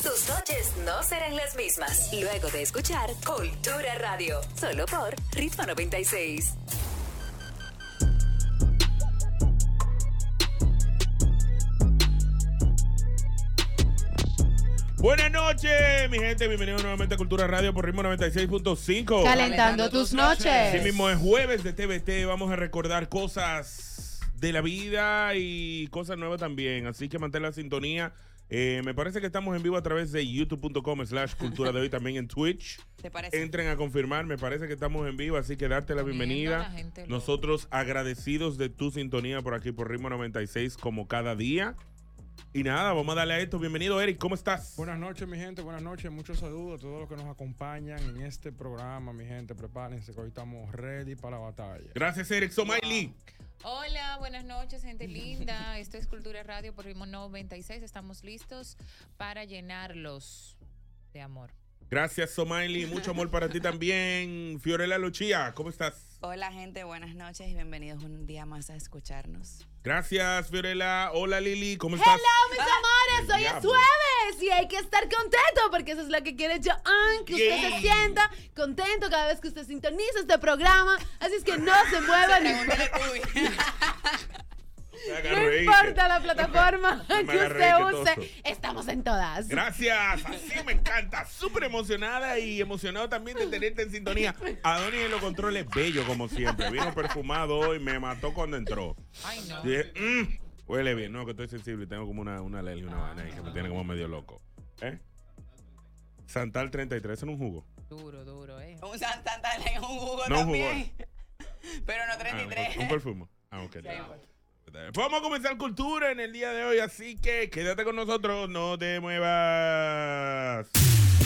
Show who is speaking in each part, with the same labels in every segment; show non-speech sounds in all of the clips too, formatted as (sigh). Speaker 1: Tus noches no serán las mismas luego de escuchar Cultura Radio, solo por Ritmo 96.
Speaker 2: Buenas noches, mi gente. Bienvenidos nuevamente a Cultura Radio por Ritmo 96.5.
Speaker 3: Calentando tus
Speaker 2: Así
Speaker 3: noches.
Speaker 2: mismo es jueves de TVT. Vamos a recordar cosas de la vida y cosas nuevas también. Así que mantén la sintonía. Eh, me parece que estamos en vivo a través de youtube.com slash cultura de hoy, también en Twitch.
Speaker 4: (laughs) ¿Te parece?
Speaker 2: Entren a confirmar, me parece que estamos en vivo, así que darte la
Speaker 4: a la
Speaker 2: bienvenida.
Speaker 4: gente loca.
Speaker 2: Nosotros agradecidos de tu sintonía por aquí por Ritmo 96 como cada día. Y nada, vamos a darle a esto. Bienvenido, Eric, ¿cómo estás?
Speaker 5: Buenas noches, mi gente. Buenas noches. Muchos saludos a todos los que nos acompañan en este programa, mi gente. Prepárense que hoy estamos ready para la batalla.
Speaker 2: Gracias, Eric Somaili.
Speaker 4: Hola, buenas noches, gente linda. Esto es Cultura Radio por Ritmo 96. Estamos listos para llenarlos de amor.
Speaker 2: Gracias,
Speaker 3: (laughs)
Speaker 2: Somaili. Mucho amor para ti también. Fiorella Luchía, ¿cómo estás?
Speaker 6: Hola gente, buenas noches y bienvenidos un día más a escucharnos.
Speaker 2: Gracias, Fiorella. Hola, Lili, ¿cómo estás?
Speaker 3: Hello, mis amores, hoy
Speaker 2: diablo.
Speaker 3: es jueves y hay que estar contento porque eso es lo que quiere Joan, que usted se sienta contento cada vez que usted sintoniza este programa. Así es que no se mueva ni (laughs)
Speaker 2: Me
Speaker 3: no
Speaker 2: agarré.
Speaker 3: importa la
Speaker 2: (laughs)
Speaker 3: plataforma
Speaker 2: Me
Speaker 3: que
Speaker 2: agarré, qué
Speaker 3: usted use,
Speaker 2: toso.
Speaker 3: estamos en todas.
Speaker 2: Gracias, así me encanta. Súper emocionada y emocionado también
Speaker 3: (laughs)
Speaker 2: de tenerte en sintonía. Adonis en los controles, bello como siempre. Vino perfumado y me mató cuando entró.
Speaker 4: Ay, no.
Speaker 2: Dije, "Mm, huele bien. No, que estoy sensible. Tengo como una, una alergia, una vaina ahí que me tiene como medio loco. ¿Eh? Santal 33 en un jugo.
Speaker 4: Duro, duro, ¿eh?
Speaker 6: Un Santanta en un jugo
Speaker 2: No, un jugo.
Speaker 6: también. Pero no
Speaker 2: Ah, un
Speaker 6: 33.
Speaker 2: per- un perfume. Ah, ok. Vamos a comenzar cultura en el día de hoy, así que quédate con nosotros, no te muevas.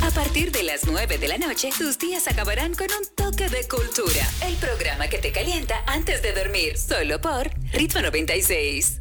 Speaker 1: A partir de las 9 de la noche, tus días acabarán con un toque de cultura. El programa que te calienta antes de dormir, solo por Ritmo 96.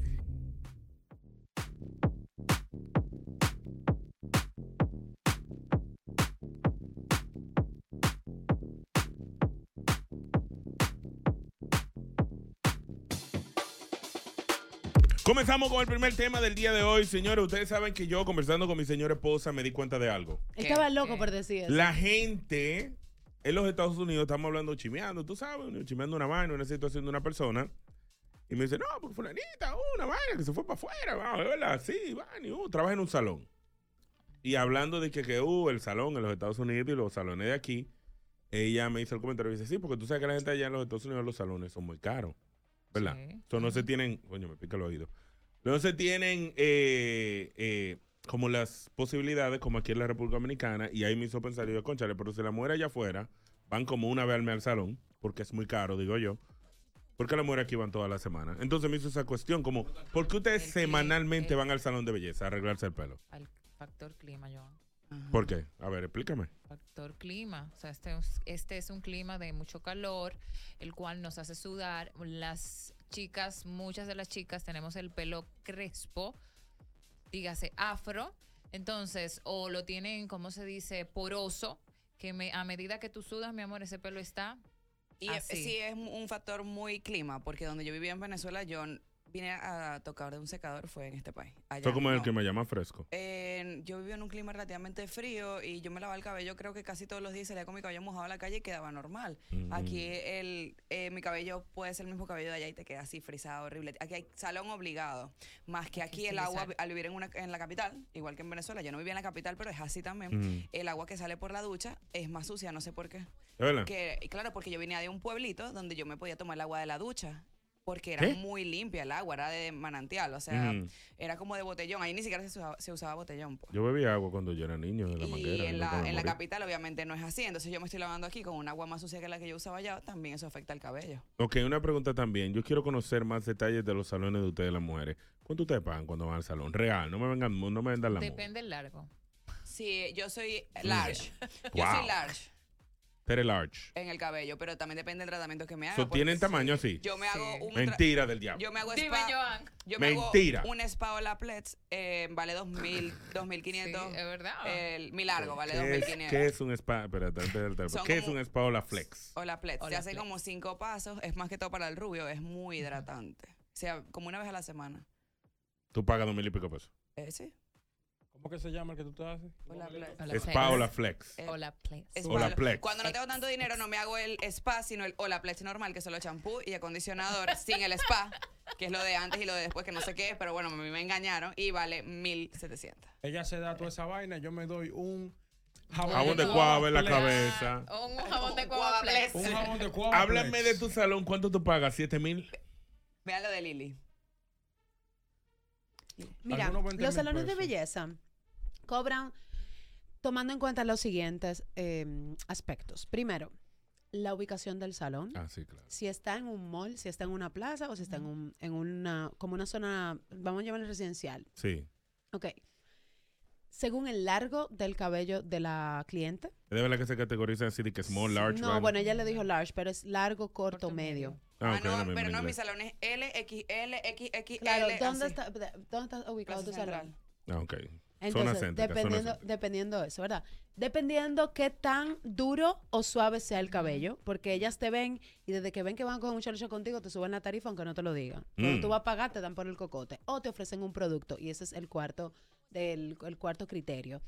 Speaker 2: Comenzamos con el primer tema del día de hoy, señores. Ustedes saben que yo conversando con mi señora esposa me di cuenta de algo.
Speaker 3: Estaba
Speaker 4: ¿Qué?
Speaker 3: loco
Speaker 4: ¿Qué?
Speaker 3: por decir eso.
Speaker 2: La gente en los Estados Unidos estamos hablando chimeando, tú sabes, chimeando una vaina, una situación de una persona. Y me dice, no, porque fulanita, uh, una vaina que se fue para afuera, vamos, es verdad, sí, van y uh, trabaja en un salón. Y hablando de que, que uh, el salón en los Estados Unidos y los salones de aquí, ella me hizo el comentario y dice, sí, porque tú sabes que la gente allá en los Estados Unidos los salones son muy caros, ¿verdad?
Speaker 4: Sí.
Speaker 2: Entonces no se tienen, coño, me pica el oído. No se tienen eh, eh, como las posibilidades como aquí en la República Dominicana y ahí me hizo pensar, digo, conchale, pero si la mujer allá afuera van como una vez al mes al salón, porque es muy caro, digo yo, porque las mujeres aquí van todas las semanas. Entonces me hizo esa cuestión como, ¿por qué ustedes
Speaker 4: El clima,
Speaker 2: semanalmente
Speaker 4: el-
Speaker 2: van al salón de belleza a arreglarse el pelo?
Speaker 4: Al factor clima, Joan.
Speaker 2: ¿Por qué? A ver, explícame.
Speaker 4: Factor clima. O sea, este, es- este es un clima de mucho calor, el cual nos hace sudar. Las chicas, muchas de las chicas, tenemos el pelo crespo, dígase afro. Entonces, o lo tienen, ¿cómo se dice? Poroso, que me- a medida que tú sudas, mi amor, ese pelo está
Speaker 6: Y eh,
Speaker 4: Así.
Speaker 6: sí es un factor muy clima, porque donde yo vivía en Venezuela yo vine a tocar de un secador fue en este país. Allá
Speaker 2: Esto como en el
Speaker 6: no.
Speaker 2: que me llama fresco.
Speaker 6: Eh, yo vivo en un clima relativamente frío y yo me lavaba el cabello, creo que casi todos los días salía con mi cabello mojado a la calle y quedaba normal.
Speaker 2: Mm.
Speaker 6: Aquí el, eh, mi cabello puede ser el mismo cabello de allá y te queda así frisado, horrible. Aquí hay salón obligado, más que aquí el agua, al vivir en, una, en la capital, igual que en Venezuela, yo no vivía en la capital, pero es así también,
Speaker 2: Mm.
Speaker 6: el agua que sale por la ducha es más sucia, no sé por qué.
Speaker 2: ¿Es verdad?
Speaker 6: Que, y claro, porque yo venía de un pueblito donde yo me podía tomar el agua de la ducha. Porque era
Speaker 2: ¿Qué?
Speaker 6: muy limpia el agua, era de manantial, o sea,
Speaker 2: Ujú.
Speaker 6: era como de botellón. Ahí ni siquiera se usaba, se usaba botellón. pues.
Speaker 2: Yo bebí agua cuando yo era niño en la manguera.
Speaker 6: y en
Speaker 2: nunca
Speaker 6: la,
Speaker 2: me
Speaker 6: en la
Speaker 2: morí.
Speaker 6: capital obviamente no es así. Entonces yo me estoy lavando aquí con un agua más sucia que la que yo usaba allá. También eso afecta el cabello.
Speaker 2: Ok, una pregunta también. Yo quiero conocer más detalles de los salones de ustedes, las mujeres. ¿Cuánto ustedes pagan cuando van al salón? Real, no me vengan, no me vendan la moda.
Speaker 4: Depende el largo.
Speaker 6: Sí, yo soy
Speaker 2: (laughs)
Speaker 6: large. Yo
Speaker 2: Wow.
Speaker 6: soy large
Speaker 2: Tere large.
Speaker 6: en el cabello, pero también depende del tratamiento que me haga.
Speaker 2: So,
Speaker 6: porque
Speaker 2: ¿Tienen tamaño así?
Speaker 6: pues, Yo me hago un... tra-
Speaker 2: Mentira del diablo.
Speaker 6: Yo me hago
Speaker 4: Dime,
Speaker 6: spa...
Speaker 4: Joan.
Speaker 6: Yo me
Speaker 2: Mentira.
Speaker 6: hago un spa o la Plets, eh, vale 2.000, 2.500.
Speaker 4: Sí, es verdad.
Speaker 6: El, mi largo vale
Speaker 2: Eh, ¿Qué, es,
Speaker 6: 2.500.
Speaker 2: qué es un spa? Espérate, antes del teléfono.
Speaker 6: Son
Speaker 2: ¿Qué es
Speaker 6: como-
Speaker 2: un spa o la flex?
Speaker 6: O la Plets.
Speaker 4: O
Speaker 6: Se
Speaker 4: la
Speaker 6: hace
Speaker 4: Plets.
Speaker 6: como cinco pasos. Es más que todo para el rubio. Es muy hidratante. O sea, como una vez a la semana.
Speaker 2: Tú pagas dos mil y pico pesos.
Speaker 6: Eh, sí.
Speaker 5: ¿Cómo que se llama el que tú te haces?
Speaker 6: O la Plets.
Speaker 4: Hola,
Speaker 2: Spa o la flex.
Speaker 6: Eh,
Speaker 4: Hola, please.
Speaker 6: Es
Speaker 2: O la
Speaker 6: malo.
Speaker 2: Plex.
Speaker 6: Cuando no tengo tanto dinero, no me hago el spa, sino el o la Plex normal, que es solo champú
Speaker 4: (laughs)
Speaker 6: y acondicionador, sin el spa, que es lo de antes y lo de después, que no sé qué es, pero bueno, a mí me engañaron y vale 1700.
Speaker 5: Ella se da toda esa vaina, yo me doy un
Speaker 2: Jabón de
Speaker 5: cuava
Speaker 2: cuava en la
Speaker 5: Plex.
Speaker 2: cabeza.
Speaker 4: O un jabón de
Speaker 6: Un
Speaker 4: cuava
Speaker 6: guava
Speaker 4: please.
Speaker 5: Un jabón
Speaker 6: (laughs)
Speaker 5: de cuava
Speaker 2: Háblame de
Speaker 5: Plex.
Speaker 2: tu salón. ¿Cuánto tú pagas? ¿Siete mil?
Speaker 6: Vean lo de Lili.
Speaker 3: Mira,
Speaker 5: Algunos 20 mil
Speaker 3: los salones de
Speaker 5: pesos.
Speaker 3: belleza cobran tomando en cuenta los siguientes eh, aspectos. Primero, la ubicación del salón.
Speaker 2: Ah, sí, claro.
Speaker 3: Si está en un mall, si está en una plaza o si está en, un- en una, como una zona, vamos a llamarle residencial.
Speaker 2: Sí.
Speaker 3: Ok. Según el largo del cabello de la cliente.
Speaker 2: Es de verdad que se categoriza así de que small, large,
Speaker 3: no,
Speaker 2: wide?
Speaker 3: bueno, ella le dijo large, pero es largo, corto,
Speaker 4: Corto,
Speaker 3: medio.
Speaker 4: medio.
Speaker 2: Ah,
Speaker 6: Ah,
Speaker 2: ok,
Speaker 6: no,
Speaker 2: dame
Speaker 6: pero no,
Speaker 2: inglés.
Speaker 6: mi salón es LXL, XXL.
Speaker 3: Claro, ¿dónde,
Speaker 6: así.
Speaker 3: está, ¿dónde está ubicado
Speaker 6: Plaza
Speaker 3: tu
Speaker 6: Central.
Speaker 3: salón?
Speaker 2: Ah, ok. zona
Speaker 3: Entonces,
Speaker 2: céntrica, zona
Speaker 3: dependiendo,
Speaker 2: céntrica.
Speaker 3: dependiendo de eso, ¿verdad? Dependiendo qué tan duro o suave sea el cabello, porque ellas te ven y desde que ven que van con un chalecho contigo, te suben la tarifa aunque no te lo digan. Cuando
Speaker 2: Mm.
Speaker 3: tú vas a pagar, te dan por el cocote o te ofrecen un producto y ese es el cuarto, del, el cuarto criterio.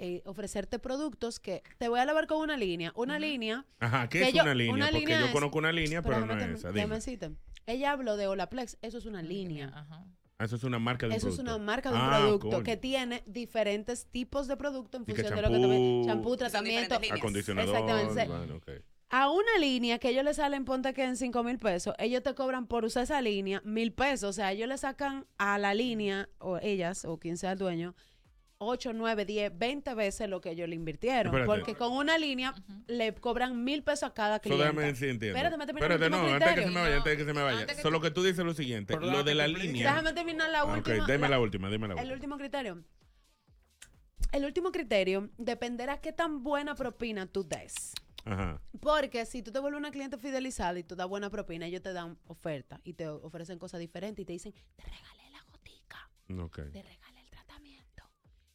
Speaker 3: Eh, ofrecerte productos que te voy a lavar con una línea, una línea
Speaker 2: Ajá, ¿qué
Speaker 3: que
Speaker 2: es
Speaker 3: yo-
Speaker 2: una línea?
Speaker 3: una
Speaker 2: Porque
Speaker 3: línea
Speaker 2: yo
Speaker 3: es-
Speaker 2: conozco una línea, pero,
Speaker 3: déjame
Speaker 2: no es
Speaker 3: termi-
Speaker 2: esa.
Speaker 3: déjame
Speaker 2: Dime.
Speaker 3: decirte. Ella habló de Olaplex, eso es una línea.
Speaker 4: Ajá.
Speaker 2: Ah, Eso es una marca de un
Speaker 3: Eso es
Speaker 2: producto.
Speaker 3: una marca de un
Speaker 2: Ah,
Speaker 3: producto
Speaker 2: coño.
Speaker 3: que tiene diferentes tipos de producto en
Speaker 2: Y que
Speaker 3: función de lo que tomen.
Speaker 2: champú.
Speaker 3: Champú,
Speaker 2: Son
Speaker 3: tratamiento.
Speaker 6: diferentes líneas.
Speaker 2: Acondicionador.
Speaker 3: Exactamente.
Speaker 2: bueno, ok.
Speaker 3: A una línea que ellos le salen, ponte que en 5 mil pesos, ellos te cobran por usar esa línea mil pesos. O sea, ellos le sacan a la línea, o ellas, o quien sea el dueño, 8, 9, 10, 20 veces lo que ellos le invirtieron.
Speaker 2: Espérate.
Speaker 3: Porque con una línea le cobran mil pesos a cada
Speaker 2: Eso
Speaker 3: cliente.
Speaker 2: déjame decir, entiendo.
Speaker 3: Espérate, me termina el
Speaker 2: Espérate, no,
Speaker 3: último
Speaker 2: antes de que se
Speaker 3: criterio.
Speaker 2: me vaya,
Speaker 4: No,
Speaker 2: antes de que se me vaya.
Speaker 4: antes que
Speaker 2: Solo
Speaker 4: tú-
Speaker 2: que tú dices lo siguiente,
Speaker 5: Pero
Speaker 2: lo
Speaker 5: déjame
Speaker 2: de la
Speaker 5: que explique.
Speaker 2: línea.
Speaker 3: Déjame terminar la
Speaker 2: Ah, ok,
Speaker 3: última.
Speaker 2: deme
Speaker 3: la-
Speaker 2: la última, dime la
Speaker 3: El
Speaker 2: última.
Speaker 3: último criterio. El último criterio dependerá qué tan buena propina tú des.
Speaker 2: Ajá.
Speaker 3: Porque si tú te vuelves una cliente fidelizada y tú das buena propina, ellos te dan oferta y te ofrecen cosas diferentes y te dicen, te regalé la gotica,
Speaker 2: Ok.
Speaker 3: te regalé el tratamiento.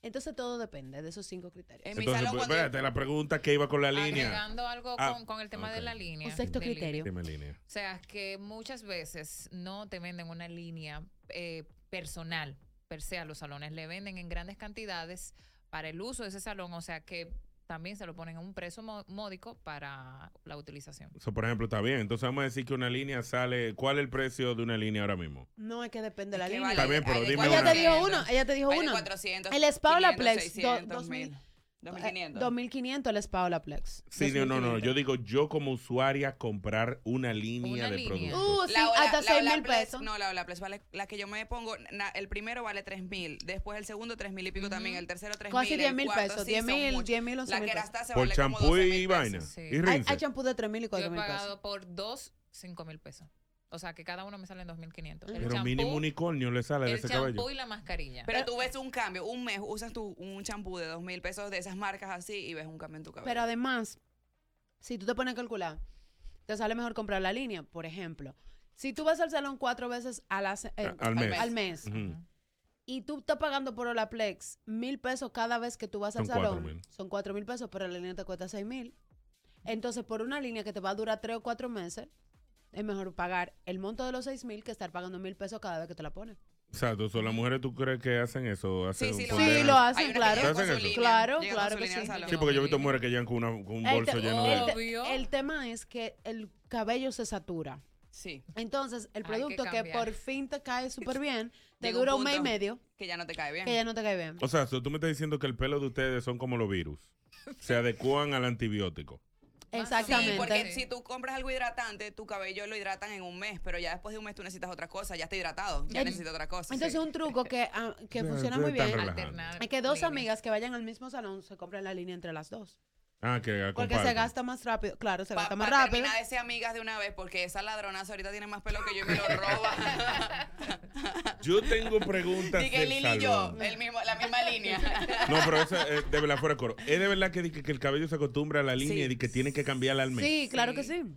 Speaker 3: Entonces todo depende de esos cinco criterios.
Speaker 6: En mi
Speaker 2: Entonces, pues,
Speaker 6: salón cuando yo-
Speaker 2: espérate, la pregunta que iba con la línea.
Speaker 4: Agregando algo
Speaker 2: Ah,
Speaker 4: con, con el tema de
Speaker 2: ok.
Speaker 4: la línea.
Speaker 3: Un sexto
Speaker 4: de línea.
Speaker 3: criterio.
Speaker 2: Dime línea.
Speaker 4: O sea, que muchas veces no te venden una línea eh, personal, per se, a los salones. Le venden en grandes cantidades para el uso de ese salón. O sea, que también se lo ponen a un precio mo- módico para la utilización.
Speaker 2: Eso, por ejemplo, está bien. Entonces, vamos a decir que una línea sale. ¿Cuál es el precio de una línea ahora mismo?
Speaker 3: No es que depende de la
Speaker 6: Es que
Speaker 3: línea.
Speaker 6: vale-
Speaker 2: bien, pero
Speaker 6: hay de
Speaker 2: dime
Speaker 3: Ella
Speaker 2: una.
Speaker 3: te dijo uno, ella te dijo
Speaker 6: Hay de
Speaker 3: uno.
Speaker 6: 400,
Speaker 3: El spa o la Plex,
Speaker 6: 500,
Speaker 3: do- eh,
Speaker 6: 600,
Speaker 3: 2000.
Speaker 6: 2500.
Speaker 3: 2500 el spa o la Plex.
Speaker 2: Sí, no, no, no.
Speaker 3: 2500.
Speaker 2: Yo digo, yo como usuaria, comprar una línea
Speaker 4: Una
Speaker 2: de
Speaker 4: línea.
Speaker 2: productos.
Speaker 3: Uh, sí,
Speaker 6: ola-
Speaker 3: hasta
Speaker 6: la
Speaker 3: 6 mil
Speaker 6: Olaplex-
Speaker 3: pesos.
Speaker 6: No, la Olaplex vale, la que yo me pongo, na- el primero vale 3 mil, después el segundo 3 mil y pico también, el tercero 3 mil.
Speaker 3: Casi 10 mil pesos, 10 mil, 10 mil, 11
Speaker 6: La
Speaker 3: mil
Speaker 6: que
Speaker 3: pesos.
Speaker 6: hasta se
Speaker 2: Por
Speaker 6: vale como
Speaker 2: champú
Speaker 6: 12
Speaker 2: y
Speaker 6: mil
Speaker 2: vaina.
Speaker 4: pesos, sí.
Speaker 2: Y
Speaker 3: Hay,
Speaker 2: rinse.
Speaker 3: hay champú de 3 mil y
Speaker 4: Yo
Speaker 3: 4
Speaker 4: he
Speaker 3: mil pesos.
Speaker 4: pagado por dos, cinco mil pesos. O sea, que cada uno me sale en 2.500. El
Speaker 2: Pero
Speaker 4: champú-
Speaker 2: mínimo unicornio le sale de
Speaker 4: el
Speaker 2: ese
Speaker 4: champú
Speaker 2: cabello.
Speaker 4: y la mascarilla.
Speaker 6: Pero tú ves un cambio, un mes usas tú un champú de 2 mil pesos de esas marcas así y ves un cambio en tu cabello.
Speaker 3: Pero además, si tú te pones a calcular, te sale mejor comprar la línea, por ejemplo. Si tú vas al salón cuatro veces a la se- eh,
Speaker 2: A- Ah, al mes.
Speaker 3: al mes,
Speaker 2: Ujú.
Speaker 3: y tú estás pagando por Olaplex mil pesos cada vez que tú vas al
Speaker 2: Son cuatro
Speaker 3: salón,
Speaker 2: mil.
Speaker 3: son cuatro mil pesos, pero la línea te cuesta seis mil. Entonces, por una línea que te va a durar tres o cuatro meses, es mejor pagar el monto de los seis mil que estar pagando mil pesos cada vez que te la pones.
Speaker 2: Exacto, son las mujeres, ¿tú crees que hacen eso? Hacen
Speaker 6: sí,
Speaker 2: un
Speaker 6: lo
Speaker 2: poder-
Speaker 3: Sí, lo
Speaker 6: Hay
Speaker 3: hacen,
Speaker 6: una que
Speaker 3: claro.
Speaker 6: llega con
Speaker 2: ¿Hacen
Speaker 6: su
Speaker 2: eso?
Speaker 6: línea,
Speaker 3: Claro,
Speaker 6: llega con
Speaker 3: claro
Speaker 6: su
Speaker 3: que
Speaker 6: línea al
Speaker 3: sí.
Speaker 6: salón.
Speaker 2: Sí, porque yo he visto mujeres que llegan con, una- con un bolso
Speaker 3: te-
Speaker 2: lleno
Speaker 3: Este, el
Speaker 2: de...
Speaker 3: te-
Speaker 4: Obvio.
Speaker 3: el tema es que el cabello se satura.
Speaker 6: Sí,
Speaker 3: Entonces, el
Speaker 4: Hay que
Speaker 3: producto que,
Speaker 4: cambiar.
Speaker 3: por fin te cae súper bien, te
Speaker 6: Llega un
Speaker 3: dura un mes y
Speaker 6: punto.
Speaker 3: medio,
Speaker 6: que ya no te cae bien.
Speaker 3: que ya no te cae bien.
Speaker 2: O sea, so- tú me estás diciendo que el pelo de ustedes son como los virus. Se adecúan al antibiótico.
Speaker 6: Sí, porque
Speaker 3: Exactamente.
Speaker 4: Sí.
Speaker 6: si tú compras algo hidratante, tu cabello lo hidratan en un mes, pero ya después de un mes tú necesitas otra cosa, ya está hidratado, ya
Speaker 3: En-
Speaker 6: necesitas otra cosa.
Speaker 3: Entonces,
Speaker 6: sí.
Speaker 3: un truco que, ah, que
Speaker 2: (laughs) Sí,
Speaker 3: funciona
Speaker 2: ustedes
Speaker 3: muy
Speaker 2: están
Speaker 3: bien
Speaker 2: relajando.
Speaker 4: Oh, Alternar
Speaker 3: es que dos
Speaker 4: líneas.
Speaker 3: amigas que vayan al mismo salón se compren la línea entre las dos.
Speaker 2: Ah, que
Speaker 3: Porque
Speaker 2: comparten.
Speaker 3: se gasta más rápido. Claro, se
Speaker 6: Pa-
Speaker 3: gasta
Speaker 6: pa
Speaker 3: más rápido.
Speaker 6: terminar de ser amigas de una vez, porque esa ladronaza ahorita tiene más pelo que yo y me lo roba.
Speaker 2: Yo tengo
Speaker 3: (laughs)
Speaker 2: preguntas
Speaker 6: Dije
Speaker 2: del
Speaker 6: Lili y yo,
Speaker 2: salón.
Speaker 6: el mismo, la misma línea.
Speaker 2: (laughs) No, pero eso eh, de verdad fuera de coro. Es de verdad que, di que, que el cabello se acostumbra a la línea y di que tiene que cambiarla al mes.
Speaker 3: Sí, claro que
Speaker 6: Sí.
Speaker 3: sí.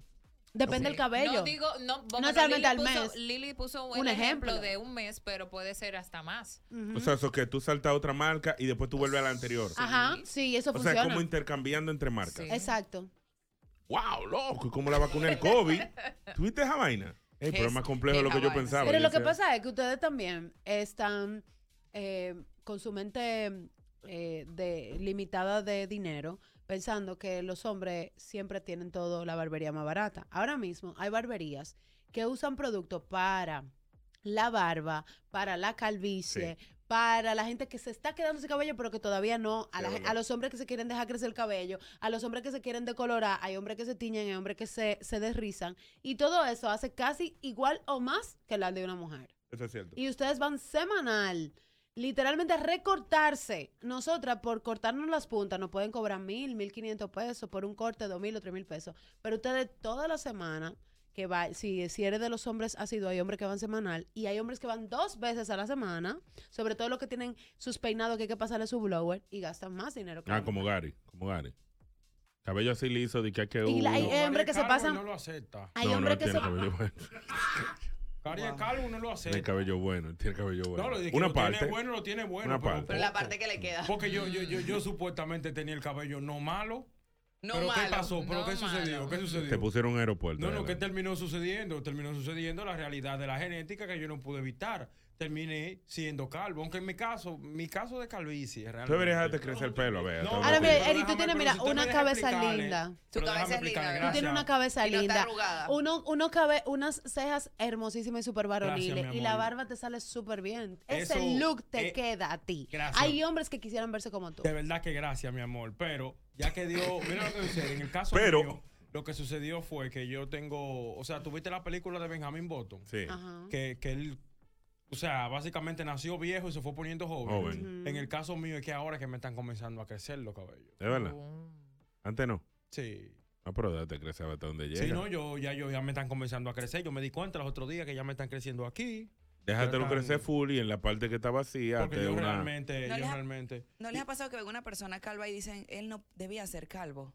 Speaker 3: Depende del cabello.
Speaker 4: No digo, no, vamos,
Speaker 3: solamente
Speaker 4: Lili
Speaker 3: al
Speaker 4: puso,
Speaker 3: mes.
Speaker 4: Lili puso un,
Speaker 3: Un
Speaker 4: ejemplo.
Speaker 3: ejemplo.
Speaker 4: de un mes, pero puede ser hasta más.
Speaker 2: O sea, eso que tú saltas a otra marca y después tú vuelves a la anterior.
Speaker 3: Ajá, sí, Ah, eso
Speaker 2: O sea, es
Speaker 3: funciona.
Speaker 2: como intercambiando entre marcas.
Speaker 4: Sí.
Speaker 3: Exacto.
Speaker 2: ¡Wow, loco! Es como la vacuna del
Speaker 3: (laughs)
Speaker 2: COVID. ¿Tuviste esa vaina? El
Speaker 6: Es-
Speaker 2: problema más complejo de lo
Speaker 6: es
Speaker 2: que yo
Speaker 6: vaina,
Speaker 2: pensaba.
Speaker 3: Pero
Speaker 2: Yo
Speaker 3: lo que
Speaker 2: decía,
Speaker 3: pasa es que ustedes también están eh, con su mente eh, de, limitada de dinero, pensando que los hombres siempre tienen todo la barbería más barata. Ahora mismo hay barberías que usan productos para la barba, para la calvicie. Para la gente que se está quedando sin cabello, pero que todavía no. A,
Speaker 2: Sí,
Speaker 3: la-
Speaker 2: es verdad.
Speaker 3: a los hombres que se quieren dejar crecer el cabello, a los hombres que se quieren decolorar, hay hombres que se tiñen, hay hombres que se, se desrizan. Y todo eso hace casi igual o más que la de una mujer.
Speaker 2: Eso es cierto.
Speaker 3: Y ustedes van semanal, literalmente a recortarse. Nosotras, por cortarnos las puntas, nos pueden cobrar mil, mil quinientos pesos por un corte, dos mil o tres mil pesos. Pero ustedes toda la semana, que va, si, si eres de los hombres ha sido hay hombres que van semanal y hay hombres que van dos veces a la semana, sobre todo los que tienen sus peinados que hay que pasarle su blower y gastan más dinero. que
Speaker 2: Ah,
Speaker 3: la
Speaker 2: como Gary. Como Gary. Cabello así liso, de que hay que...
Speaker 3: Y la-
Speaker 2: uno.
Speaker 3: y- eh, hombre que se
Speaker 5: Calvo
Speaker 3: pasan-
Speaker 5: No lo acepta.
Speaker 3: Hay
Speaker 2: No, no,
Speaker 3: hombres
Speaker 2: él
Speaker 3: que
Speaker 2: tiene
Speaker 3: se...
Speaker 2: cabello
Speaker 3: (laughs)
Speaker 2: bueno.
Speaker 5: Cari el Calvo no lo
Speaker 2: Tiene
Speaker 5: acepta.
Speaker 2: cabello bueno, él tiene cabello bueno.
Speaker 5: No, lo dije,
Speaker 2: Una
Speaker 5: lo
Speaker 2: parte.
Speaker 5: tiene bueno, lo tiene bueno.
Speaker 2: Una
Speaker 5: pero
Speaker 2: parte.
Speaker 6: Pero
Speaker 5: poco.
Speaker 6: la parte que le queda.
Speaker 5: Porque yo, yo, yo, yo supuestamente tenía el cabello no malo.
Speaker 6: No
Speaker 5: pero
Speaker 6: malo.
Speaker 5: ¿qué pasó? ¿Pero
Speaker 4: no
Speaker 5: qué sucedió?
Speaker 4: malo.
Speaker 5: ¿Qué sucedió?
Speaker 2: Te pusieron un aeropuerto.
Speaker 5: No, no, ¿qué
Speaker 2: adelante.
Speaker 5: terminó sucediendo? Terminó sucediendo la realidad de la genética que yo no pude evitar. Terminé siendo calvo. Aunque en mi caso, mi caso de calvicie, realmente.
Speaker 2: Tú deberías dejarte crecer el pelo, a ver. hasta
Speaker 3: Ahora,
Speaker 2: dónde
Speaker 3: mira,
Speaker 2: te-
Speaker 5: pero
Speaker 3: Eri, tú
Speaker 5: déjame-
Speaker 3: tienes,
Speaker 5: pero
Speaker 3: mira,
Speaker 5: si usted
Speaker 3: una
Speaker 5: me deja
Speaker 3: cabeza
Speaker 5: explicarle,
Speaker 3: linda.
Speaker 5: pero
Speaker 6: Su
Speaker 5: déjame
Speaker 6: cabeza es
Speaker 5: explicarle,
Speaker 3: Tú
Speaker 6: linda, ¿verdad?
Speaker 5: ¿eh? gracias.
Speaker 3: tienes una cabeza
Speaker 6: Y no está
Speaker 3: linda.
Speaker 6: arrugada.
Speaker 3: Uno, uno cabe, unas cejas hermosísimas y súper varoniles.
Speaker 5: Gracias, mi
Speaker 3: y la
Speaker 5: amor.
Speaker 3: barba te sale súper bien. Ese
Speaker 5: Eso,
Speaker 3: look te
Speaker 5: eh,
Speaker 3: queda a ti.
Speaker 5: gracias.
Speaker 3: Hay hombres que quisieran verse como tú.
Speaker 5: De verdad que gracias, mi amor. Pero ya
Speaker 2: (laughs)
Speaker 5: que dio. Mira lo que sucede. En el caso
Speaker 2: Pero-
Speaker 5: mío, lo que sucedió fue que yo tengo. O sea, tuviste la película de Benjamin Button.
Speaker 2: Sí.
Speaker 3: Ajá.
Speaker 5: Que, que él. O sea, básicamente nació viejo y se fue poniendo joven.
Speaker 2: Joven.
Speaker 5: En el caso mío es que ahora es que me están comenzando a crecer los cabellos.
Speaker 2: Es verdad. Antes no.
Speaker 5: Sí.
Speaker 2: Ah, pero date crecer hasta donde llega.
Speaker 5: Sí, no, yo ya, yo ya me están comenzando a crecer. Yo me di cuenta los otros días que ya me están creciendo aquí.
Speaker 2: Déjatelo
Speaker 5: Yo tan-
Speaker 2: crecer full y en la parte que está vacía,
Speaker 5: Porque
Speaker 2: te
Speaker 5: yo
Speaker 2: una.
Speaker 5: realmente,
Speaker 6: No
Speaker 5: yo
Speaker 6: le ha-
Speaker 5: realmente.
Speaker 6: ¿No les ha pasado que ven una persona calva y dicen, él no debía ser calvo?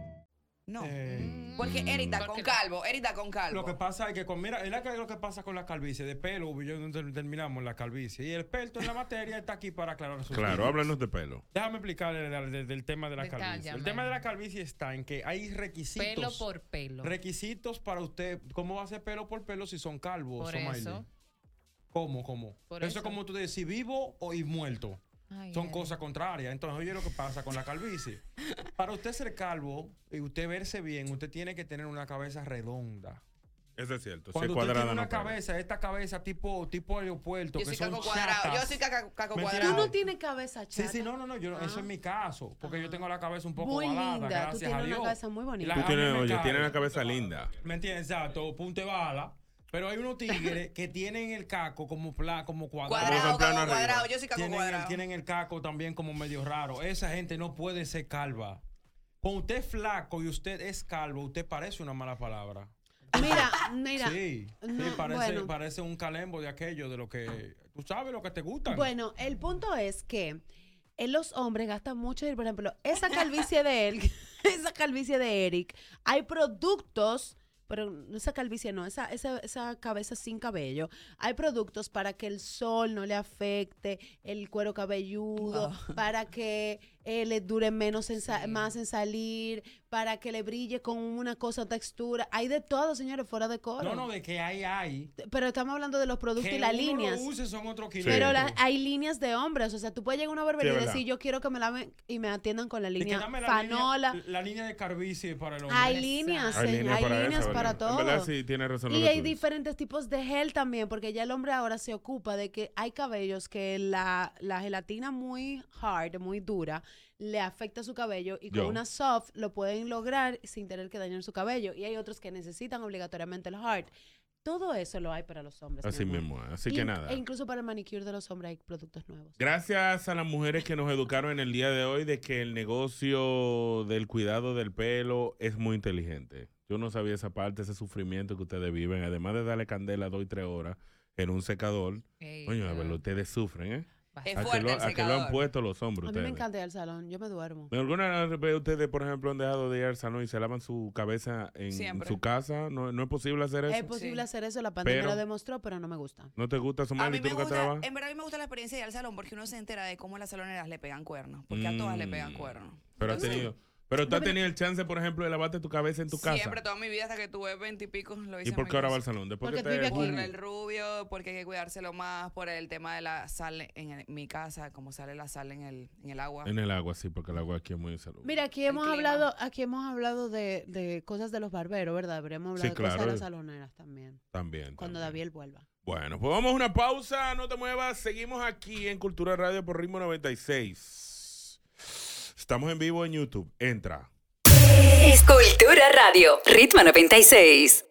Speaker 6: No.
Speaker 5: eh,
Speaker 6: Porque
Speaker 2: Mm.
Speaker 6: Erita con
Speaker 4: Porque-
Speaker 6: calvo, Erita con
Speaker 5: Lo que
Speaker 6: calvo.
Speaker 5: pesa es que con, mira, es la que- lo que pasa con la calvicie, de pelo, pues, yo no ter- terminamos la calvicie. Y el experto en la materia está aquí para aclarar sus
Speaker 2: Claro,
Speaker 5: dudas.
Speaker 2: háblanos de pelo.
Speaker 5: Déjame explicarle la- de- del tema de la calvicie. El
Speaker 4: Detállame.
Speaker 5: tema de la calvicie está en que hay
Speaker 4: Pelo
Speaker 5: requisitos.
Speaker 4: por pelo.
Speaker 5: Requisitos para usted. ¿Cómo va a ser pelo por pelo si son calvos,
Speaker 4: Por
Speaker 5: Somaili?
Speaker 4: eso.
Speaker 5: ¿Cómo, cómo?
Speaker 4: Por
Speaker 5: eso,
Speaker 4: eso.
Speaker 5: es como tú dices, si vivo o y muerto.
Speaker 4: Ay,
Speaker 5: Son
Speaker 4: ay.
Speaker 5: cosas contrarias. Entonces, oye lo que pasa con la
Speaker 4: (laughs)
Speaker 5: calvicie. Para usted ser calvo y usted verse bien, usted tiene que tener una cabeza redonda.
Speaker 2: Eso es cierto. Si es
Speaker 5: Cuando usted tiene
Speaker 2: cuadrada,
Speaker 5: una
Speaker 2: no pega.
Speaker 5: cabeza, esta cabeza tipo, tipo aeropuerto,
Speaker 6: Yo
Speaker 5: que
Speaker 6: soy
Speaker 5: son
Speaker 6: caco cuadrado. Yo
Speaker 5: chatas.
Speaker 6: soy caca- caco
Speaker 5: Mentira.
Speaker 3: Tú
Speaker 6: cuadrado.
Speaker 3: no tienes cabeza
Speaker 5: Sí,
Speaker 3: chata.
Speaker 5: sí, no, no, no, yo, eso es mi caso, porque
Speaker 6: Ah.
Speaker 5: yo tengo la cabeza un poco
Speaker 3: Muy
Speaker 5: ovalada,
Speaker 3: linda, tú
Speaker 5: gracias
Speaker 3: tienes
Speaker 5: a
Speaker 3: una
Speaker 5: Dios.
Speaker 3: cabeza muy bonita.
Speaker 5: La-
Speaker 2: Tú
Speaker 5: a mí
Speaker 2: tienes,
Speaker 5: me
Speaker 2: oye,
Speaker 5: cabe.
Speaker 2: tienes la cabeza linda.
Speaker 5: ¿Me entiendes? Exacto, punte bala. Pero hay unos tigres que tienen el caco como, pla, como cuadrado.
Speaker 6: Cuadrado,
Speaker 2: San Plano
Speaker 6: caco
Speaker 2: arriba.
Speaker 6: cuadrado. Yo soy caco
Speaker 5: tienen, el,
Speaker 6: cuadrado.
Speaker 5: tienen el caco también como medio raro. Esa gente no puede ser calva. Cuando usted es flaco y usted es calvo, usted parece una mala palabra.
Speaker 3: Mira, mira.
Speaker 5: Sí, sí,
Speaker 3: no,
Speaker 5: parece,
Speaker 3: bueno.
Speaker 5: parece un calembo de aquello, de lo que tú sabes, lo que te gusta.
Speaker 3: Bueno, el punto es que eh, los hombres gastan mucho dinero. Por ejemplo, esa calvicie de él, (laughs) esa calvicie de Eric, hay productos, pero no esa calvicie no, esa, esa, esa cabeza sin cabello, hay productos para que el sol no le afecte el cuero cabelludo,
Speaker 5: Ah.
Speaker 3: para que eh, le dure menos en sa- más en salir, para que le brille con una cosa textura. Hay de todo, señores, fuera de coro.
Speaker 5: no, no, de que hay, hay.
Speaker 3: Pero estamos hablando de los productos
Speaker 5: Que
Speaker 3: y las
Speaker 5: uno
Speaker 3: líneas.
Speaker 5: lo use son otros
Speaker 3: Pero
Speaker 5: quinientos.
Speaker 3: la- hay líneas de hombres, o sea, tú puedes llegar a una barbería
Speaker 2: Sí,
Speaker 3: y
Speaker 2: es
Speaker 3: decir,
Speaker 2: verdad.
Speaker 3: yo quiero que me laven y me atiendan con la
Speaker 5: De que
Speaker 3: línea
Speaker 5: dame la
Speaker 3: Fanola.
Speaker 5: Línea, la línea de carvicie para el hombre.
Speaker 3: hay líneas,
Speaker 2: Hay
Speaker 3: señor,
Speaker 2: líneas
Speaker 3: hay
Speaker 2: para
Speaker 3: líneas
Speaker 2: eso,
Speaker 3: para
Speaker 2: ¿verdad? En verdad
Speaker 3: todo.
Speaker 2: sí, tiene razón. lo
Speaker 3: Y
Speaker 2: que
Speaker 3: hay
Speaker 2: tú dices.
Speaker 3: diferentes tipos de gel también, porque ya el hombre ahora se ocupa de que hay cabellos que la, la gelatina muy hard, muy dura, le afecta su cabello y con
Speaker 2: Yo.
Speaker 3: una soft lo pueden lograr sin tener que dañar su cabello. Y hay otros que necesitan obligatoriamente el hard. Todo eso lo hay para los hombres. mi
Speaker 2: Así
Speaker 3: amor.
Speaker 2: mismo, así
Speaker 3: Inc-
Speaker 2: que nada.
Speaker 3: E incluso para el manicure de los hombres hay productos nuevos.
Speaker 2: Gracias a las mujeres que nos educaron en el día de hoy de que el negocio del cuidado del pelo es muy inteligente. Yo no sabía esa parte, ese sufrimiento que ustedes viven. Además de darle candela dos y tres horas en un secador.
Speaker 4: Ey,
Speaker 2: Coño, a
Speaker 4: no,
Speaker 2: ver, ustedes sufren, ¿eh?
Speaker 4: basta.
Speaker 6: Es
Speaker 2: A que,
Speaker 6: fuerte
Speaker 2: lo,
Speaker 6: el
Speaker 2: a que lo han
Speaker 6: secador.
Speaker 2: puesto los hombres
Speaker 3: A mí me
Speaker 2: ustedes.
Speaker 3: encanta ir al salón, yo me duermo.
Speaker 2: ¿Alguna vez ustedes, por ejemplo, han dejado de ir al salón y se lavan su cabeza en, en
Speaker 6: Siempre.
Speaker 2: su casa? ¿No, no es posible hacer eso?
Speaker 3: Es posible
Speaker 6: Sí.
Speaker 3: hacer eso, la pandemia
Speaker 2: Pero-
Speaker 3: lo demostró, pero no me gusta.
Speaker 2: ¿No te gusta,
Speaker 6: A
Speaker 2: Somali?
Speaker 6: mí
Speaker 2: ¿Tú
Speaker 6: me
Speaker 2: nunca te
Speaker 6: gusta,
Speaker 2: lavas?
Speaker 6: en verdad a mí me gusta la experiencia de ir al salón porque uno se entera de cómo las saloneras le pegan cuernos, porque a todas le pegan
Speaker 2: Mm.
Speaker 6: cuernos.
Speaker 2: Pero, has
Speaker 6: Entonces,
Speaker 2: tenido, pero tú has tenido el chance, por ejemplo, de lavarte tu cabeza en tu casa.
Speaker 6: Siempre, toda mi vida hasta que tuve veintipico lo
Speaker 2: ¿Y
Speaker 6: hice en
Speaker 2: por
Speaker 6: mi
Speaker 2: qué ahora
Speaker 6: casa.
Speaker 2: va al salón? Después
Speaker 3: Porque
Speaker 2: que
Speaker 3: tú vives
Speaker 2: te...
Speaker 3: aquí.
Speaker 6: Por
Speaker 3: Mm.
Speaker 6: el rubio, porque hay que cuidárselo más, por el tema de la sal en el- mi casa, como sale la sal en el, en el agua.
Speaker 2: En el agua, sí, porque el agua aquí es muy saludable.
Speaker 3: Mira, aquí hemos hablado, aquí hemos hablado de, de cosas de los barberos, ¿verdad? Habríamos
Speaker 2: Sí,
Speaker 3: hablado de cosas de
Speaker 2: claro.
Speaker 3: las saloneras también.
Speaker 2: también.
Speaker 3: Cuando
Speaker 2: también.
Speaker 3: David vuelva.
Speaker 2: Bueno, pues vamos a una pausa, no te muevas. Seguimos aquí en Cultura Radio por Ritmo 96. Estamos en vivo en YouTube. Entra.
Speaker 1: Es Cultura Radio, Ritmo 96.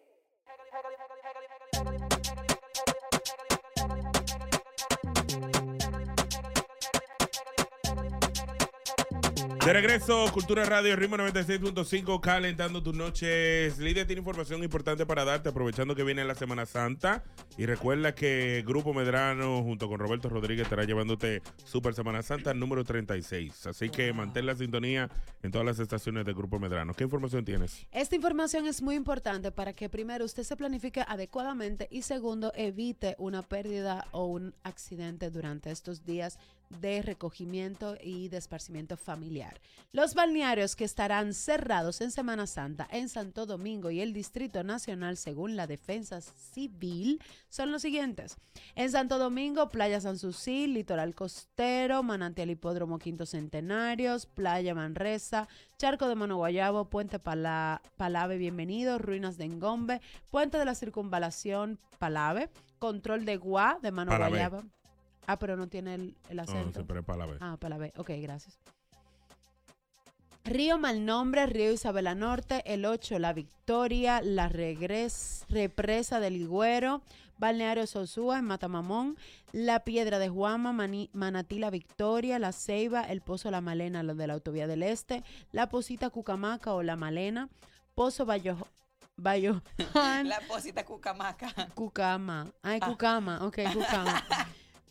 Speaker 2: De regreso, Cultura Radio, Ritmo 96.5, calentando tus noches. Lidia tiene información importante para darte, aprovechando que viene la Semana Santa. Y recuerda que Grupo Medrano, junto con Roberto Rodríguez, estará llevándote Super Semana Santa número 36. Así que mantén la sintonía en todas las estaciones de Grupo Medrano. ¿Qué información tienes?
Speaker 3: Esta información es muy importante para que primero usted se planifique adecuadamente y segundo evite una pérdida o un accidente durante estos días de recogimiento y de esparcimiento familiar. Los balnearios que estarán cerrados en Semana Santa en Santo Domingo y el Distrito Nacional según la Defensa Civil son los siguientes. En Santo Domingo, Playa San Susi, Litoral Costero, Manantial Hipódromo Quinto Centenarios, Playa Manresa, Charco de Mano Guayabo, Puente Pala- Palave Bienvenido, Ruinas de Engombe, Puente de la Circunvalación Palave, Control de Guá de Mano
Speaker 2: Palave.
Speaker 3: Guayabo. Ah, pero no tiene el, el
Speaker 2: No, no
Speaker 3: acento.
Speaker 2: se prepara la vez.
Speaker 3: Ah, para ver. Ok, gracias. Río Malnombre, Río Isabela Norte, el 8 La Victoria, la Regres, Represa del Higüero, Balneario Sosúa en Matamamón, La Piedra de Juama, Mani- Manatí La Victoria, La Ceiba, El Pozo La Malena, lo de la Autovía del Este, La Posita Cucamaca o La Malena, Pozo Bayo, Bayo
Speaker 6: La posita cucamaca.
Speaker 3: Cucama. Ay, Cucama. Ok, Cucama.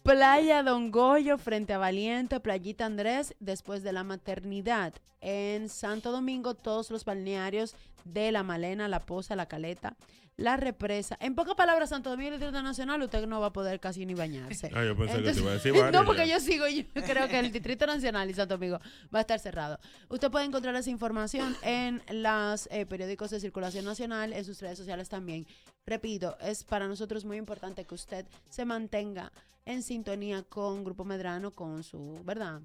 Speaker 3: Playa Don Goyo frente a Valiente, Playita Andrés, después de la maternidad. En Santo Domingo, todos los balnearios de La Malena, La Poza, La Caleta, La Represa. En pocas palabras, Santo Domingo y el Distrito Nacional, usted no va a poder casi ni bañarse.
Speaker 2: Ah, yo pensé que te iba a decir
Speaker 3: no,
Speaker 2: varios
Speaker 3: porque
Speaker 2: ya.
Speaker 3: yo sigo, yo creo que el Distrito Nacional y Santo Domingo va a estar cerrado. Usted puede encontrar esa información en los periódicos de circulación nacional, en sus redes sociales también. Repito, es para nosotros muy importante que usted se mantenga en sintonía con Grupo Medrano, con su, ¿verdad?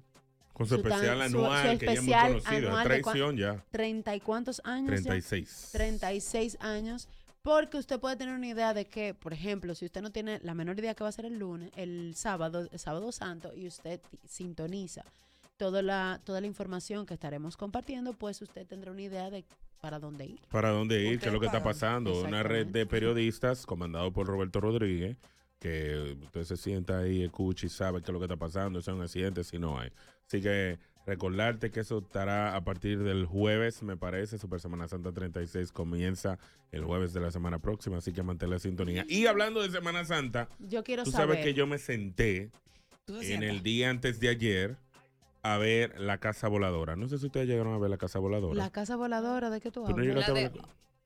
Speaker 2: Con su
Speaker 3: Su tan-
Speaker 2: especial
Speaker 3: su-
Speaker 2: anual,
Speaker 3: su
Speaker 2: que ya es muy
Speaker 3: especial
Speaker 2: conocido.
Speaker 3: anual de cua-
Speaker 2: Traición ya.
Speaker 3: Treinta y cuántos años. ya?
Speaker 2: 36.
Speaker 3: 36 años. Porque usted puede tener una idea de que, por ejemplo, si usted no tiene la menor idea que va a ser el lunes, el sábado, el sábado santo, y usted ti- sintoniza toda la, toda la información que estaremos compartiendo, pues usted tendrá una idea de para dónde ir.
Speaker 2: para dónde ir,
Speaker 6: Ustedes
Speaker 2: qué es lo que está
Speaker 6: pagan.
Speaker 2: pasando. Una red
Speaker 3: Exactamente.
Speaker 2: de periodistas comandado por Roberto Rodríguez, que usted se sienta ahí, escucha y sabe qué es lo que está pasando, si hay un accidente, si no hay. Así que Recordarte que eso estará a partir del jueves, me parece. Super Semana Santa 36 comienza el jueves de la semana próxima, así que mantén la sintonía. Y hablando de Semana Santa,
Speaker 3: Yo quiero
Speaker 2: tú
Speaker 3: saber.
Speaker 2: sabes que yo me senté
Speaker 6: Tú te
Speaker 2: en
Speaker 6: sientas.
Speaker 2: el día antes de ayer a ver la casa voladora. No sé si ustedes llegaron a ver la casa voladora.
Speaker 3: La casa voladora, ¿de qué tú
Speaker 2: ¿Tú no
Speaker 3: hablas?
Speaker 2: llegaste a
Speaker 4: La
Speaker 2: ver?
Speaker 4: de-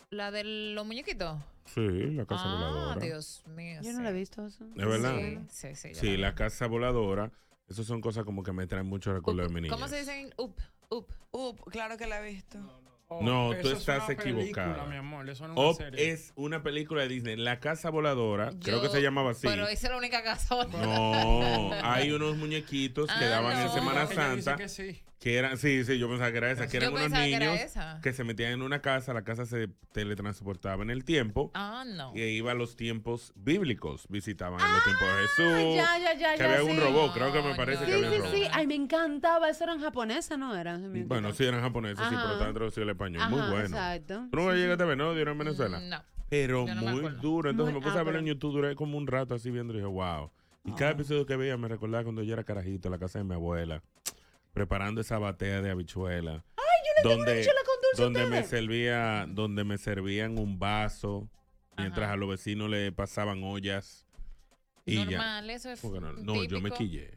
Speaker 4: La de los muñequitos.
Speaker 2: Sí, la casa
Speaker 4: Ah,
Speaker 2: voladora.
Speaker 4: Dios mío.
Speaker 3: Yo no
Speaker 4: sí.
Speaker 3: la he visto eso.
Speaker 2: Es verdad.
Speaker 4: Sí, sí, sí. yo
Speaker 2: Sí,
Speaker 4: la
Speaker 2: la casa voladora. Esas son cosas como que me traen mucho recuerdo de mi niña.
Speaker 4: ¿Cómo se dicen? Up, up.
Speaker 6: Up, claro que la he visto.
Speaker 2: No,
Speaker 5: Oh, Eso
Speaker 2: tú
Speaker 5: es
Speaker 2: estás
Speaker 5: una película,
Speaker 2: equivocada.
Speaker 5: mi amor, eso no es una
Speaker 2: Up
Speaker 5: serie.
Speaker 2: es una película de Disney. La casa voladora, creo que
Speaker 4: Yo-
Speaker 2: se llamaba así.
Speaker 4: Pero esa es la única casa. (laughs)
Speaker 2: No, hay unos muñequitos que
Speaker 4: Ah,
Speaker 2: daban en
Speaker 4: no.
Speaker 2: Semana
Speaker 5: Ella dice
Speaker 2: Santa
Speaker 5: que sí.
Speaker 2: que eran, sí, sí, yo pensaba que era esa, que eran
Speaker 4: Yo
Speaker 2: unos
Speaker 4: pensaba que era
Speaker 2: niños
Speaker 4: esa.
Speaker 2: que se metían en una casa, la casa se teletransportaba en el tiempo
Speaker 4: Ah, no.
Speaker 2: y iba a los tiempos bíblicos, visitaban en los tiempos de Jesús,
Speaker 3: ya, ya, ya,
Speaker 2: que
Speaker 3: ya,
Speaker 2: había un
Speaker 3: sí.
Speaker 2: robot, creo que me
Speaker 4: No,
Speaker 2: parece
Speaker 4: no,
Speaker 2: que
Speaker 3: Sí,
Speaker 2: había un
Speaker 3: sí,
Speaker 2: robot.
Speaker 3: sí. Ay, me encantaba. Eso eran japonesas, ¿no eran?
Speaker 2: Bueno, sí eran japoneses, sí, pero
Speaker 3: Ajá.
Speaker 2: estaban traducidos al español, muy
Speaker 3: Ajá,
Speaker 2: bueno.
Speaker 3: exacto. Mm,
Speaker 2: ¿Tú no
Speaker 3: Sí, sí.
Speaker 2: llegaste a ver, no? Dieron en Venezuela.
Speaker 4: Mm, No.
Speaker 2: Pero
Speaker 4: Yo no me
Speaker 2: muy
Speaker 4: acuerdo.
Speaker 2: duro. Entonces
Speaker 3: Muy-
Speaker 2: me puse
Speaker 3: ah,
Speaker 2: a verlo en
Speaker 3: pero-
Speaker 2: YouTube, duré como un rato así viendo y dije, wow. Y cada episodio que veía me recordaba cuando yo era carajito en la casa de mi abuela, preparando esa batea de habichuela. Ay, yo le donde,
Speaker 3: habichuela con dulce a
Speaker 2: donde me
Speaker 3: ustedes.
Speaker 2: servía, donde me servían un vaso, mientras a los vecinos le pasaban ollas. Y ya.
Speaker 4: Normal, eso es.
Speaker 2: Porque no, no, yo me
Speaker 4: típico.
Speaker 2: quillé.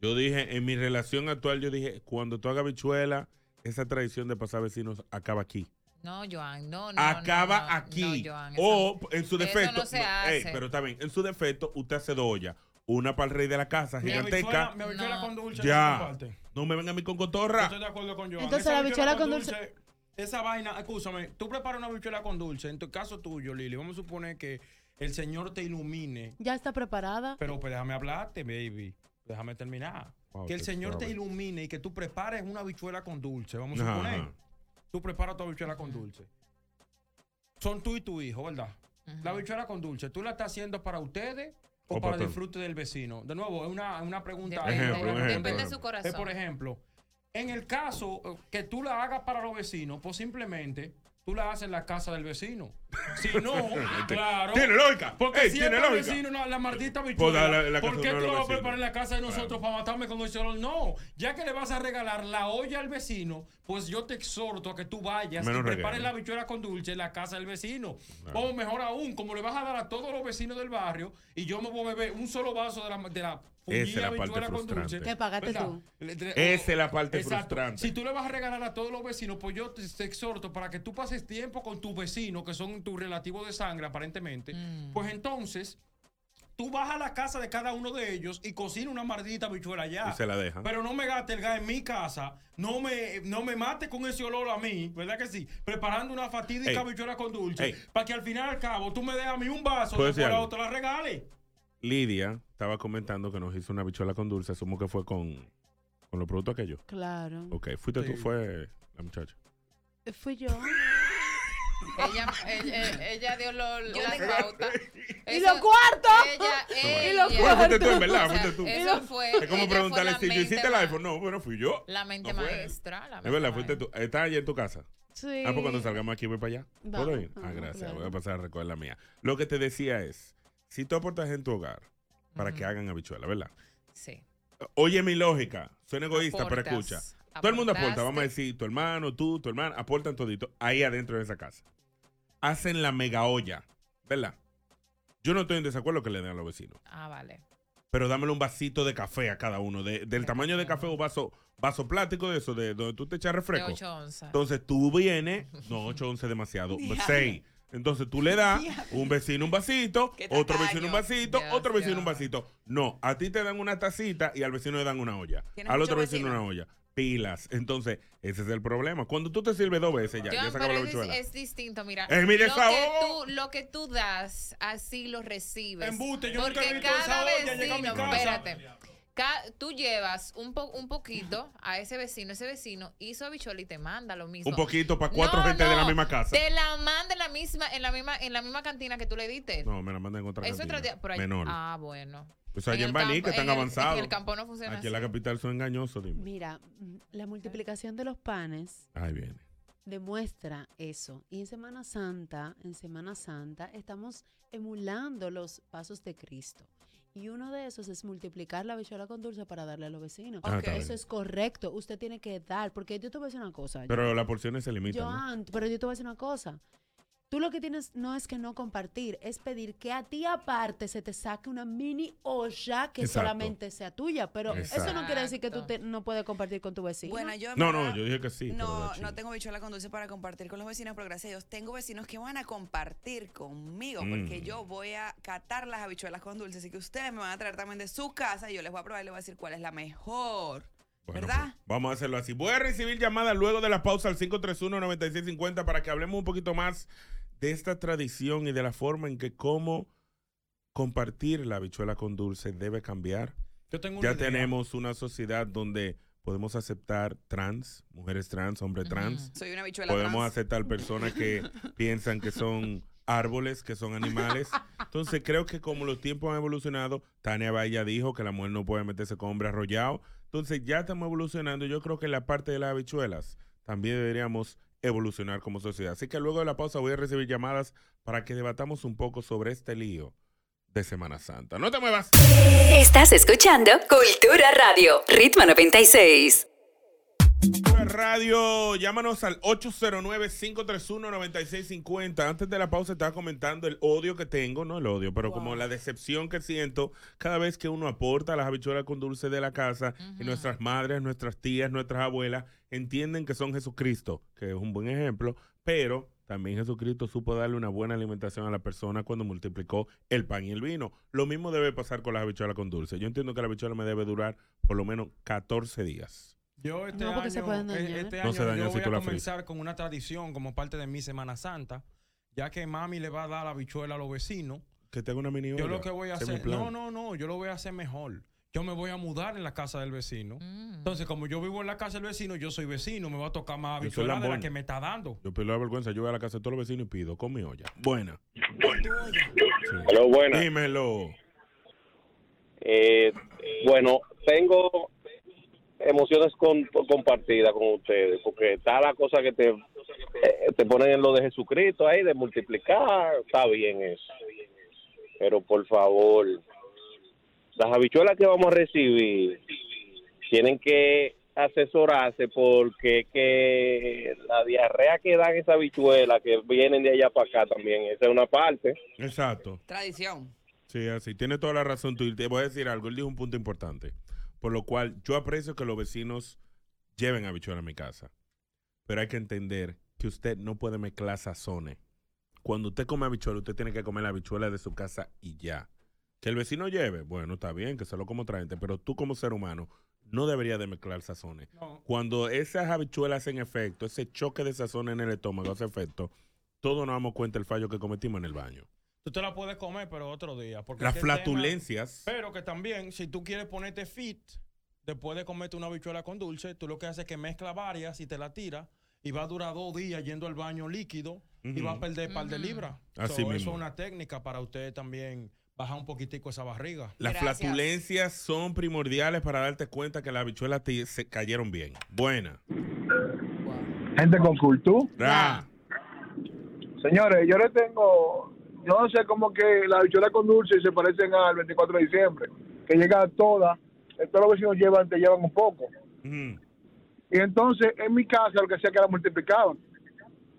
Speaker 2: Yo dije, en mi relación actual, yo dije, cuando tú hagas habichuela, esa tradición de pasar vecinos acaba aquí
Speaker 4: No, Joan, no, no.
Speaker 2: acaba
Speaker 4: no, no,
Speaker 2: aquí.
Speaker 4: no, Joan, eso
Speaker 2: o
Speaker 4: no.
Speaker 2: en su
Speaker 4: eso
Speaker 2: defecto.
Speaker 4: no se
Speaker 2: no, ey,
Speaker 4: hace.
Speaker 2: pero está bien. En su defecto, usted hace dos ollas. Una para el rey de la casa,
Speaker 5: Mi
Speaker 2: gigantesca.
Speaker 5: habichuela- Mi habichuela
Speaker 4: No.
Speaker 5: con dulce.
Speaker 2: Ya.
Speaker 5: no se comparte.
Speaker 2: No me venga a mí con
Speaker 5: Yo
Speaker 2: cotorra.
Speaker 5: Estoy de acuerdo con Joan.
Speaker 3: Entonces,
Speaker 5: Esa
Speaker 3: la
Speaker 5: habichuela
Speaker 3: habichuela con dulce-
Speaker 5: Esa vaina, escúchame, tú preparas una habichuela con dulce. En tu caso tuyo, Lili, vamos a suponer que el Señor te ilumine.
Speaker 3: Ya está preparada.
Speaker 5: Pero pues déjame hablarte, baby. Déjame terminar.
Speaker 2: Wow,
Speaker 5: que el
Speaker 2: qué
Speaker 5: Señor te
Speaker 2: suave.
Speaker 5: ilumine y que tú prepares una habichuela con dulce. Vamos a
Speaker 2: Ajá,
Speaker 5: suponer.
Speaker 2: ajá.
Speaker 5: Tú preparas tu habichuela con dulce. Son tú y tu hijo, ¿verdad? La habichuela con dulce, ¿tú la estás haciendo para ustedes o,
Speaker 2: O
Speaker 5: para
Speaker 2: para
Speaker 5: el
Speaker 2: todo.
Speaker 5: disfrute del vecino? De nuevo, es una, es una pregunta.
Speaker 4: Depende,
Speaker 2: Ejemplo, un ejemplo,
Speaker 4: depende de
Speaker 2: ejemplo.
Speaker 4: su corazón.
Speaker 5: Es, por ejemplo, en el caso eh, que tú la hagas para los vecinos, pues simplemente tú la haces en la casa del vecino. Si
Speaker 2: (laughs)
Speaker 5: no, claro.
Speaker 2: Este, Tiene lógica.
Speaker 5: Porque
Speaker 2: Ey,
Speaker 5: si
Speaker 2: tiene
Speaker 5: es para el
Speaker 2: lógica.
Speaker 5: vecino, la, la maldita
Speaker 2: Pues,
Speaker 5: habichuela,
Speaker 2: la- la- la
Speaker 5: ¿por
Speaker 2: casa
Speaker 5: qué
Speaker 2: de
Speaker 5: tú
Speaker 2: los
Speaker 5: la vas a
Speaker 2: vecinos.
Speaker 5: preparar en la casa de nosotros para matarme con el sol? No, ya que le vas a regalar la olla al vecino, pues yo te exhorto a que tú vayas
Speaker 2: Menos
Speaker 5: y prepares
Speaker 2: regalo.
Speaker 5: la habichuela con dulce en la casa del vecino. O mejor aún, como le vas a dar a todos los vecinos del barrio y yo me voy a beber un solo vaso de la, de la
Speaker 2: Esa es
Speaker 5: puñida
Speaker 2: la parte
Speaker 5: habichuela con
Speaker 2: frustrante.
Speaker 5: dulce.
Speaker 3: Que pagaste
Speaker 5: ¿Verdad?
Speaker 3: tú.
Speaker 5: Le- le-
Speaker 2: Esa es la parte
Speaker 5: Exacto.
Speaker 2: frustrante.
Speaker 5: Si tú le vas a regalar a todos los vecinos, pues yo te, te exhorto para que tú pases tiempo con tus vecinos, que son tus relativos de sangre aparentemente. Pues entonces, tú vas a la casa de cada uno de ellos y cocina una maldita bichuela allá.
Speaker 2: Y se la dejan.
Speaker 5: Pero no me gaste el gas en mi casa, no me, no me mate con ese olor a mí, ¿verdad que sí? Preparando una fatídica
Speaker 2: Ey.
Speaker 5: bichuela con dulce,
Speaker 2: Ey.
Speaker 5: para que al final al cabo tú me des a mí un vaso,
Speaker 2: ¿Puedo
Speaker 5: después
Speaker 2: decir
Speaker 5: la
Speaker 2: algo?
Speaker 5: otra la regale.
Speaker 2: Lidia estaba comentando que nos hizo una bichuela con dulce. Asumo que fue con, con los productos aquellos.
Speaker 3: Claro. Eh,
Speaker 2: Ok, fuiste tú,
Speaker 5: Sí.
Speaker 2: fue la muchacha. (laughs)
Speaker 3: Fui yo.
Speaker 4: Ella, ella, ella dio lo, la
Speaker 2: (laughs)
Speaker 4: pauta.
Speaker 3: ¡Y
Speaker 4: Eso-
Speaker 3: los cuartos! (laughs)
Speaker 4: Ella,
Speaker 3: Y los
Speaker 4: ella-
Speaker 2: Bueno, fuiste tú,
Speaker 3: cuarto.
Speaker 2: en verdad,
Speaker 4: O sea,
Speaker 2: fuiste tú.
Speaker 4: Eso fue.
Speaker 2: Es como
Speaker 4: ella fue
Speaker 2: preguntarle
Speaker 4: la
Speaker 2: si yo
Speaker 4: mente
Speaker 2: hiciste el
Speaker 4: ma-
Speaker 2: iPhone. No, bueno, fui yo.
Speaker 4: La mente
Speaker 2: No fue él.
Speaker 4: maestra. la
Speaker 2: Es
Speaker 4: mente
Speaker 2: verdad, fuiste
Speaker 4: maestra.
Speaker 2: tú. ¿Estás allí en tu casa?
Speaker 3: Sí.
Speaker 2: Ah, pues cuando salgamos aquí voy para allá.
Speaker 3: Vamos,
Speaker 2: ¿Puedo ir? Ah,
Speaker 3: vamos,
Speaker 2: gracias.
Speaker 3: claro.
Speaker 2: Voy a pasar a recoger la mía. Lo que te decía es, si tú aportas en tu hogar para que hagan habichuela, ¿verdad?
Speaker 4: Sí.
Speaker 2: Oye mi lógica. Suena egoísta, pero
Speaker 4: Aportas.
Speaker 2: escucha. Todo el mundo aporta.
Speaker 4: Aportaste.
Speaker 2: Vamos a decir, tu hermano, tú, tu hermana, aportan todito ahí adentro de esa casa. Hacen la mega olla, ¿verdad? Yo no estoy en desacuerdo que le den a los vecinos.
Speaker 4: Ah, vale.
Speaker 2: Pero dámele un vasito de café a cada uno. de- del tamaño de café o vaso, vaso plástico de eso, de donde tú te echas
Speaker 4: De
Speaker 2: refresco.
Speaker 4: 8 onzas.
Speaker 2: Entonces tú vienes, no 8, 11 demasiado, 6. Entonces tú le das un vecino un vasito,
Speaker 6: Qué
Speaker 2: otro
Speaker 6: tacaño.
Speaker 2: vecino un vasito,
Speaker 4: Ya,
Speaker 2: otro vecino
Speaker 4: ya.
Speaker 2: un vasito. No, a ti te dan una tacita y al vecino le dan una olla.
Speaker 6: Tienes
Speaker 2: Al
Speaker 6: muchos
Speaker 2: otro vecino
Speaker 6: vecinos.
Speaker 2: una olla. Pilas. Entonces, ese es el problema. Cuando tú te sirves dos veces ya,
Speaker 4: Joan,
Speaker 2: ya se acabó
Speaker 4: pero
Speaker 2: la
Speaker 4: es,
Speaker 2: bichuela.
Speaker 4: es distinto, mira.
Speaker 2: ¡Eh, mire,
Speaker 4: lo,
Speaker 2: esa
Speaker 4: que
Speaker 2: o-
Speaker 4: tú, lo que tú das, así lo recibes.
Speaker 5: Embuste, yo nunca he
Speaker 4: Porque
Speaker 5: visto esa
Speaker 4: cada
Speaker 5: olla, llega a mi
Speaker 4: vecino,
Speaker 5: casa.
Speaker 4: espérate. ca- tú llevas un, po- un poquito a ese vecino, ese vecino hizo habichuela y te manda lo mismo.
Speaker 2: Un poquito para cuatro
Speaker 4: No,
Speaker 2: gente de la
Speaker 4: no,
Speaker 2: misma casa.
Speaker 4: Te la manda en la misma, en la misma, en la misma cantina que tú le diste.
Speaker 2: No, me la mandan en otra
Speaker 4: Eso es
Speaker 2: cantina,
Speaker 4: otra- pero ahí-
Speaker 2: Menor.
Speaker 4: Ah, bueno.
Speaker 2: Pues allá
Speaker 4: el
Speaker 2: en Baní,
Speaker 4: campo-
Speaker 2: que están
Speaker 4: en el-
Speaker 2: avanzados.
Speaker 4: En el campo no funciona
Speaker 2: Aquí en la
Speaker 4: así.
Speaker 2: capital son engañosos. Dime.
Speaker 3: Mira, mm, la multiplicación de los panes
Speaker 2: Ahí viene.
Speaker 3: demuestra eso. Y en Semana Santa, en Semana Santa, estamos emulando los pasos de Cristo. Y uno de esos es multiplicar la bichuela con dulce para darle a los vecinos.
Speaker 2: Ah,
Speaker 3: Ok,
Speaker 2: está bien.
Speaker 3: Eso es correcto. Usted tiene que dar, porque yo te voy a decir una cosa.
Speaker 2: Pero las porciones se limitan. ¿no?
Speaker 3: Joan, pero yo te voy a decir una cosa. Tú lo que tienes no es que no compartir, es pedir que a ti aparte se te saque una mini olla que
Speaker 2: Exacto.
Speaker 3: solamente sea tuya. Pero eso no quiere decir que tú
Speaker 7: Exacto.
Speaker 3: te- no puedes compartir con tu vecino.
Speaker 6: Bueno, yo en
Speaker 2: No,
Speaker 6: verdad
Speaker 2: no, yo dije que sí. pero
Speaker 6: No,
Speaker 2: da ching.
Speaker 6: no tengo bichuela con dulce para compartir con los vecinos, pero gracias a Dios tengo vecinos que van a compartir conmigo, porque
Speaker 2: Mm.
Speaker 6: yo voy a catar las habichuelas con dulce, así que ustedes me van a traer también de su casa y yo les voy a probar y les voy a decir cuál es la mejor.
Speaker 2: Bueno,
Speaker 6: ¿Verdad?
Speaker 2: pues, vamos a hacerlo así. Voy a recibir llamadas luego de la pausa al 531-9650 para que hablemos un poquito más de esta tradición y de la forma en que cómo compartir la habichuela con dulce debe cambiar.
Speaker 5: Yo tengo una
Speaker 2: Ya
Speaker 5: idea.
Speaker 2: tenemos una sociedad donde podemos aceptar trans, mujeres trans, hombres trans.
Speaker 6: Soy una habichuela
Speaker 2: Podemos
Speaker 6: trans.
Speaker 2: aceptar personas que piensan que son árboles, que son animales. Entonces creo que como los tiempos han evolucionado, Tania Valla dijo que la mujer no puede meterse con hombre arrollado. Entonces ya estamos evolucionando. Yo creo que en la parte de las habichuelas también deberíamos evolucionar como sociedad. Así que luego de la pausa voy a recibir llamadas para que debatamos un poco sobre este lío de Semana Santa. No te muevas.
Speaker 1: Estás escuchando Cultura Radio, Ritmo 96.
Speaker 2: Cultura Radio, llámanos al 809-531-9650. Antes de la pausa estaba comentando el odio que tengo, no el odio, pero como la decepción que siento cada vez que uno aporta las habichuelas con dulce de la casa y nuestras madres, nuestras tías, nuestras abuelas entienden que son Jesucristo, que es un buen ejemplo, pero también Jesucristo supo darle una buena alimentación a la persona cuando multiplicó el pan y el vino. Lo mismo debe pasar con las habichuelas con dulce. Yo entiendo que la habichuela me debe durar por lo menos 14 días.
Speaker 5: Yo este
Speaker 3: No, porque
Speaker 5: año,
Speaker 3: se pueden dañar.
Speaker 5: eh, este
Speaker 2: No
Speaker 5: año
Speaker 2: se daña
Speaker 5: yo
Speaker 2: si
Speaker 5: voy
Speaker 2: tú la
Speaker 5: a comenzar con una tradición como parte de mi Semana Santa, ya que mami le va a dar la bichuela a los vecinos.
Speaker 2: Que tenga una mini
Speaker 5: Yo
Speaker 2: olla.
Speaker 5: lo que voy a
Speaker 2: Ese es mi
Speaker 5: hacer,
Speaker 2: plan.
Speaker 5: no, no, no, yo lo voy a hacer mejor. Yo me voy a mudar en la casa del vecino.
Speaker 3: Mm.
Speaker 5: Entonces, como yo vivo en la casa del vecino, yo soy vecino, me va a tocar más
Speaker 2: Yo soy
Speaker 5: habichuela de la
Speaker 2: lambón.
Speaker 5: que me está dando.
Speaker 2: Yo pido la vergüenza, yo voy a la casa de todos los vecinos y pido con mi olla. Buena.
Speaker 8: Aló, buena.
Speaker 2: Dímelo.
Speaker 8: Eh, bueno, tengo emociones con- compartidas con ustedes, porque está la cosa que te, eh, te ponen en lo de Jesucristo ahí, de multiplicar, está bien eso. Pero por favor, las habichuelas que vamos a recibir tienen que asesorarse porque es que la diarrea que dan esas habichuelas que vienen de allá para acá también, esa es una parte.
Speaker 2: Exacto.
Speaker 6: Tradición.
Speaker 2: Sí, así. Tiene toda la razón. Tú, y te voy a decir algo. Él dijo un punto importante. Por lo cual, yo aprecio que los vecinos lleven habichuela a mi casa. Pero hay que entender que usted no puede mezclar sazones. Cuando usted come habichuela, usted tiene que comer la habichuela de su casa y ya. Que el vecino lleve, bueno, está bien, que se lo como otra gente, pero tú como ser humano no deberías de mezclar sazones. Cuando esas habichuelas hacen efecto, ese choque de sazones en el estómago hace efecto, todos nos damos cuenta del fallo que cometimos en el baño.
Speaker 5: Tú te la puedes comer, pero otro día. Porque
Speaker 2: Las
Speaker 5: es que el tema-
Speaker 2: flatulencias.
Speaker 5: pero que también, si tú quieres ponerte fit, después de comerte una habichuela con dulce, tú lo que haces es que mezcla varias y te la tiras y va a durar dos días yendo al baño líquido y
Speaker 2: Ujú.
Speaker 5: va a perder par de libras.
Speaker 2: Así
Speaker 5: So, Eso
Speaker 2: mismo.
Speaker 5: es una técnica para ustedes también bajar un poquitico esa barriga.
Speaker 2: Las
Speaker 6: Gracias.
Speaker 2: flatulencias son primordiales para darte cuenta que las habichuelas te se cayeron bien. Buena.
Speaker 9: gente con cultura.
Speaker 2: Ra.
Speaker 9: Señores, yo le tengo, yo no sé cómo que las habichuelas con dulce se parecen al 24 de diciembre, que llegan todas, eh, todos los vecinos llevan, te llevan un poco.
Speaker 2: Ujú.
Speaker 9: Y entonces en mi casa lo que hacía que la multiplicaban.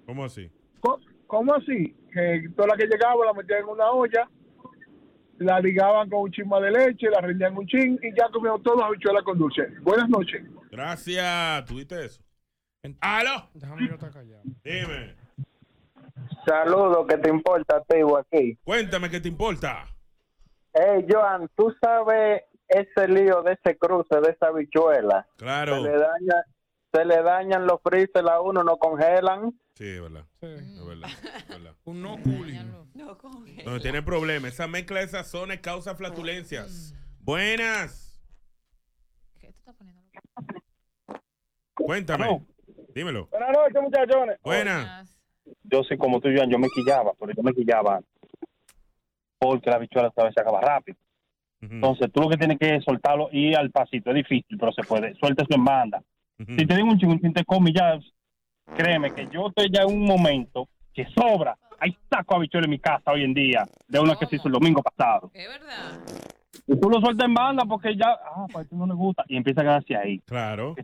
Speaker 2: ¿Cómo así?
Speaker 9: Co- ¿Cómo así? Que todas las que llegaban la metían en una olla, la ligaban con un chisma de leche, la rendían un chin y ya comían todas las habichuelas con dulce. Buenas noches.
Speaker 2: Gracias. ¿Tuviste eso?
Speaker 5: Ent-
Speaker 2: ¡Aló!
Speaker 5: Déjame yo estar callado.
Speaker 2: Dime.
Speaker 9: Saludos, ¿qué te importa, Teo, aquí?
Speaker 2: Cuéntame qué te importa.
Speaker 9: Hey, Joan, ¿tú sabes ese lío de ese cruce, de esa bichuela?
Speaker 2: Claro.
Speaker 9: Se le daña, se le dañan los freezer a uno, no congelan.
Speaker 2: Sí, es verdad. Es verdad. es verdad.
Speaker 5: (laughs) Un no cooling.
Speaker 6: No, ¿cómo que?
Speaker 2: No, tiene problema. Esa mezcla de sazones causa flatulencias.
Speaker 6: Mm.
Speaker 2: Buenas.
Speaker 7: ¿Qué tú estás poniendo?
Speaker 2: Cuéntame. Dímelo.
Speaker 9: Buenas noches, muchachones.
Speaker 2: Buena.
Speaker 8: yo sí como tú, Joan, yo me quillaba, pero yo me quillaba porque la bichuela esta vez se acaba rápido.
Speaker 2: Ujú.
Speaker 8: Entonces, tú lo que tienes que es soltarlo y ir al pasito. Es difícil, pero se puede. Suelta eso en banda.
Speaker 2: Ujú.
Speaker 8: Si te digo un chingunchín, te comes ya. Créeme que yo estoy ya en un momento que sobra. Hay saco de habichuela en mi casa hoy en día de una que se hizo el domingo pasado.
Speaker 7: Es verdad.
Speaker 8: Y tú lo sueltas en banda porque ya, ah, para ti no le gusta. Y empieza a quedarse ahí.
Speaker 2: Claro.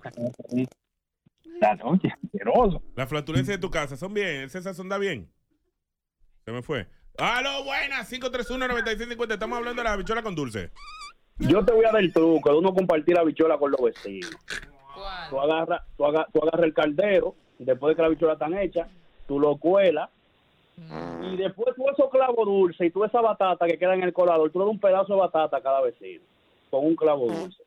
Speaker 8: Dale, oye, asqueroso.
Speaker 2: Las flatulencias de tu casa son bien. César sonda bien. Se me fue. ¡Aló, buenas! 531-9650. Estamos hablando de la bichola con dulce.
Speaker 10: Yo te voy a dar el truco de uno compartir la bichola con los vecinos. Tú agarras tú aga- tú agarras el caldero, después de que la bichola está hecha, tú lo cuelas, y después tú esos clavos dulces y tú esa batata que queda en el colador, tú le das un pedazo de batata a cada vecino, con un clavo dulce.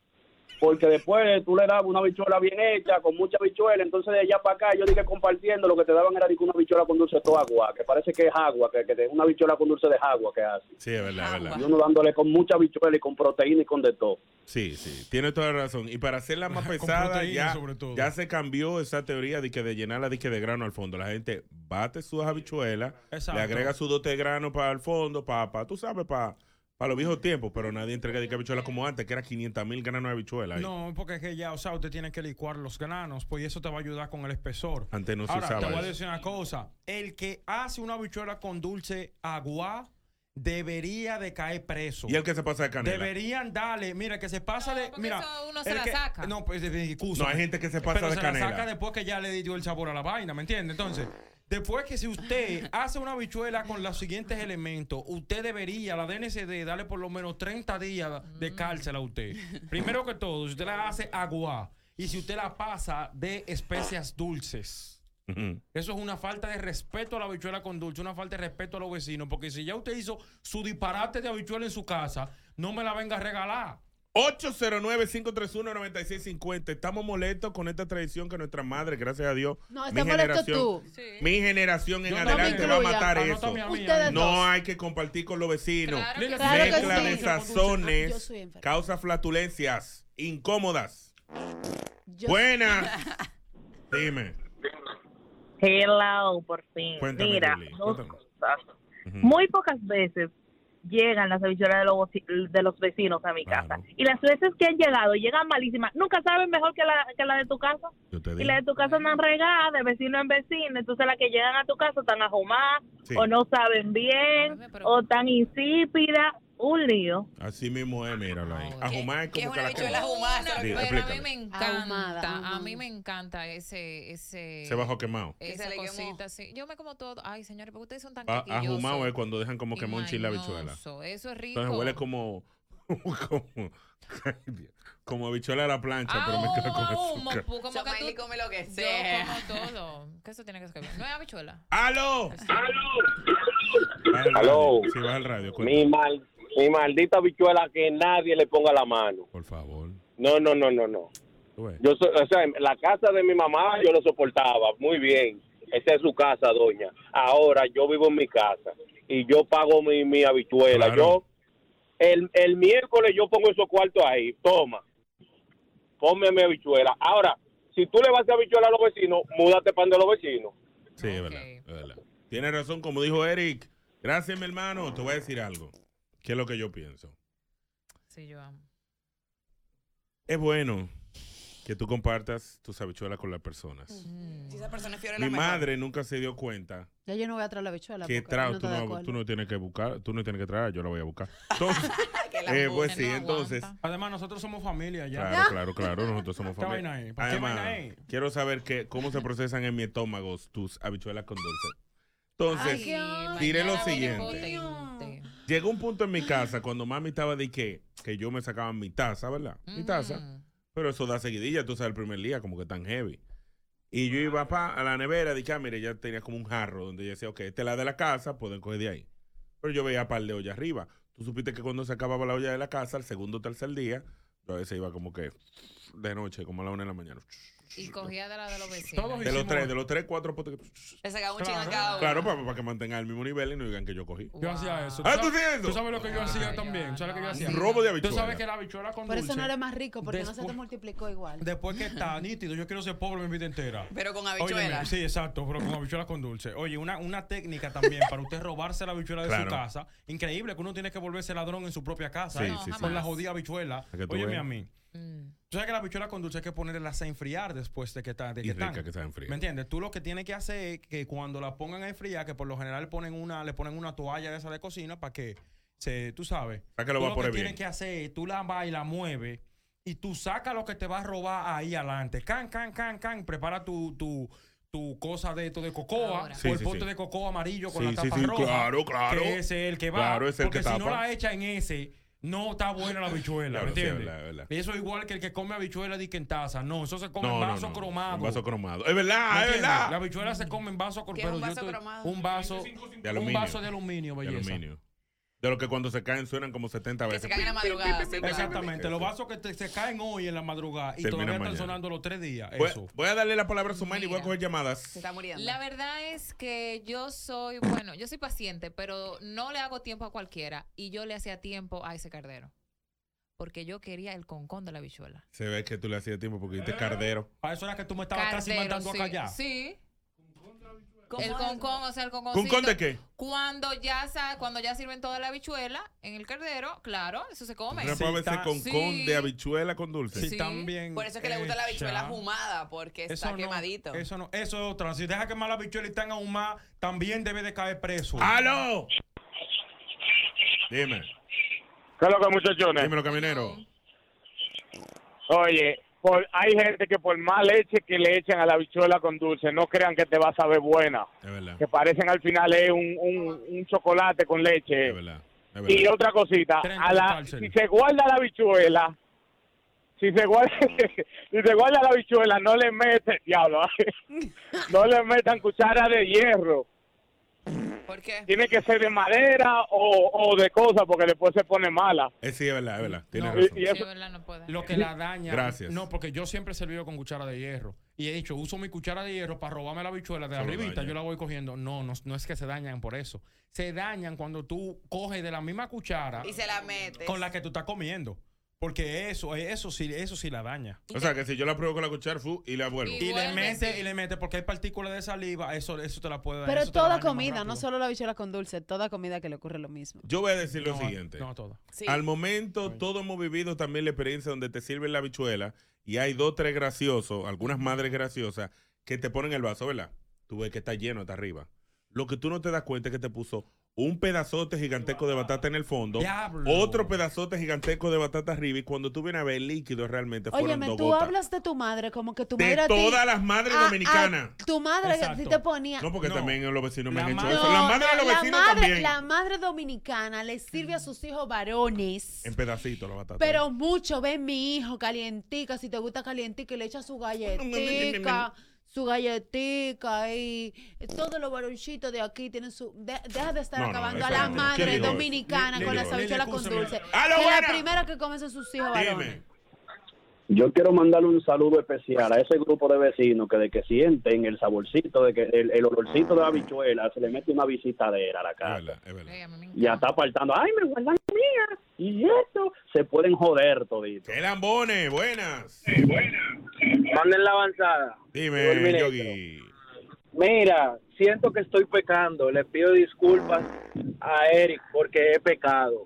Speaker 10: Porque después tú le dabas una bichola bien hecha, con mucha bichuela, entonces de allá para acá yo dije compartiendo, lo que te daban era dije, una bichola con dulce de todo agua, que parece que es agua, que, que te- una bichola con dulce de agua que hace.
Speaker 2: Sí, es verdad, es verdad.
Speaker 10: Y uno dándole con mucha bichuela y con proteína y con de todo.
Speaker 2: Sí, sí, tiene toda la razón. Y para
Speaker 10: (laughs)
Speaker 2: hacerla más pesada,
Speaker 10: proteína,
Speaker 2: ya,
Speaker 10: sobre todo.
Speaker 2: ya se cambió esa teoría de que de llenarla de, que de grano al fondo. La gente bate sus habichuelas,
Speaker 5: Exacto.
Speaker 2: le agrega su dote de grano para el fondo, para, para tú sabes, para, para los viejos tiempos, pero nadie entrega de que habichuelas como antes, que era 500 mil granos de habichuela. ahí.
Speaker 5: No, porque es que ya, o sea, usted tiene que licuar los granos, pues y eso te va a ayudar con el espesor.
Speaker 2: Antes no se
Speaker 5: Ahora,
Speaker 2: usaba
Speaker 5: te voy a
Speaker 2: eso.
Speaker 5: decir una cosa. El que hace una habichuela con dulce agua debería de caer preso.
Speaker 2: Y el que se pasa de canela.
Speaker 5: Deberían darle, mira, que se pasa de. Mira,
Speaker 4: uno se
Speaker 5: el
Speaker 4: la
Speaker 5: que-
Speaker 4: saca.
Speaker 5: No, pues, eh, excusa.
Speaker 2: No, hay gente que se pasa
Speaker 5: Pero
Speaker 2: de
Speaker 5: se
Speaker 2: canela.
Speaker 5: la saca después que ya le dio el sabor a la vaina, ¿me entiende? Entonces, después que si
Speaker 4: (laughs)
Speaker 5: usted hace una habichuela con los siguientes elementos, usted debería, la DNCD, darle por lo menos 30 días
Speaker 4: Mm.
Speaker 5: de cárcel a
Speaker 4: (laughs)
Speaker 5: usted. Primero que todo, si usted la hace agua y si usted la pasa de especias dulces. Eso es una falta de respeto a la habichuela con dulce, una falta de respeto a los vecinos, porque si ya usted hizo su disparate de habichuela en su casa, no me la venga a regalar.
Speaker 2: 809-531-9650. Estamos molestos con esta tradición que nuestra madre, gracias a Dios,
Speaker 3: No, está molesto tú. Sí.
Speaker 2: mi generación en
Speaker 3: Yo no me
Speaker 2: adelante va a
Speaker 3: incluya.
Speaker 2: matar eso.
Speaker 3: Anótame a mí, Ustedes ahí.
Speaker 2: No
Speaker 3: dos.
Speaker 2: hay que compartir con los vecinos.
Speaker 3: Claro que sí.
Speaker 2: Mezcla
Speaker 3: Claro que
Speaker 2: de
Speaker 3: sí. Yo
Speaker 2: sazones
Speaker 3: soy enferma.
Speaker 2: causa flatulencias incómodas.
Speaker 3: Yo-
Speaker 2: Buenas.
Speaker 3: (laughs)
Speaker 2: Dime.
Speaker 11: Hello, por fin.
Speaker 2: Cuéntame,
Speaker 11: Mira,
Speaker 2: Lili,
Speaker 11: dos
Speaker 2: cuéntame.
Speaker 11: cosas. Muy pocas veces llegan las habichuelas de los, voci- de los vecinos a mi casa. Y las veces que han llegado, llegan malísimas. Nunca saben mejor que la, que la de tu casa. Y la de tu casa andan regadas de vecino en vecino. Entonces las que llegan a tu casa están ajumadas,
Speaker 2: Sí.
Speaker 11: o no saben bien, o tan insípidas. Un lío.
Speaker 2: Así mismo es, míralo ahí. Ajumar es
Speaker 4: ¿Qué es
Speaker 2: como que
Speaker 4: Ah, una
Speaker 2: la
Speaker 4: habichuela
Speaker 2: quema.
Speaker 4: ahumada?
Speaker 2: Sí,
Speaker 4: Pero a mí
Speaker 2: explícame.
Speaker 4: me encanta,
Speaker 3: Ahumada, ahumada.
Speaker 4: a mí me encanta ese, ese.
Speaker 2: Se bajó quemado.
Speaker 4: Esa
Speaker 3: Se le quemó.
Speaker 4: cosita, sí. Yo me como todo. Ay, señores, porque ustedes son tan
Speaker 2: A-
Speaker 4: quisquillosos.
Speaker 2: Ajumado Ah, es cuando dejan como
Speaker 4: y
Speaker 2: quemón chile la habichuela.
Speaker 4: mañoso. Eso es rico.
Speaker 2: Entonces huele como. (laughs) como. como habichuela a la plancha,
Speaker 4: Ah,
Speaker 2: pero mezcla con azúcar.
Speaker 4: pues, como que
Speaker 6: Somaili
Speaker 4: tú-
Speaker 6: come lo que
Speaker 4: Yo
Speaker 6: sea.
Speaker 4: como todo. ¿Qué eso tiene que ser? No es habichuela.
Speaker 2: ¡Aló!
Speaker 10: Aló.
Speaker 2: Si vas al radio, cuéntame.
Speaker 10: Mi, mal, mi maldita bichuela que nadie le ponga la mano.
Speaker 2: Por favor.
Speaker 10: No, no, no, no, no.
Speaker 2: Tú ves.
Speaker 10: Yo, so- o sea, en la casa de mi mamá yo lo soportaba muy bien. Esa es su casa, doña. Ahora yo vivo en mi casa y yo pago mi, mi habichuela. Yo, el, el miércoles yo pongo esos cuartos ahí. Toma, ponme mi habichuela. Ahora, si tú le vas a hacer habichuela a los vecinos, múdate pan de los vecinos.
Speaker 2: Sí, es verdad, es verdad. Tienes razón, como dijo Eric. Gracias, mi hermano. Te voy a decir algo. ¿Qué es lo que yo pienso?
Speaker 4: Sí, yo amo.
Speaker 2: Es bueno que tú compartas tus habichuelas con las personas.
Speaker 6: mm, Si esa persona es fiel,
Speaker 2: Mi madre nunca se dio cuenta
Speaker 3: Ya yo no voy a traer la bichuela.
Speaker 2: que
Speaker 3: porque
Speaker 2: trago
Speaker 3: no
Speaker 2: tú,
Speaker 3: estoy de
Speaker 2: no,
Speaker 3: acuerdo.
Speaker 2: tú no tienes que buscar, tú no tienes que traer, yo la voy a
Speaker 3: (laughs)
Speaker 2: buscar. Entonces, eh, pues sí, entonces.
Speaker 5: Además, nosotros somos familia ya.
Speaker 2: Claro, claro, claro, nosotros somos
Speaker 5: Esta vaina
Speaker 2: familia.
Speaker 5: es, ¿por qué vaina
Speaker 2: Además,
Speaker 5: es?
Speaker 2: quiero saber que, cómo se procesan en mi estómago tus habichuelas con dulce. Entonces, diré lo siguiente. Llegó un punto en mi casa cuando mami estaba de que, que yo me sacaban mi taza, ¿verdad? Mi taza. Pero eso da seguidilla, tú sabes, el primer día, como que tan heavy. Y yo iba pa, a la nevera, dije, ah, mire, ya tenía como un jarro donde yo decía, ok, esta es la de la casa, pueden coger de ahí. Pero yo veía par de ollas arriba. Tú supiste que cuando se acababa la olla de la casa, el segundo o tercer día, yo a veces iba como que de noche, como a la una de la mañana.
Speaker 4: Y cogía de la de los vecinos.
Speaker 2: De los tres, de los tres, cuatro. potes que-
Speaker 6: Le sacaba un
Speaker 5: Claro.
Speaker 6: ching a cada uno.
Speaker 2: Claro, para, para que mantengan el mismo nivel y no digan que yo cogí.
Speaker 5: Yo hacía eso.
Speaker 2: Ah,
Speaker 5: sabes-
Speaker 2: tú hacías eso.
Speaker 5: tú sabes lo que yo hacía también. ¿Tú sabes lo que yo hacía?
Speaker 2: Robo de
Speaker 5: Tú
Speaker 2: habichuela.
Speaker 5: sabes que la habichuela con
Speaker 3: Por eso no
Speaker 5: dulce,
Speaker 3: eres más rico, porque no se te
Speaker 5: Después-
Speaker 3: multiplicó igual.
Speaker 5: Después que
Speaker 3: (laughs)
Speaker 5: está nítido, yo quiero ser pobre mi vida entera.
Speaker 3: Pero con
Speaker 5: Óyeme,
Speaker 3: habichuela.
Speaker 5: sí, exacto, pero con habichuela con dulce. Oye, una, una técnica también para usted robarse la habichuela de
Speaker 2: Claro.
Speaker 5: su casa. Increíble que uno tiene que volverse ladrón en su propia casa.
Speaker 2: Sí,
Speaker 5: ¿eh?
Speaker 2: sí, sí.
Speaker 5: Con la jodida habichuela.
Speaker 2: Para que tú
Speaker 5: Óyeme
Speaker 2: veas.
Speaker 5: a mí.
Speaker 3: Mm.
Speaker 5: Tú sabes que la habichuela con dulce hay que ponerlas a enfriar después de que está de
Speaker 2: Y
Speaker 5: que
Speaker 2: rica
Speaker 5: están.
Speaker 2: que está enfría.
Speaker 5: ¿Me entiendes? Tú lo que tienes que hacer es que cuando la pongan a enfriar, que por lo general ponen una, le ponen una toalla de esa de cocina para que se, tú sabes.
Speaker 2: que lo
Speaker 5: tú
Speaker 2: va a poner
Speaker 5: que
Speaker 2: bien.
Speaker 5: tienes que hacer, tú la vas y la mueves y tú sacas lo que te vas a robar ahí adelante. Can, can, can, can. Prepara tu, tu, tu cosa de esto de cocoa
Speaker 2: Sí,
Speaker 5: o el
Speaker 2: sí,
Speaker 5: pote
Speaker 2: sí.
Speaker 5: de cocoa amarillo con
Speaker 2: Sí,
Speaker 5: la
Speaker 2: sí,
Speaker 5: tapa
Speaker 2: sí,
Speaker 5: roja.
Speaker 2: claro, claro.
Speaker 5: Que ese es el que va.
Speaker 2: Claro, es el
Speaker 5: porque
Speaker 2: que
Speaker 5: si no
Speaker 2: tapa.
Speaker 5: la echa en ese, no está buena
Speaker 2: (laughs)
Speaker 5: la habichuela,
Speaker 2: Claro,
Speaker 5: ¿me
Speaker 2: sí, es
Speaker 5: entiendes?
Speaker 2: verdad, es verdad.
Speaker 5: Eso es igual que el que come habichuela de que en taza. No, eso se come
Speaker 2: No,
Speaker 5: en
Speaker 2: no,
Speaker 5: vaso
Speaker 2: no,
Speaker 5: cromado.
Speaker 2: en vaso cromado. Es
Speaker 5: ¿Me
Speaker 2: verdad, es
Speaker 5: entiendes?
Speaker 2: verdad.
Speaker 5: La habichuela se come en vaso
Speaker 6: ¿Qué es
Speaker 5: cromado.
Speaker 6: un
Speaker 5: pero yo
Speaker 6: vaso
Speaker 5: estoy-
Speaker 6: cromado?
Speaker 5: Un vaso
Speaker 2: De
Speaker 5: Un
Speaker 2: aluminio.
Speaker 5: vaso de aluminio,
Speaker 2: De
Speaker 5: belleza.
Speaker 2: aluminio. De lo que cuando se caen suenan como 70 veces.
Speaker 5: Exactamente, los vasos que te- se caen hoy en la madrugada y
Speaker 2: Terminan
Speaker 5: todavía
Speaker 2: mañana.
Speaker 5: están sonando los tres días.
Speaker 2: Voy,
Speaker 5: Eso.
Speaker 2: voy a darle la palabra a Sumani y voy a coger llamadas.
Speaker 6: está muriendo.
Speaker 4: La verdad es que yo soy, bueno, yo soy paciente, pero no le hago tiempo a cualquiera. Y yo le hacía tiempo a ese cardero. Porque yo quería el concón de la bichuela.
Speaker 2: Se ve que tú le hacías tiempo porque dijiste cardero.
Speaker 5: Para eso era que tú me estabas casi
Speaker 4: Cardero,
Speaker 5: mandando a
Speaker 4: sí.
Speaker 5: callar.
Speaker 4: Sí. El concón, o sea, el concón.
Speaker 5: ¿Concón de qué?
Speaker 4: Cuando ya, sa- cuando ya sirven toda la bichuela en el cardero, claro, eso se come.
Speaker 2: Una puede ser con con
Speaker 4: Sí.
Speaker 2: de habichuela con dulce.
Speaker 5: Sí, Sí. también.
Speaker 6: Por eso es que le gusta la
Speaker 5: Echa.
Speaker 6: bichuela ahumada, porque está
Speaker 5: no,
Speaker 6: quemadito.
Speaker 5: Eso no, eso es otra. Si deja quemar la bichuela y están aún más, también debe de caer preso.
Speaker 2: ¡Aló! Dime.
Speaker 12: ¿Qué es lo que, muchachones?
Speaker 2: Dímelo, camionero.
Speaker 12: Oye, por- hay gente que por más leche que le echan a la bichuela con dulce, no crean que te va a saber buena.
Speaker 2: Es verdad.
Speaker 12: Que parecen al final es un, un- un chocolate con leche. Y otra cosita, a la- si se guarda la bichuela, si se guarda, (laughs) si se guarda la bichuela, no le meten, diablo, (laughs) no le metan cuchara de hierro. Tiene que ser de madera o, o de cosa porque después se pone mala.
Speaker 2: Eh, sí, es verdad, es verdad. Tienes
Speaker 5: No,
Speaker 2: razón.
Speaker 12: y- y eso-
Speaker 5: Lo que la daña.
Speaker 2: Gracias.
Speaker 5: No, porque yo siempre he servido con cuchara de hierro. Y he dicho, uso mi cuchara de hierro para robarme la bichuela de
Speaker 2: Eso lo
Speaker 5: arribita.
Speaker 2: daña.
Speaker 5: Yo la voy cogiendo. No, no, no es que se dañan por eso. Se dañan cuando tú coges de la misma cuchara
Speaker 6: Y se la metes.
Speaker 5: con la que tú estás comiendo. Porque eso, eso sí, eso sí la daña.
Speaker 2: O sea, que si yo la pruebo con la cuchara fu, y la vuelvo.
Speaker 5: Y le mete, y le mete, porque hay partículas de saliva, eso, eso te la puede dar.
Speaker 3: Pero
Speaker 5: eso te la
Speaker 3: toda
Speaker 5: daña más
Speaker 3: comida, no
Speaker 5: rápido.
Speaker 3: solo la bichuela con dulce, toda comida que le ocurre lo mismo.
Speaker 2: Yo voy a decir lo
Speaker 5: No,
Speaker 2: siguiente.
Speaker 5: no, todo.
Speaker 3: Sí.
Speaker 2: Al momento, todos hemos vivido también la experiencia donde te sirven la bichuela y hay dos, tres graciosos, algunas madres graciosas, que te ponen el vaso, ¿verdad? Tú ves que está lleno hasta arriba. Lo que tú no te das cuenta es que te puso un pedazote gigantesco de batata en el fondo,
Speaker 5: Diablo.
Speaker 2: otro pedazote gigantesco de batata arriba y cuando tú vienes a ver el líquido realmente fueron
Speaker 3: Óyeme,
Speaker 2: dos
Speaker 3: tú
Speaker 2: gotas.
Speaker 3: hablas de tu madre como que tu
Speaker 2: De
Speaker 3: madre. a ti-
Speaker 2: todas las madres dominicanas.
Speaker 3: a tu madre que a ti
Speaker 2: Exacto.
Speaker 3: te ponía.
Speaker 2: No, porque también los vecinos me han hecho
Speaker 3: No,
Speaker 2: eso. Las madres de los
Speaker 3: la
Speaker 2: vecinos
Speaker 3: madre-
Speaker 2: también.
Speaker 3: La madre dominicana le sirve a sus hijos varones.
Speaker 2: En pedacitos la batata.
Speaker 3: Pero mucho, ven mi hijo, calientica, si te gusta calientica, y
Speaker 2: (laughs)
Speaker 3: le echa su galletica, su galletica y todos los varoncitos de aquí tienen su... de- deja de estar
Speaker 2: No, no,
Speaker 3: acabando a
Speaker 2: eso
Speaker 3: la
Speaker 2: no, ¿quién
Speaker 3: madre
Speaker 2: dijo eso?
Speaker 3: dominicana
Speaker 2: ¿Quién dijo
Speaker 3: con las
Speaker 2: eso?
Speaker 3: habichuelas
Speaker 2: Lili,
Speaker 3: con
Speaker 2: escúchame.
Speaker 3: dulce.
Speaker 2: ¡Aló,
Speaker 3: que
Speaker 2: buena!
Speaker 3: la primera que comen son sus hijos varones.
Speaker 10: Yo quiero mandarle un saludo especial a ese grupo de vecinos que de que sienten el saborcito, de que el, el olorcito de
Speaker 2: Ah.
Speaker 10: la habichuela, se le mete una visitadera a la casa. Ya está apartando. ¡Ay, me guardan la mía! Y esto, se pueden joder todito.
Speaker 2: ¡Qué lambones! ¡Buenas!
Speaker 13: Manden la avanzada. Yo,
Speaker 2: Dime,
Speaker 13: mire,
Speaker 2: Yogi.
Speaker 13: Mira, siento que estoy pecando. Le pido disculpas a Eric porque he pecado.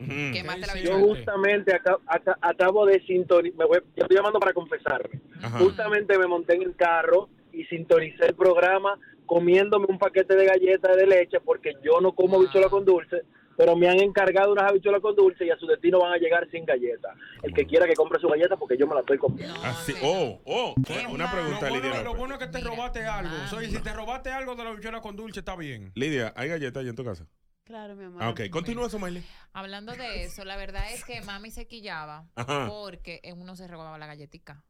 Speaker 13: Yo justamente aca- aca- acabo de sintonizar. Me voy, yo estoy llamando para confesarme. Justamente me monté en el carro y sintonicé el programa comiéndome un paquete de galletas de leche porque yo no como habichuela con dulce. Pero me han encargado unas habichuelas con dulce y a su destino van a llegar sin galletas. El que quiera que compre su galleta porque yo me la estoy comiendo.
Speaker 2: Así, oh, oh, bueno, una pregunta, Lidia.
Speaker 5: Lo
Speaker 2: López.
Speaker 5: bueno es que te robaste algo. O sea, y si te robaste algo de la bichuela con dulce, está bien.
Speaker 2: Lidia, ¿hay galletas allá en tu casa?
Speaker 3: Claro, mi amor.
Speaker 2: Ah, ok, continúa, Somaile.
Speaker 4: Hablando
Speaker 2: (laughs)
Speaker 4: de eso, la verdad es que mami se quillaba
Speaker 2: Ajá.
Speaker 4: porque uno se robaba la galletica.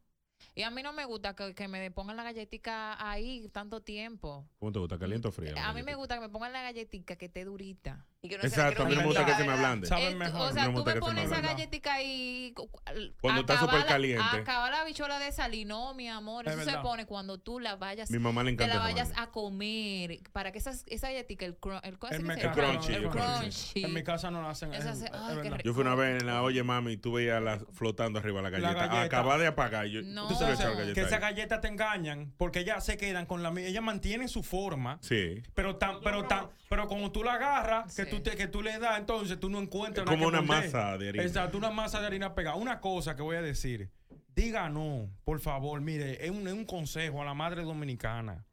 Speaker 4: Y a mí no me gusta que, que me pongan la galletica ahí tanto tiempo.
Speaker 2: ¿Cómo te gusta, caliente o fría?
Speaker 4: A mí me gusta que me pongan la galletica que esté durita.
Speaker 2: Exacto, a mí no me gusta que se me ablande.
Speaker 4: Eh, tú- O sea,
Speaker 2: A mí no me
Speaker 4: tú
Speaker 2: gusta
Speaker 4: me
Speaker 2: que se me
Speaker 4: pones esa
Speaker 2: ablande.
Speaker 4: galletica ahí. cu- al-
Speaker 2: Cuando está
Speaker 4: acaba la-
Speaker 2: súper caliente.
Speaker 4: Acaba la bichola de salir. No, mi amor.
Speaker 2: Es
Speaker 4: Eso se
Speaker 2: verdad.
Speaker 4: pone cuando tú la vayas.
Speaker 2: Mi mamá le
Speaker 4: te
Speaker 2: encanta
Speaker 4: la
Speaker 2: esa
Speaker 4: vayas a comer. Para que esas- esa galletica, el, cru- el, ¿cómo es que se
Speaker 2: El
Speaker 4: llama?
Speaker 2: crunchy,
Speaker 4: El
Speaker 2: el crunchy.
Speaker 4: crunchy.
Speaker 5: En mi casa no la hacen.
Speaker 4: Eso hace-
Speaker 5: es- es
Speaker 4: ay, qué
Speaker 5: verdad.
Speaker 2: Yo fui una vez en la Oye Mami y tú veías la- flotando arriba la galleta.
Speaker 5: galleta.
Speaker 2: Acaba de apagar. Yo,
Speaker 5: No.
Speaker 2: tú se le echas la
Speaker 5: que
Speaker 2: galleta
Speaker 5: esas
Speaker 2: ahí.
Speaker 5: galletas te engañan porque ellas se quedan con la mi- ellas mantienen su forma
Speaker 2: Sí.
Speaker 5: pero tan pero tan pero cuando tú la agarras que tú te, que tú le das entonces tú no encuentras
Speaker 2: Es como
Speaker 5: la que
Speaker 2: una
Speaker 5: morder.
Speaker 2: masa de harina.
Speaker 5: exacto una masa de harina pegada una cosa que voy a decir diga no por favor mire es un, es un consejo a la madre dominicana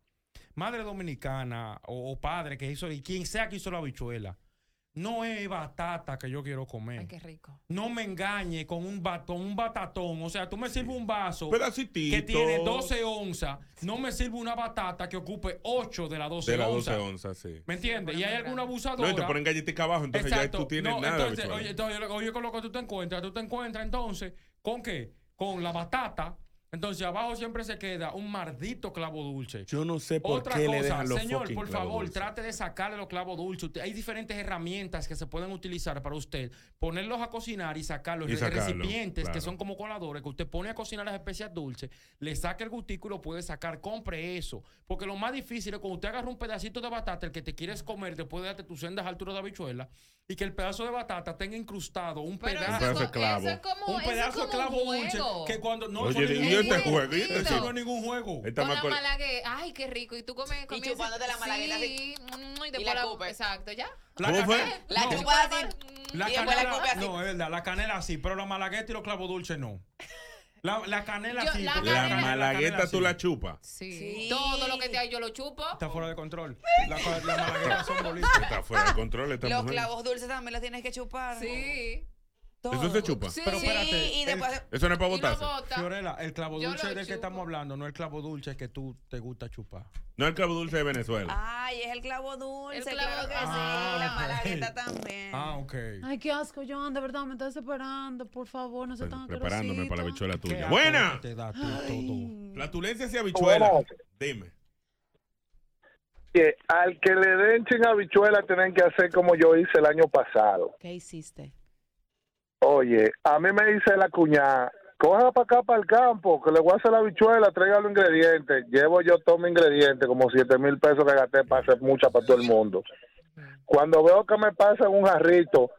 Speaker 5: madre dominicana o, o padre que hizo y quien sea que hizo la bichuela No es batata que yo quiero comer.
Speaker 4: Ay, qué rico.
Speaker 5: No me engañe con un batón, un batatón. O sea, tú me sirves un vaso
Speaker 2: Pedacititos.
Speaker 5: que tiene 12 onzas. No me sirve una batata que ocupe 8 de las 12
Speaker 2: de las 12
Speaker 5: onzas.
Speaker 2: onzas, sí.
Speaker 5: ¿Me entiendes? Y hay algún abusador.
Speaker 2: No, y te ponen galletica abajo, entonces
Speaker 5: Exacto.
Speaker 2: ya tú tienes
Speaker 5: No,
Speaker 2: nada.
Speaker 5: Entonces,
Speaker 2: habichuela.
Speaker 5: oye, entonces, yo- oye, con lo que tú te encuentras, tú te encuentras entonces con qué? Con la batata. Entonces abajo siempre se queda un maldito clavo dulce.
Speaker 2: yo no sé por
Speaker 5: Otra
Speaker 2: qué le
Speaker 5: cosa,
Speaker 2: dejan los
Speaker 5: señor,
Speaker 2: fucking
Speaker 5: por
Speaker 2: clavos
Speaker 5: favor,
Speaker 2: dulces.
Speaker 5: trate de sacarle los clavos dulces. Usted- hay diferentes herramientas que se pueden utilizar para usted ponerlos a cocinar y sacarlos.
Speaker 2: Y
Speaker 5: Re-
Speaker 2: sacarlo,
Speaker 5: recipientes
Speaker 2: claro.
Speaker 5: que son como coladores que usted pone a cocinar las especias dulces, le saca el gustico y lo puede sacar. Compre eso. Porque lo más difícil es cuando usted agarra un pedacito de batata, el que te quieres comer, después de darte tus sendas alturas de habichuela, y que el pedazo de batata tenga incrustado un
Speaker 2: eso
Speaker 5: pedazo,
Speaker 2: es Un pedazo de co- clavo. eso es
Speaker 4: como-
Speaker 5: un
Speaker 4: eso es
Speaker 5: pedazo de
Speaker 4: como un
Speaker 5: clavo dulce.
Speaker 4: juego.
Speaker 5: Que cuando no
Speaker 2: Oye,
Speaker 5: eso no es
Speaker 2: ¿y
Speaker 5: ningún
Speaker 2: este juego? ¿Y este
Speaker 5: Eso no
Speaker 2: sí?
Speaker 5: es ningún juego.
Speaker 2: Esta
Speaker 4: Con la
Speaker 2: macol-
Speaker 4: malagueta. Ay, qué rico. Y tú comes. comienzas-
Speaker 6: chupándote la malagueta
Speaker 4: Sí. mm, Y, después la Exacto, ya.
Speaker 2: ¿Cómo fue?
Speaker 6: La
Speaker 5: No.
Speaker 6: chupa así.
Speaker 5: La
Speaker 6: y después la
Speaker 5: canela,
Speaker 6: cope así.
Speaker 5: no, es verdad, la canela sí, pero la malagueta y los clavos dulces no. La, la canela
Speaker 4: Yo-
Speaker 5: sí.
Speaker 4: la
Speaker 5: porque
Speaker 2: La
Speaker 5: canela-
Speaker 2: malagueta
Speaker 5: canela
Speaker 2: tú
Speaker 5: sí.
Speaker 2: la chupas.
Speaker 4: Sí. Todo lo que te hay yo lo chupo.
Speaker 5: Está fuera de control. La, la malagueta son bolitas.
Speaker 2: Está fuera de control esta
Speaker 6: Los
Speaker 2: mujer.
Speaker 6: clavos dulces también los tienes que chupar.
Speaker 4: Sí.
Speaker 2: Eso se chupa.
Speaker 6: Sí,
Speaker 5: Pero espérate,
Speaker 6: y
Speaker 5: el-
Speaker 6: después.
Speaker 2: Eso no es para
Speaker 6: Y no
Speaker 2: botarse.
Speaker 6: bota.
Speaker 5: Fiorella, el clavo
Speaker 6: Yo
Speaker 5: dulce
Speaker 6: lo
Speaker 5: del que
Speaker 6: chupo.
Speaker 5: estamos hablando no es el clavo dulce que tú te gusta chupar.
Speaker 2: No el clavo dulce de Venezuela.
Speaker 6: Ay, es el clavo dulce.
Speaker 4: El clavo
Speaker 6: claro que
Speaker 4: dulce.
Speaker 6: sí.
Speaker 5: Ah,
Speaker 6: La
Speaker 5: ok.
Speaker 6: malagueta también.
Speaker 5: Ah, ok.
Speaker 3: Ay, qué asco, Joan, de verdad, me estás separando. Por favor, no seas tan
Speaker 2: Preparándome para la bichuela
Speaker 5: Qué
Speaker 2: tuya.
Speaker 5: asco
Speaker 2: ¡Buena!
Speaker 5: que te da a ti todo.
Speaker 2: Flatulencias y habichuela.
Speaker 14: Buenas.
Speaker 2: Dime.
Speaker 14: Que al que le den sin habichuela tienen que hacer como yo hice el año pasado.
Speaker 3: ¿Qué hiciste?
Speaker 14: Oye, a mí me dice la cuñada, coja para acá, para el campo, que le voy a hacer la habichuela, traiga los ingredientes. Llevo yo todo mi ingrediente, como siete mil pesos que gasté para hacer mucha para todo el mundo. Cuando veo que me pasa un jarrito,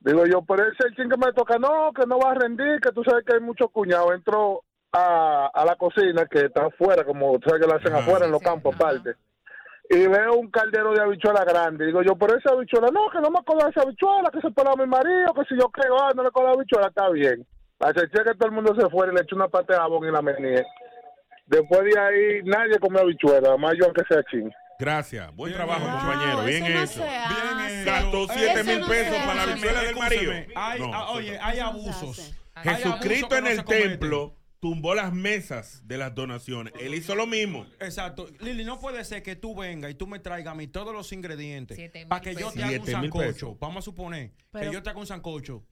Speaker 14: digo yo, pero ese es el chin que me toca, no, que no va a rendir, que tú sabes que hay muchos cuñados. Entro a, a la cocina, que está afuera, como tú sabes que la hacen
Speaker 2: Ajá.
Speaker 14: afuera, en los campos aparte. Y veo un caldero de habichuela grande. Digo yo, pero esa habichuela, no, que no me acuerdo de esa habichuela, que se peló a mi marido, que si yo creo, ah, no le acuerdo de la habichuela, está bien. Acepté que todo el mundo se fuera y le eché una parte de jabón y la mené. Después de ahí, nadie comió habichuela, más yo que sea ching.
Speaker 2: Gracias. Buen trabajo,
Speaker 5: hecho.
Speaker 2: compañero. Bien
Speaker 3: no
Speaker 2: hecho.
Speaker 3: se hace.
Speaker 2: Gastó siete
Speaker 3: Eso
Speaker 2: mil
Speaker 3: no
Speaker 2: pesos
Speaker 3: se
Speaker 2: para la
Speaker 3: hace.
Speaker 2: habichuela del marido.
Speaker 5: Escúcheme, hay-
Speaker 2: No,
Speaker 5: ah, oye, hay abusos. Hay abusos
Speaker 2: Jesucristo
Speaker 5: que
Speaker 2: en
Speaker 5: no se
Speaker 2: el
Speaker 5: cometen.
Speaker 2: templo tumbó las mesas de las donaciones. Él hizo lo mismo.
Speaker 5: Exacto. Lili, no puede ser que tú vengas y tú me traigas a mí todos los ingredientes
Speaker 4: Siete mil
Speaker 5: para que yo te haga un
Speaker 2: Siete mil pesos.
Speaker 5: sancocho. Vamos a suponer
Speaker 3: Pero-
Speaker 5: que yo te haga un sancocho.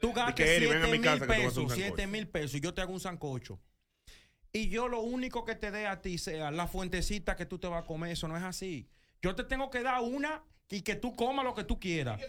Speaker 5: Tú
Speaker 2: que,
Speaker 5: gastes
Speaker 2: Eri,
Speaker 5: 7
Speaker 2: ven a mi
Speaker 5: mil
Speaker 2: casa que te voy a hacer un
Speaker 5: pesos,
Speaker 2: sancocho.
Speaker 5: 7 mil pesos y yo te hago un sancocho. Y yo lo único que te dé a ti sea la fuentecita que tú te vas a comer. Eso no es así. Yo te tengo que dar una y que tú comas lo que tú quieras.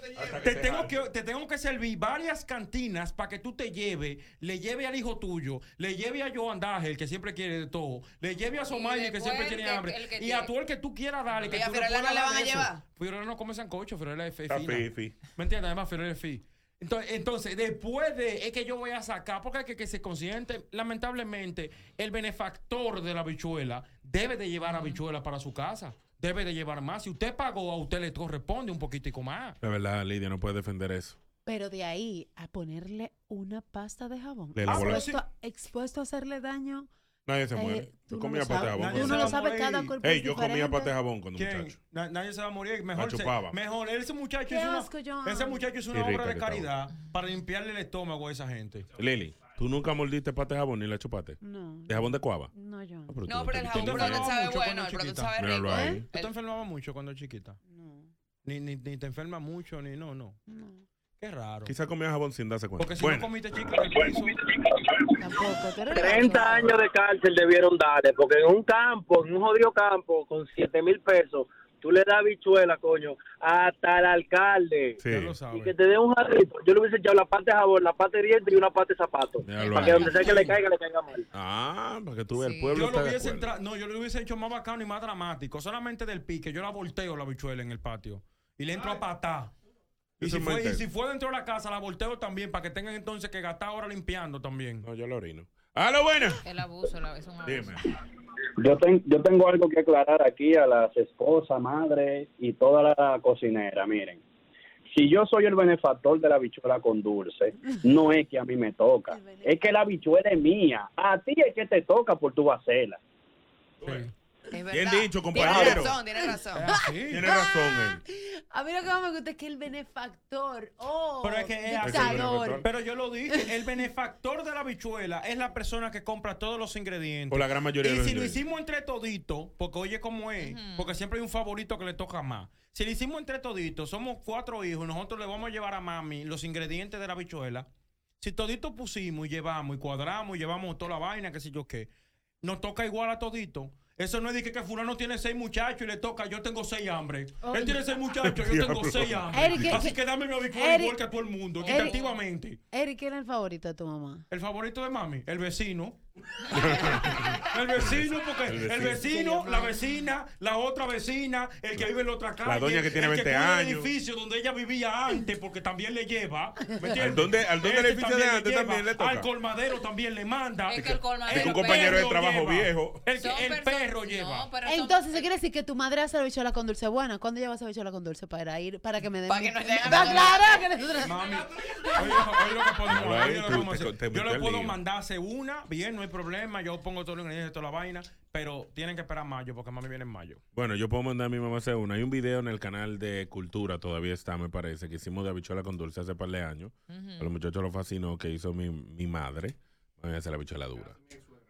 Speaker 5: Te tengo, que, te tengo que servir varias cantinas para que tú te lleves, le lleve al hijo tuyo, le lleve a Joan Dagel, que siempre quiere de todo, le lleve a Somalia, que
Speaker 4: después
Speaker 5: siempre
Speaker 4: el
Speaker 5: tiene
Speaker 4: que-
Speaker 5: hambre,
Speaker 4: el que
Speaker 5: y a
Speaker 4: tiene.
Speaker 5: tú el que tú quieras darle. Que
Speaker 6: Y a
Speaker 5: tú
Speaker 6: Fiorella
Speaker 5: puedas
Speaker 6: no le
Speaker 5: dar
Speaker 6: van a
Speaker 5: de eso.
Speaker 6: llevar.
Speaker 5: Fiorella no come sancocho, Fiorella es fe
Speaker 2: Está
Speaker 5: fina.
Speaker 2: fifi.
Speaker 5: ¿Me entiendes? Además, Fiorella es fi. Entonces, entonces, después de es que yo voy a sacar, porque hay que, que se considere, lamentablemente, el benefactor de la bichuela debe de llevar a bichuela para su casa. Debe de llevar más. Si usted pagó, a usted le corresponde un poquitico más.
Speaker 2: La verdad, Lidia, no puedes defender eso.
Speaker 3: Pero de ahí a ponerle una pasta de jabón.
Speaker 2: Le lavó la-
Speaker 3: expuesto, a, expuesto a hacerle daño.
Speaker 2: Nadie se
Speaker 3: Eh,
Speaker 2: muere.
Speaker 3: tú
Speaker 2: Yo
Speaker 3: no
Speaker 2: comía
Speaker 3: lo
Speaker 2: pata de
Speaker 3: sabes.
Speaker 2: jabón.
Speaker 3: Tú
Speaker 2: cuando
Speaker 3: no lo
Speaker 2: muchacho.
Speaker 3: sabes,
Speaker 5: morir.
Speaker 3: cada cuerpo
Speaker 2: Ey,
Speaker 3: es
Speaker 2: yo comía
Speaker 3: diferente.
Speaker 2: pata de jabón cuando
Speaker 5: ¿Quién?
Speaker 2: muchacho.
Speaker 5: Na- nadie se va a morir. Mejor,
Speaker 2: La
Speaker 5: se-
Speaker 2: chupaba.
Speaker 5: mejor ese muchacho
Speaker 3: Qué
Speaker 5: es una,
Speaker 3: asco, Joan.
Speaker 5: ese muchacho es
Speaker 2: Qué
Speaker 5: una
Speaker 2: rica
Speaker 5: obra de
Speaker 2: que estaba.
Speaker 5: caridad para limpiarle el estómago a esa gente.
Speaker 2: Lili, tú nunca mordiste pata de jabón ni la chupaste.
Speaker 3: No,
Speaker 2: ¿De jabón de cuava?
Speaker 3: no, yo.
Speaker 2: Ah, pero tú
Speaker 6: No, pero el
Speaker 2: te- tú te-
Speaker 6: jabón producto
Speaker 5: enfermabas
Speaker 6: sabe
Speaker 5: mucho
Speaker 6: bueno,
Speaker 5: cuando
Speaker 6: el
Speaker 5: chiquita.
Speaker 6: producto sabe
Speaker 2: Míralo
Speaker 6: rico.
Speaker 2: ahí.
Speaker 5: ¿Tú te
Speaker 6: El-
Speaker 5: enfermabas mucho cuando chiquita?
Speaker 3: ¿Eh? No,
Speaker 5: Ni, ni, ni te enfermas mucho, ni no, no.
Speaker 3: no.
Speaker 5: Qué raro.
Speaker 2: Quizá comía jabón sin darse cuenta.
Speaker 5: Porque si
Speaker 2: bueno,
Speaker 5: no comiste chica en el piso,
Speaker 3: Tampoco. Tú eres
Speaker 13: 30 años de cárcel debieron darle, porque en un campo, en un jodido campo, con 7 mil pesos, tú le das bichuela, coño, hasta el alcalde.
Speaker 2: sí.
Speaker 5: ya lo
Speaker 13: Y que
Speaker 5: sabes.
Speaker 13: te dé un jarrito. Yo le hubiese echado la parte de jabón, la parte de diente y una parte de zapato.
Speaker 2: Míralo
Speaker 13: Para que
Speaker 2: ahí.
Speaker 13: donde sea que le caiga, le caiga mal.
Speaker 2: Ah, para que tú veas, el
Speaker 4: Sí.
Speaker 2: pueblo
Speaker 5: Yo
Speaker 2: está
Speaker 5: lo
Speaker 2: de
Speaker 5: hubiese
Speaker 2: acuerdo.
Speaker 5: entra- no, yo lo hubiese hecho más bacano y más dramático. Solamente del pique, yo la volteo la bichuela en el patio. Y le entro a patar. Y
Speaker 2: Eso
Speaker 5: si,
Speaker 2: es más
Speaker 5: fue, y
Speaker 2: intenso.
Speaker 5: si fue dentro de la casa, la volteo también, para que tengan entonces que gastar ahora limpiando también.
Speaker 2: No, yo lo orino. ¡Ah, lo buena!
Speaker 4: El abuso, la- es un abuso.
Speaker 2: Dime.
Speaker 10: Yo, ten- yo tengo algo que aclarar aquí a las esposas, madres y toda la cocinera. Miren, si yo soy el benefactor de la bichuela con dulce, no es que a mí me toca, es que la bichuela es mía. A ti es que te toca por tu vacela.
Speaker 5: Sí.
Speaker 6: Es verdad.
Speaker 2: Bien dicho,
Speaker 6: Tienes
Speaker 2: compañero.
Speaker 5: Ah,
Speaker 6: razón, tienes razón.
Speaker 5: Es así.
Speaker 2: Tiene razón él.
Speaker 3: A mí lo que más me gusta es que el benefactor, oh,
Speaker 5: Pero es que es así.
Speaker 3: dictador.
Speaker 5: Pero yo lo dije, el benefactor de la bichuela es la persona que compra todos los ingredientes.
Speaker 2: O la gran mayoría
Speaker 5: Y
Speaker 2: de los
Speaker 5: si lo
Speaker 2: ingredientes.
Speaker 5: hicimos entre toditos, porque oye cómo es, porque siempre hay un favorito que le toca más. Si lo hicimos entre toditos, somos cuatro hijos, nosotros le vamos a llevar a mami los ingredientes de la bichuela. Si todito pusimos y llevamos y cuadramos y llevamos toda la vaina, qué sé yo qué, nos toca igual a todito. Eso no es de que, que fulano tiene seis muchachos y le toca, yo tengo seis hambre.
Speaker 3: Oye.
Speaker 5: Él tiene seis muchachos,
Speaker 2: (laughs)
Speaker 5: yo tengo
Speaker 2: Diablo.
Speaker 5: seis hambre.
Speaker 3: Eric, ¿qué-
Speaker 5: Así
Speaker 3: qué-
Speaker 5: que dame mi bichuela
Speaker 3: Eric-
Speaker 5: igual que a todo el mundo,
Speaker 3: Eric-
Speaker 5: equitativamente.
Speaker 3: Eric, ¿quién era el favorito de tu mamá?
Speaker 5: El favorito de mami, el vecino. el vecino, porque
Speaker 2: El
Speaker 5: el
Speaker 2: vecino.
Speaker 5: vecino, la vecina, la otra vecina, el que vive en la otra calle.
Speaker 2: doña que tiene
Speaker 5: el
Speaker 2: 20
Speaker 5: cuida
Speaker 2: años.
Speaker 5: El edificio donde ella vivía antes, porque también le lleva. ¿me entiendes?
Speaker 2: Al donde- al donde el
Speaker 5: Este
Speaker 2: edificio de
Speaker 5: también le
Speaker 2: antes
Speaker 5: lleva,
Speaker 2: también le toca.
Speaker 5: Al colmadero también le manda.
Speaker 4: Es que el colmadero
Speaker 2: Es un compañero de trabajo viejo.
Speaker 5: El,
Speaker 4: Son
Speaker 5: el
Speaker 4: perso-
Speaker 5: perro
Speaker 4: no,
Speaker 5: lleva.
Speaker 3: Entonces, ¿se quiere decir que tu madre hace habichuela con dulce buena? ¿Cuándo llevas habichuela con dulce para ir, para que me den? Para que no claro que nosotros-
Speaker 5: Mami, oye, oye lo que podemos
Speaker 2: Habla ahí,
Speaker 5: hacer,
Speaker 2: tú,
Speaker 5: lo que
Speaker 2: te-
Speaker 5: podemos
Speaker 2: te
Speaker 5: hacer. Yo
Speaker 2: metió
Speaker 5: le
Speaker 2: al
Speaker 5: puedo
Speaker 2: lío.
Speaker 5: mandarse una, bien, no hay problema. Yo pongo todo los ingredientes, toda la vaina. Pero tienen que esperar mayo, porque mami viene en mayo.
Speaker 2: Bueno, yo puedo mandar a mi mamá a hacer una. Hay un video en el canal de Cultura, todavía está, me parece, que hicimos de habichuela con dulce hace par de años. A los muchachos los fascinó que hizo mi, mi madre. Voy a hacer la habichuela dura.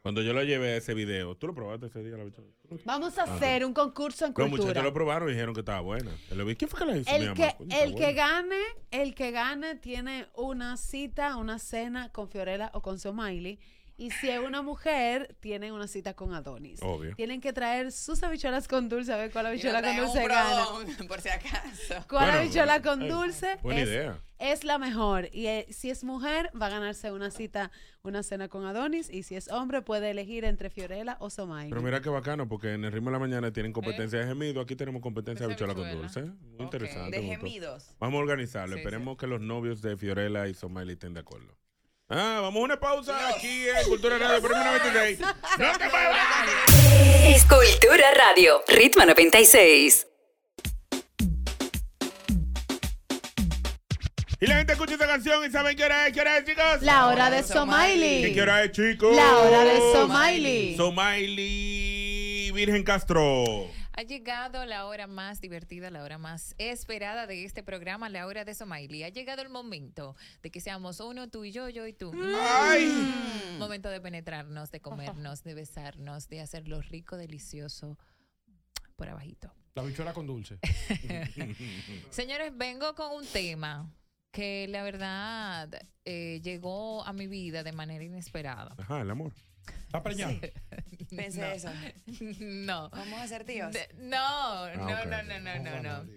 Speaker 2: Cuando yo lo llevé a ese video, ¿tú lo probaste ese día la habichuela?
Speaker 3: Vamos
Speaker 5: Ah.
Speaker 3: a
Speaker 2: Ajá.
Speaker 3: hacer un concurso en
Speaker 2: Los
Speaker 3: cultura.
Speaker 2: muchachos lo probaron y dijeron que estaba buena. Yo le vi, ¿Quién fue que la hizo? mi
Speaker 3: El
Speaker 2: mamá?
Speaker 3: que,
Speaker 2: Coño, está
Speaker 3: el que
Speaker 2: buena.
Speaker 3: gane, el que gane tiene una cita, una cena con Fiorella o con Somaili. Y si es una mujer, tienen una cita con Adonis.
Speaker 2: Obvio.
Speaker 3: Tienen que traer sus habichuelas con dulce, a ver cuál
Speaker 6: Y no
Speaker 3: habichuela con
Speaker 6: traigan
Speaker 3: dulce
Speaker 6: un
Speaker 3: gana.
Speaker 6: probón, (laughs) por si acaso.
Speaker 3: ¿Cuál
Speaker 2: Bueno,
Speaker 3: habichuela
Speaker 2: bueno,
Speaker 3: con
Speaker 2: eh,
Speaker 3: dulce?
Speaker 2: buena
Speaker 3: es,
Speaker 2: idea.
Speaker 3: es la mejor. Y eh, si es mujer, va a ganarse una cita, una cena con Adonis. Y si es hombre, puede elegir entre Fiorella o Somaili.
Speaker 2: Pero mira qué bacano, porque en el ritmo de la mañana tienen competencia de gemido. Aquí tenemos competencia de habichuela con dulce. Muy interesante.
Speaker 6: De
Speaker 2: me gustó.
Speaker 6: gemidos.
Speaker 2: Vamos a organizarlo.
Speaker 6: Sí,
Speaker 2: Esperemos que los novios de Fiorella y Somaili estén de acuerdo. Ah, vamos a una pausa aquí en Cultura Radio, primero 26. ¡No te muevas!
Speaker 1: Es Cultura Radio, Ritmo 96.
Speaker 2: Y la gente escucha esta canción y saben qué hora es, qué hora es, chicos.
Speaker 3: La hora de Somaili.
Speaker 2: ¿Qué, qué hora es, chicos?
Speaker 3: La hora de Somaili.
Speaker 2: Somaili Virgen Castro.
Speaker 4: Ha llegado la hora más divertida, la hora más esperada de este programa, la hora de Somaili. Ha llegado el momento de que seamos uno, tú y yo, yo y tú. Mm. Momento de penetrarnos, de comernos, de besarnos, de hacerlo rico, delicioso, por abajito.
Speaker 5: La bichuela con
Speaker 2: (laughs)
Speaker 4: (laughs)
Speaker 5: dulce.
Speaker 4: Señores, vengo con un tema que la verdad eh, llegó a mi vida de manera inesperada.
Speaker 2: Ajá, el amor.
Speaker 5: Está preñado.
Speaker 6: Pensé
Speaker 4: No.
Speaker 6: eso.
Speaker 4: (laughs) No.
Speaker 6: Vamos a ser tíos.
Speaker 4: De- no, no,
Speaker 6: Ah, ok.
Speaker 4: no, no, no, no, no.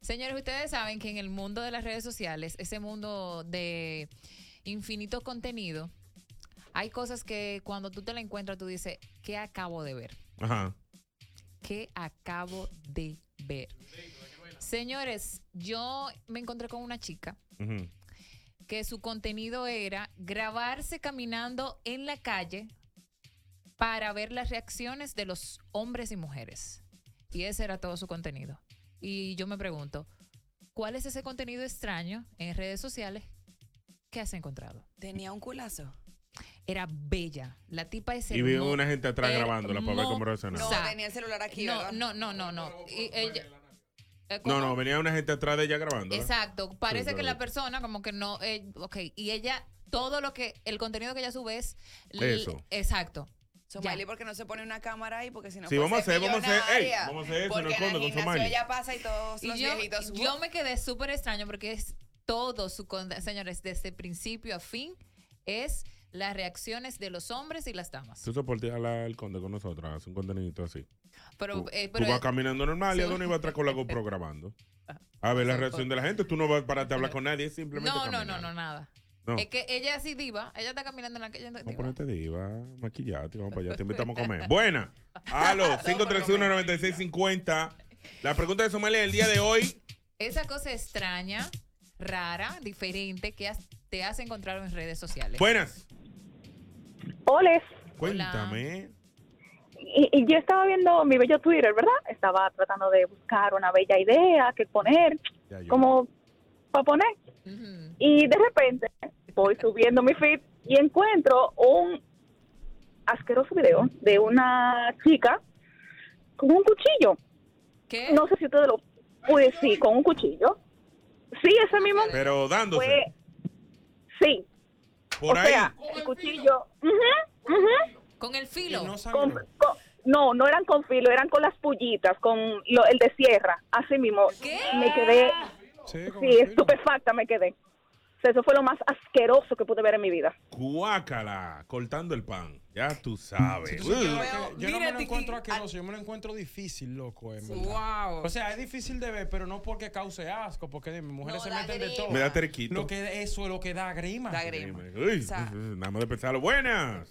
Speaker 4: Señores, ustedes saben que en el mundo de las redes sociales, ese mundo de infinito contenido, hay cosas que cuando tú te la encuentras, tú dices, ¿qué acabo de ver?
Speaker 2: Ajá.
Speaker 4: ¿Qué acabo de ver? Señores, yo me encontré con una chica
Speaker 2: Ujú.
Speaker 4: que su contenido era grabarse caminando en la calle para ver las reacciones de los hombres y mujeres. Y ese era todo su contenido. Y yo me pregunto, ¿cuál es ese contenido extraño en redes sociales que has encontrado?
Speaker 6: Tenía un culazo.
Speaker 4: Era bella. La tipa es
Speaker 2: Y vi
Speaker 4: hermo-
Speaker 2: una gente atrás grabándola para ver cómo reaccionaba.
Speaker 6: No,
Speaker 4: hermosa.
Speaker 6: tenía el celular aquí,
Speaker 4: Eh, No,
Speaker 6: ¿verdad?
Speaker 4: no, no, no, no. Y ella- Eh,
Speaker 2: No,
Speaker 4: ¿cómo?
Speaker 2: no, venía una gente atrás de ella grabando. ¿eh?
Speaker 4: Exacto. Parece
Speaker 2: Sí,
Speaker 4: que
Speaker 2: claro.
Speaker 4: la persona como que no, eh, ok, y ella, todo lo que, el contenido que ella sube es... l-
Speaker 2: Eso.
Speaker 4: Exacto.
Speaker 6: Somali porque no se pone una cámara ahí porque si no
Speaker 2: Sí,
Speaker 6: puede
Speaker 2: vamos a
Speaker 6: ser
Speaker 2: hacer, vamos a hacer, ey,
Speaker 6: millonaria.
Speaker 2: vamos a hacer eso en
Speaker 6: Porque
Speaker 2: el fondo
Speaker 6: en
Speaker 2: con
Speaker 6: el gimnasio
Speaker 2: Somali.
Speaker 6: ella pasa y todos los
Speaker 4: Y yo,
Speaker 6: viejitos
Speaker 4: yo me quedé súper extraño porque es todo su contenido, señores, desde principio a fin, es las reacciones de los hombres y las damas.
Speaker 2: Tú soportas al conde con nosotros, hace un contenido así.
Speaker 4: Pero,
Speaker 2: tú,
Speaker 4: eh,
Speaker 2: tú
Speaker 4: pero-
Speaker 2: vas caminando normal y
Speaker 4: Sí.
Speaker 2: Adonis va atrás con la GoPro grabando. A ver la
Speaker 4: Sí,
Speaker 2: reacción
Speaker 4: por-
Speaker 2: de la gente. Tú no vas para te hablar con nadie, es simplemente.
Speaker 4: No, no,
Speaker 2: caminar.
Speaker 4: no, no, nada.
Speaker 2: No. pues.
Speaker 4: Es que ella así diva, ella está caminando en la calle.
Speaker 2: Vamos a
Speaker 4: diva.
Speaker 2: ponerte diva, maquillate, vamos para allá, te invitamos
Speaker 5: (laughs)
Speaker 2: a comer. Buena. Aló, 531-9650. La pregunta de Somalia del día de hoy.
Speaker 4: Esa cosa extraña, rara, diferente que has- te has encontrado en redes sociales.
Speaker 2: Buenas.
Speaker 15: Hola.
Speaker 2: Cuéntame.
Speaker 15: Y, y yo estaba viendo mi bello Twitter, ¿verdad? Estaba tratando de buscar una bella idea que poner, como para poner. Y de repente voy subiendo mi feed y encuentro un asqueroso video de una chica con un cuchillo. No sé si ustedes lo... Pues sí, con un cuchillo. Sí, ese mismo.
Speaker 2: Pero dándose.
Speaker 15: Fue- sí.
Speaker 2: Por
Speaker 15: o
Speaker 2: ahí.
Speaker 15: sea, el cuchillo. Ujú, ujú.
Speaker 4: Con el filo.
Speaker 15: Con- con- no, no eran con filo, eran con las pullitas, con lo- el de sierra. Así mismo. Me quedé. Sí, estupefacta me quedé. O sea, eso fue lo más asqueroso que pude ver en mi vida.
Speaker 2: Guácala, cortando el pan. Ya tú sabes.
Speaker 5: Yo,
Speaker 2: Ugh.
Speaker 5: yo no me lo encuentro asqueroso, yo me lo encuentro difícil, loco. en verdad.
Speaker 4: Wow.
Speaker 5: O sea, es difícil de ver, pero no porque cause asco, porque dime, mujeres se meten de todo.
Speaker 2: Me da terquito.
Speaker 5: Lo que eso es lo que da grima. Da
Speaker 6: grima.
Speaker 2: Uy, nada más de pensarlo. Buenas.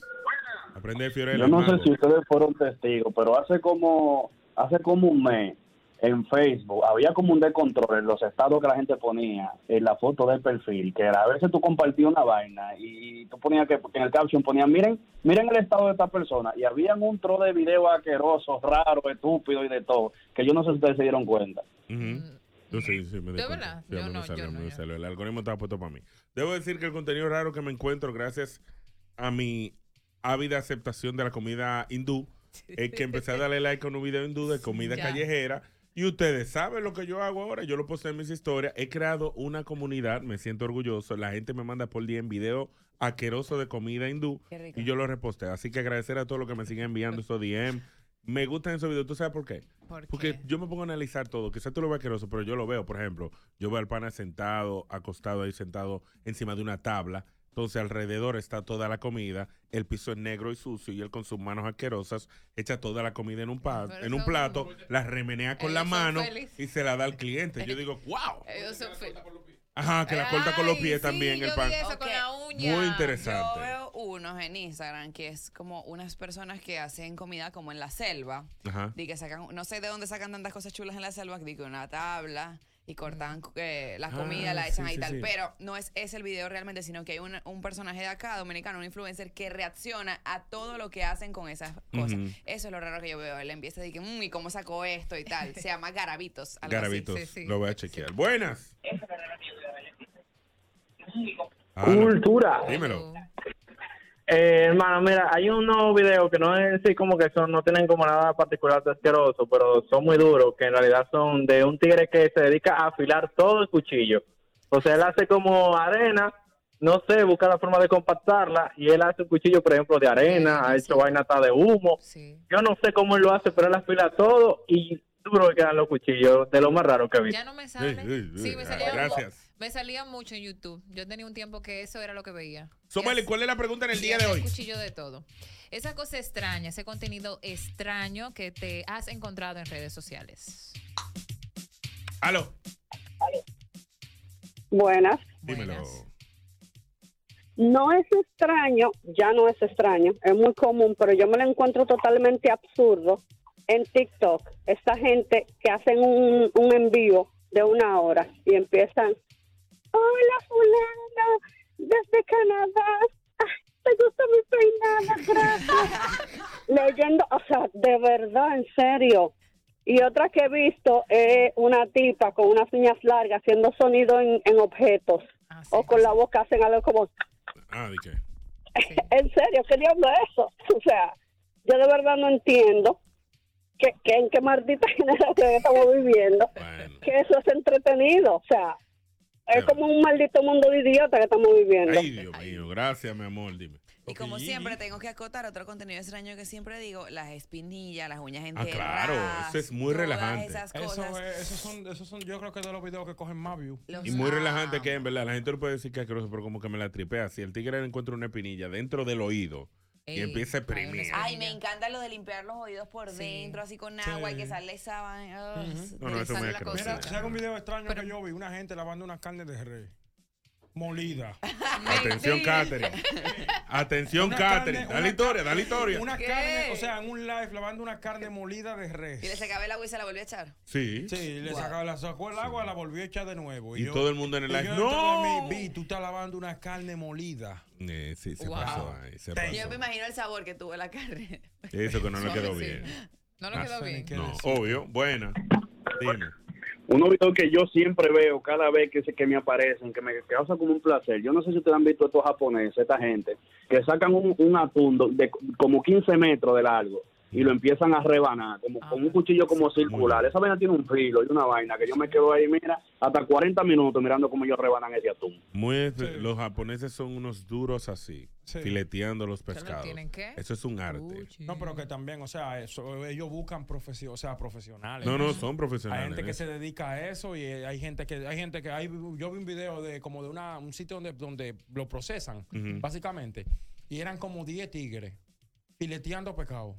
Speaker 2: Aprende de Fiorella.
Speaker 10: Yo no sé
Speaker 2: hermano.
Speaker 10: si ustedes fueron testigos, pero hace como hace como un mes en Facebook había como un descontrol en los estados que la gente ponía en la foto de perfil, que era a veces tú compartías una vaina y tú ponías que, que en el caption ponían, miren, miren el estado de esta persona y habían un tro de video asqueroso, raro, estúpido y de todo, que yo no sé si ustedes se dieron cuenta.
Speaker 2: Ujú. Yo sí, sí, me di cuenta.
Speaker 4: ¿De verdad?
Speaker 2: Sí, a
Speaker 4: Yo
Speaker 2: mí me
Speaker 4: no,
Speaker 2: salió,
Speaker 4: yo
Speaker 2: a mí
Speaker 4: no,
Speaker 2: me
Speaker 4: yo
Speaker 2: salió. El algoritmo estaba puesto para mí. Debo decir que el contenido raro que me encuentro, gracias a mi ávida aceptación de la comida hindú, es que empecé a darle like a un video hindú de comida
Speaker 16: Ya.
Speaker 2: callejera. Y ustedes saben lo que yo hago ahora. Yo lo posteo en mis historias. He creado una comunidad. Me siento orgulloso. La gente me manda por día en video asqueroso de comida hindú.
Speaker 4: Qué rico.
Speaker 2: Y yo lo reposteo. Así que agradecer a todos los que me siguen enviando esos DM. Me gustan esos videos. ¿Tú sabes por qué?
Speaker 4: ¿Por
Speaker 2: Porque yo me pongo a analizar todo. Quizás tú lo veas asqueroso, pero yo lo veo. Por ejemplo, yo veo al pana sentado, acostado ahí, sentado encima de una tabla. Entonces alrededor está toda la comida, el piso es negro y sucio y él con sus manos asquerosas echa toda la comida en un, pa- en un plato, la remenea con la mano
Speaker 4: feliz.
Speaker 2: y se la da al cliente. Yo digo, wow.
Speaker 6: Eh,
Speaker 4: Ellos son fe-
Speaker 2: Ajá, que la corta con los pies también el pan.
Speaker 6: Ok.
Speaker 2: Muy interesante.
Speaker 6: Yo veo unos en Instagram que es como unas personas que hacen comida como en la selva.
Speaker 2: Ajá.
Speaker 6: Di que sacan, no sé de dónde sacan tantas cosas chulas en la selva, di que una tabla y cortan eh, la
Speaker 11: Ah,
Speaker 6: comida, la
Speaker 11: sí,
Speaker 6: echan ahí
Speaker 11: sí,
Speaker 6: tal.
Speaker 11: sí.
Speaker 6: Pero no es, es el video realmente, sino que hay un, un personaje de acá, dominicano, un influencer, que reacciona a todo lo que hacen con esas cosas.
Speaker 2: Ujú.
Speaker 6: Eso es lo raro que yo veo. Él empieza a decir, mmm, ¿y cómo sacó esto y tal? Se llama Garabitos. algo así.
Speaker 2: Garabitos, lo voy a chequear. Buenas.
Speaker 16: Cultura.
Speaker 2: Dímelo.
Speaker 16: Eh, hermano, mira, hay unos videos que no es así como que son, no tienen como nada particular de asqueroso, pero son muy duros, que en realidad son de un tigre que se dedica a afilar todo el cuchillo. O sea, él hace como arena, no sé, busca la forma de compactarla, y él hace un cuchillo, por ejemplo, de arena, ha hecho vaina hasta de humo. Yo no sé cómo él lo hace, pero él afila todo y duro que quedan los cuchillos, de lo más raro que vi.
Speaker 4: Ya no me sale. Sí, me salía.
Speaker 2: Ah, Gracias.
Speaker 4: Me salía mucho en YouTube. Yo tenía un tiempo que eso era lo que veía.
Speaker 2: Somali, ¿cuál es la pregunta en el día de
Speaker 4: Siempre
Speaker 2: hoy?
Speaker 4: cuchillo de todo. Esa cosa extraña, ese contenido extraño que te has encontrado en redes sociales.
Speaker 2: Aló,
Speaker 17: Buenas.
Speaker 2: dímelo.
Speaker 17: No es extraño, ya no es extraño, es muy común, pero yo me lo encuentro totalmente absurdo en TikTok. Esta gente que hacen un, un envío de una hora y empiezan, hola fulana, desde Canadá, Ah, te gusta mi peinada, gracias.
Speaker 2: (laughs)
Speaker 17: Leyendo, o sea, de verdad, en serio. Y otra que he visto es una tipa con unas uñas largas haciendo sonido en, en objetos.
Speaker 4: Ah,
Speaker 17: o con la boca hacen algo como...
Speaker 2: Ah, ¿de qué?
Speaker 17: en serio, ¿qué diablo es eso? (laughs) O sea, yo de verdad no entiendo que, que en qué maldita (laughs) generación estamos viviendo, que eso es entretenido, o sea, es como un maldito mundo de idiota que estamos viviendo.
Speaker 2: Ay, Dios mío, gracias, mi amor, dime.
Speaker 6: Y como
Speaker 2: Ok.
Speaker 6: siempre, tengo que acotar otro contenido extraño que siempre digo: las espinillas, las uñas
Speaker 2: Ah,
Speaker 6: enteras.
Speaker 2: claro, eso es muy
Speaker 6: todas
Speaker 2: relajante.
Speaker 6: esas
Speaker 5: Eso
Speaker 6: cosas.
Speaker 5: es- esos, son, esos son, yo creo que de los videos que cogen más views.
Speaker 2: Y muy relajante que es, en verdad. La gente lo puede decir que es asqueroso, pero como que me la tripea. Si el tigre encuentra una espinilla dentro del oído y
Speaker 6: Ey,
Speaker 2: empieza a exprimir.
Speaker 6: Ay, me encanta lo de limpiar los oídos por dentro, así con agua y que sale esa. vaina. Ugh,
Speaker 2: No, no, eso es muy asqueroso.
Speaker 5: Mira, si hago un video extraño que yo vi, una gente lavando una carne de rey.
Speaker 6: (laughs)
Speaker 5: Molida.
Speaker 2: Atención, Catherine. Atención,
Speaker 5: Una
Speaker 2: Catherine.
Speaker 5: carne-
Speaker 2: Dale
Speaker 5: una
Speaker 2: historia,
Speaker 5: ca-
Speaker 2: dale historia.
Speaker 5: Una carne, o sea, en un live lavando una carne molida de
Speaker 6: Y le
Speaker 5: res.
Speaker 6: sacaba el agua y se la volvió a echar.
Speaker 2: Sí.
Speaker 5: Sí, le
Speaker 6: Wow.
Speaker 5: sacaba, la sacó el agua, la volvió a echar de nuevo.
Speaker 2: Y todo el mundo en el
Speaker 5: y
Speaker 2: live,
Speaker 5: yo
Speaker 2: ¡no!
Speaker 5: detrás de mí, Vi, tú estás lavando una carne molida.
Speaker 2: Eh, sí, se
Speaker 5: Wow.
Speaker 2: pasó ahí, se
Speaker 6: Yo
Speaker 2: pasó.
Speaker 6: me imagino el sabor que tuvo la carne.
Speaker 2: Eso que no
Speaker 6: (laughs)
Speaker 2: le quedó bien.
Speaker 6: No
Speaker 2: Ah, No, obvio. Buena. Dime.
Speaker 10: uno videos que yo siempre veo cada vez que, se- que me aparecen, que me causa como un placer. Yo no sé si ustedes han visto estos japoneses, esta gente, que sacan un, un atún do- de como 15 metros de largo y lo empiezan a rebanar, como con un cuchillo como circular. Esa vaina tiene un filo y una vaina que yo me quedo ahí, mira, hasta 40 minutos mirando cómo ellos rebanan ese atún.
Speaker 2: Muy es- Los japoneses son unos duros así, fileteando los pescados.
Speaker 5: tienen que-
Speaker 2: Eso es un
Speaker 6: Uh,
Speaker 2: arte.
Speaker 5: No, pero que también, o sea, eso, ellos buscan profesio- o sea, profesionales.
Speaker 2: No, no, son profesionales
Speaker 5: Hay gente
Speaker 2: en
Speaker 5: que
Speaker 2: eso.
Speaker 5: se dedica a eso y eh, hay gente que, hay gente que, hay, yo vi un video de como de una, un sitio donde, donde lo procesan,
Speaker 2: Ujú.
Speaker 5: básicamente, y eran como 10 tigres fileteando pescado,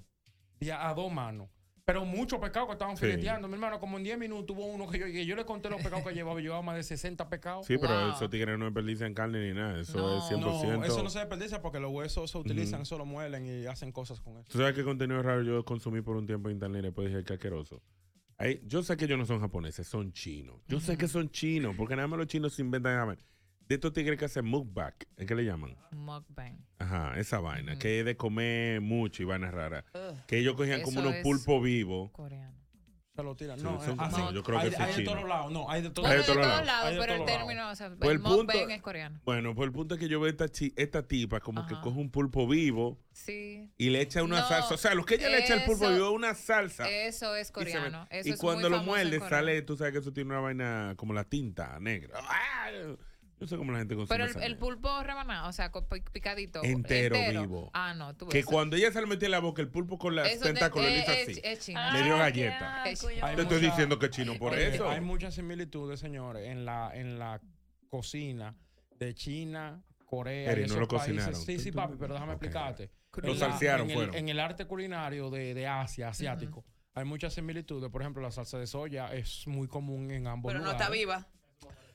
Speaker 5: de a a dos manos. Pero muchos pescados que estaban
Speaker 2: Sí.
Speaker 5: fileteando, mi hermano, como en 10 minutos hubo uno que yo, que yo le conté los pescados que llevaba, llevaba más de 60 pescados.
Speaker 2: Sí, pero esos tigres no desperdician carne ni nada. Eso es 100%.
Speaker 5: No, eso no se desperdicia porque los huesos se utilizan,
Speaker 2: Ujú.
Speaker 5: solo muelen y hacen cosas con eso.
Speaker 2: ¿Tú sabes qué contenido raro yo consumí por un tiempo en internet y después dije, qué asqueroso? Ahí- yo sé que ellos no son japoneses, son chinos. Yo sé que son chinos, porque nada más los chinos se inventan esa vaina. De estos tigres que hacen mukbang, ¿es que le llaman?
Speaker 4: Mukbang.
Speaker 2: Ajá, esa vaina, que es de comer mucho y vainas raras.
Speaker 4: Ugh.
Speaker 2: que ellos cogían como
Speaker 4: Eso
Speaker 2: unos
Speaker 4: es
Speaker 2: pulpos vivos.
Speaker 5: Se lo tiran.
Speaker 2: Sí,
Speaker 5: No,
Speaker 2: son-
Speaker 5: eh, hacen-
Speaker 2: no, yo creo que
Speaker 5: hay,
Speaker 2: eso
Speaker 5: hay
Speaker 2: es
Speaker 5: de
Speaker 2: chino.
Speaker 5: todos lados. No, hay de todos
Speaker 2: Hay de todos
Speaker 4: todos
Speaker 2: lados.
Speaker 4: lados,
Speaker 5: Hay de
Speaker 4: pero el
Speaker 5: todos lados.
Speaker 4: término, o sea,
Speaker 2: Pues
Speaker 4: el
Speaker 2: el punto-
Speaker 4: mukbang es coreano.
Speaker 2: Bueno, pues el punto es que yo veo esta, chi- esta tipa como que coge un pulpo vivo
Speaker 4: Sí.
Speaker 2: y le echa una
Speaker 4: No,
Speaker 2: salsa. O sea, lo que ella le echa al pulpo
Speaker 4: eso-
Speaker 2: vivo es una salsa.
Speaker 4: Eso es
Speaker 2: Y se ve-
Speaker 4: coreano. Eso
Speaker 2: y
Speaker 4: es
Speaker 2: cuando
Speaker 4: muy
Speaker 2: lo
Speaker 4: famoso
Speaker 2: muerde
Speaker 4: en Corea.
Speaker 2: sale, tú sabes que eso tiene una vaina como la tinta negra. ¡Ah! No sé cómo la gente consume
Speaker 4: Pero el,
Speaker 2: esa
Speaker 4: el pulpo rebanado, o sea, co- pi- picadito.
Speaker 2: Entero, vivo.
Speaker 4: Ah, no, tú
Speaker 2: vaina. Que cuando ella se le metió en la boca, el pulpo con las
Speaker 4: Eso te-
Speaker 2: tentáculos le hizo
Speaker 4: eh,
Speaker 2: así.
Speaker 4: eh, eh, chino.
Speaker 2: le dio
Speaker 4: Ay,
Speaker 2: galleta.
Speaker 4: qué asco, yo-
Speaker 2: Te estoy diciendo que chino por
Speaker 5: Oye,
Speaker 2: eso.
Speaker 5: Hay muchas similitudes, señores, en la, en la cocina de China, Corea.
Speaker 2: Pero
Speaker 5: y
Speaker 2: y no
Speaker 5: esos
Speaker 2: lo
Speaker 5: países.
Speaker 2: cocinaron.
Speaker 5: Sí, sí, papi, pero déjame
Speaker 2: Ok.
Speaker 5: explicarte.
Speaker 2: Lo
Speaker 5: En la-
Speaker 2: salsearon,
Speaker 5: en el-
Speaker 2: fueron.
Speaker 5: En el arte culinario de, de Asia, asiático, hay muchas similitudes. Por ejemplo, la salsa de soya es muy común en ambos
Speaker 6: Pero no
Speaker 5: lugares.
Speaker 6: está viva.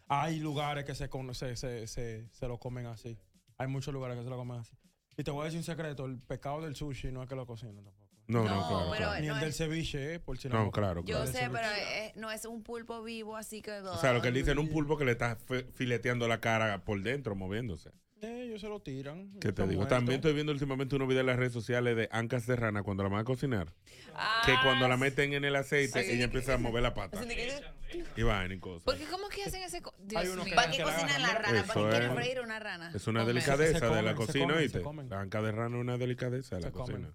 Speaker 5: Hay lugares que se, con- se, se, se, se lo comen así. Hay muchos lugares que se lo comen así. Y te voy a decir un secreto, el pecado del sushi no es que lo cocinan tampoco.
Speaker 2: No, no, claro,
Speaker 18: pero
Speaker 2: claro.
Speaker 5: Ni
Speaker 18: no
Speaker 5: el
Speaker 18: es-
Speaker 5: del ceviche, eh, por si la
Speaker 2: No,
Speaker 5: boca.
Speaker 2: claro,
Speaker 18: Yo
Speaker 2: claro.
Speaker 18: sé, pero eh, no es un pulpo vivo, así que.
Speaker 2: O sea, lo que él dice es un pulpo que le está fe- fileteando la cara por dentro, moviéndose.
Speaker 5: Eh, ellos se lo tiran.
Speaker 2: ¿Qué te
Speaker 5: Está
Speaker 2: digo?
Speaker 5: muerto.
Speaker 2: También estoy viendo últimamente unos videos en las redes sociales de Anca Serrana cuando la van a cocinar. que cuando la meten en el aceite,
Speaker 4: sí.
Speaker 2: ella empieza a mover la pata. Y vaina y cosas.
Speaker 4: Porque ¿cómo es que hacen ese... co- Dios
Speaker 18: Hay unos
Speaker 4: mío.
Speaker 18: que ¿Para qué cocinan la rana?
Speaker 2: Eso
Speaker 4: pues,
Speaker 18: ¿Para qué quieren
Speaker 2: es.
Speaker 18: freír una rana?
Speaker 2: Es una
Speaker 18: Comer.
Speaker 2: delicadeza
Speaker 5: Se
Speaker 2: de la
Speaker 5: comen, se
Speaker 2: cocina,
Speaker 5: comen,
Speaker 2: ¿oíste?
Speaker 5: se comen.
Speaker 2: La anca de rana es una delicadeza de la
Speaker 5: comen.
Speaker 2: cocina.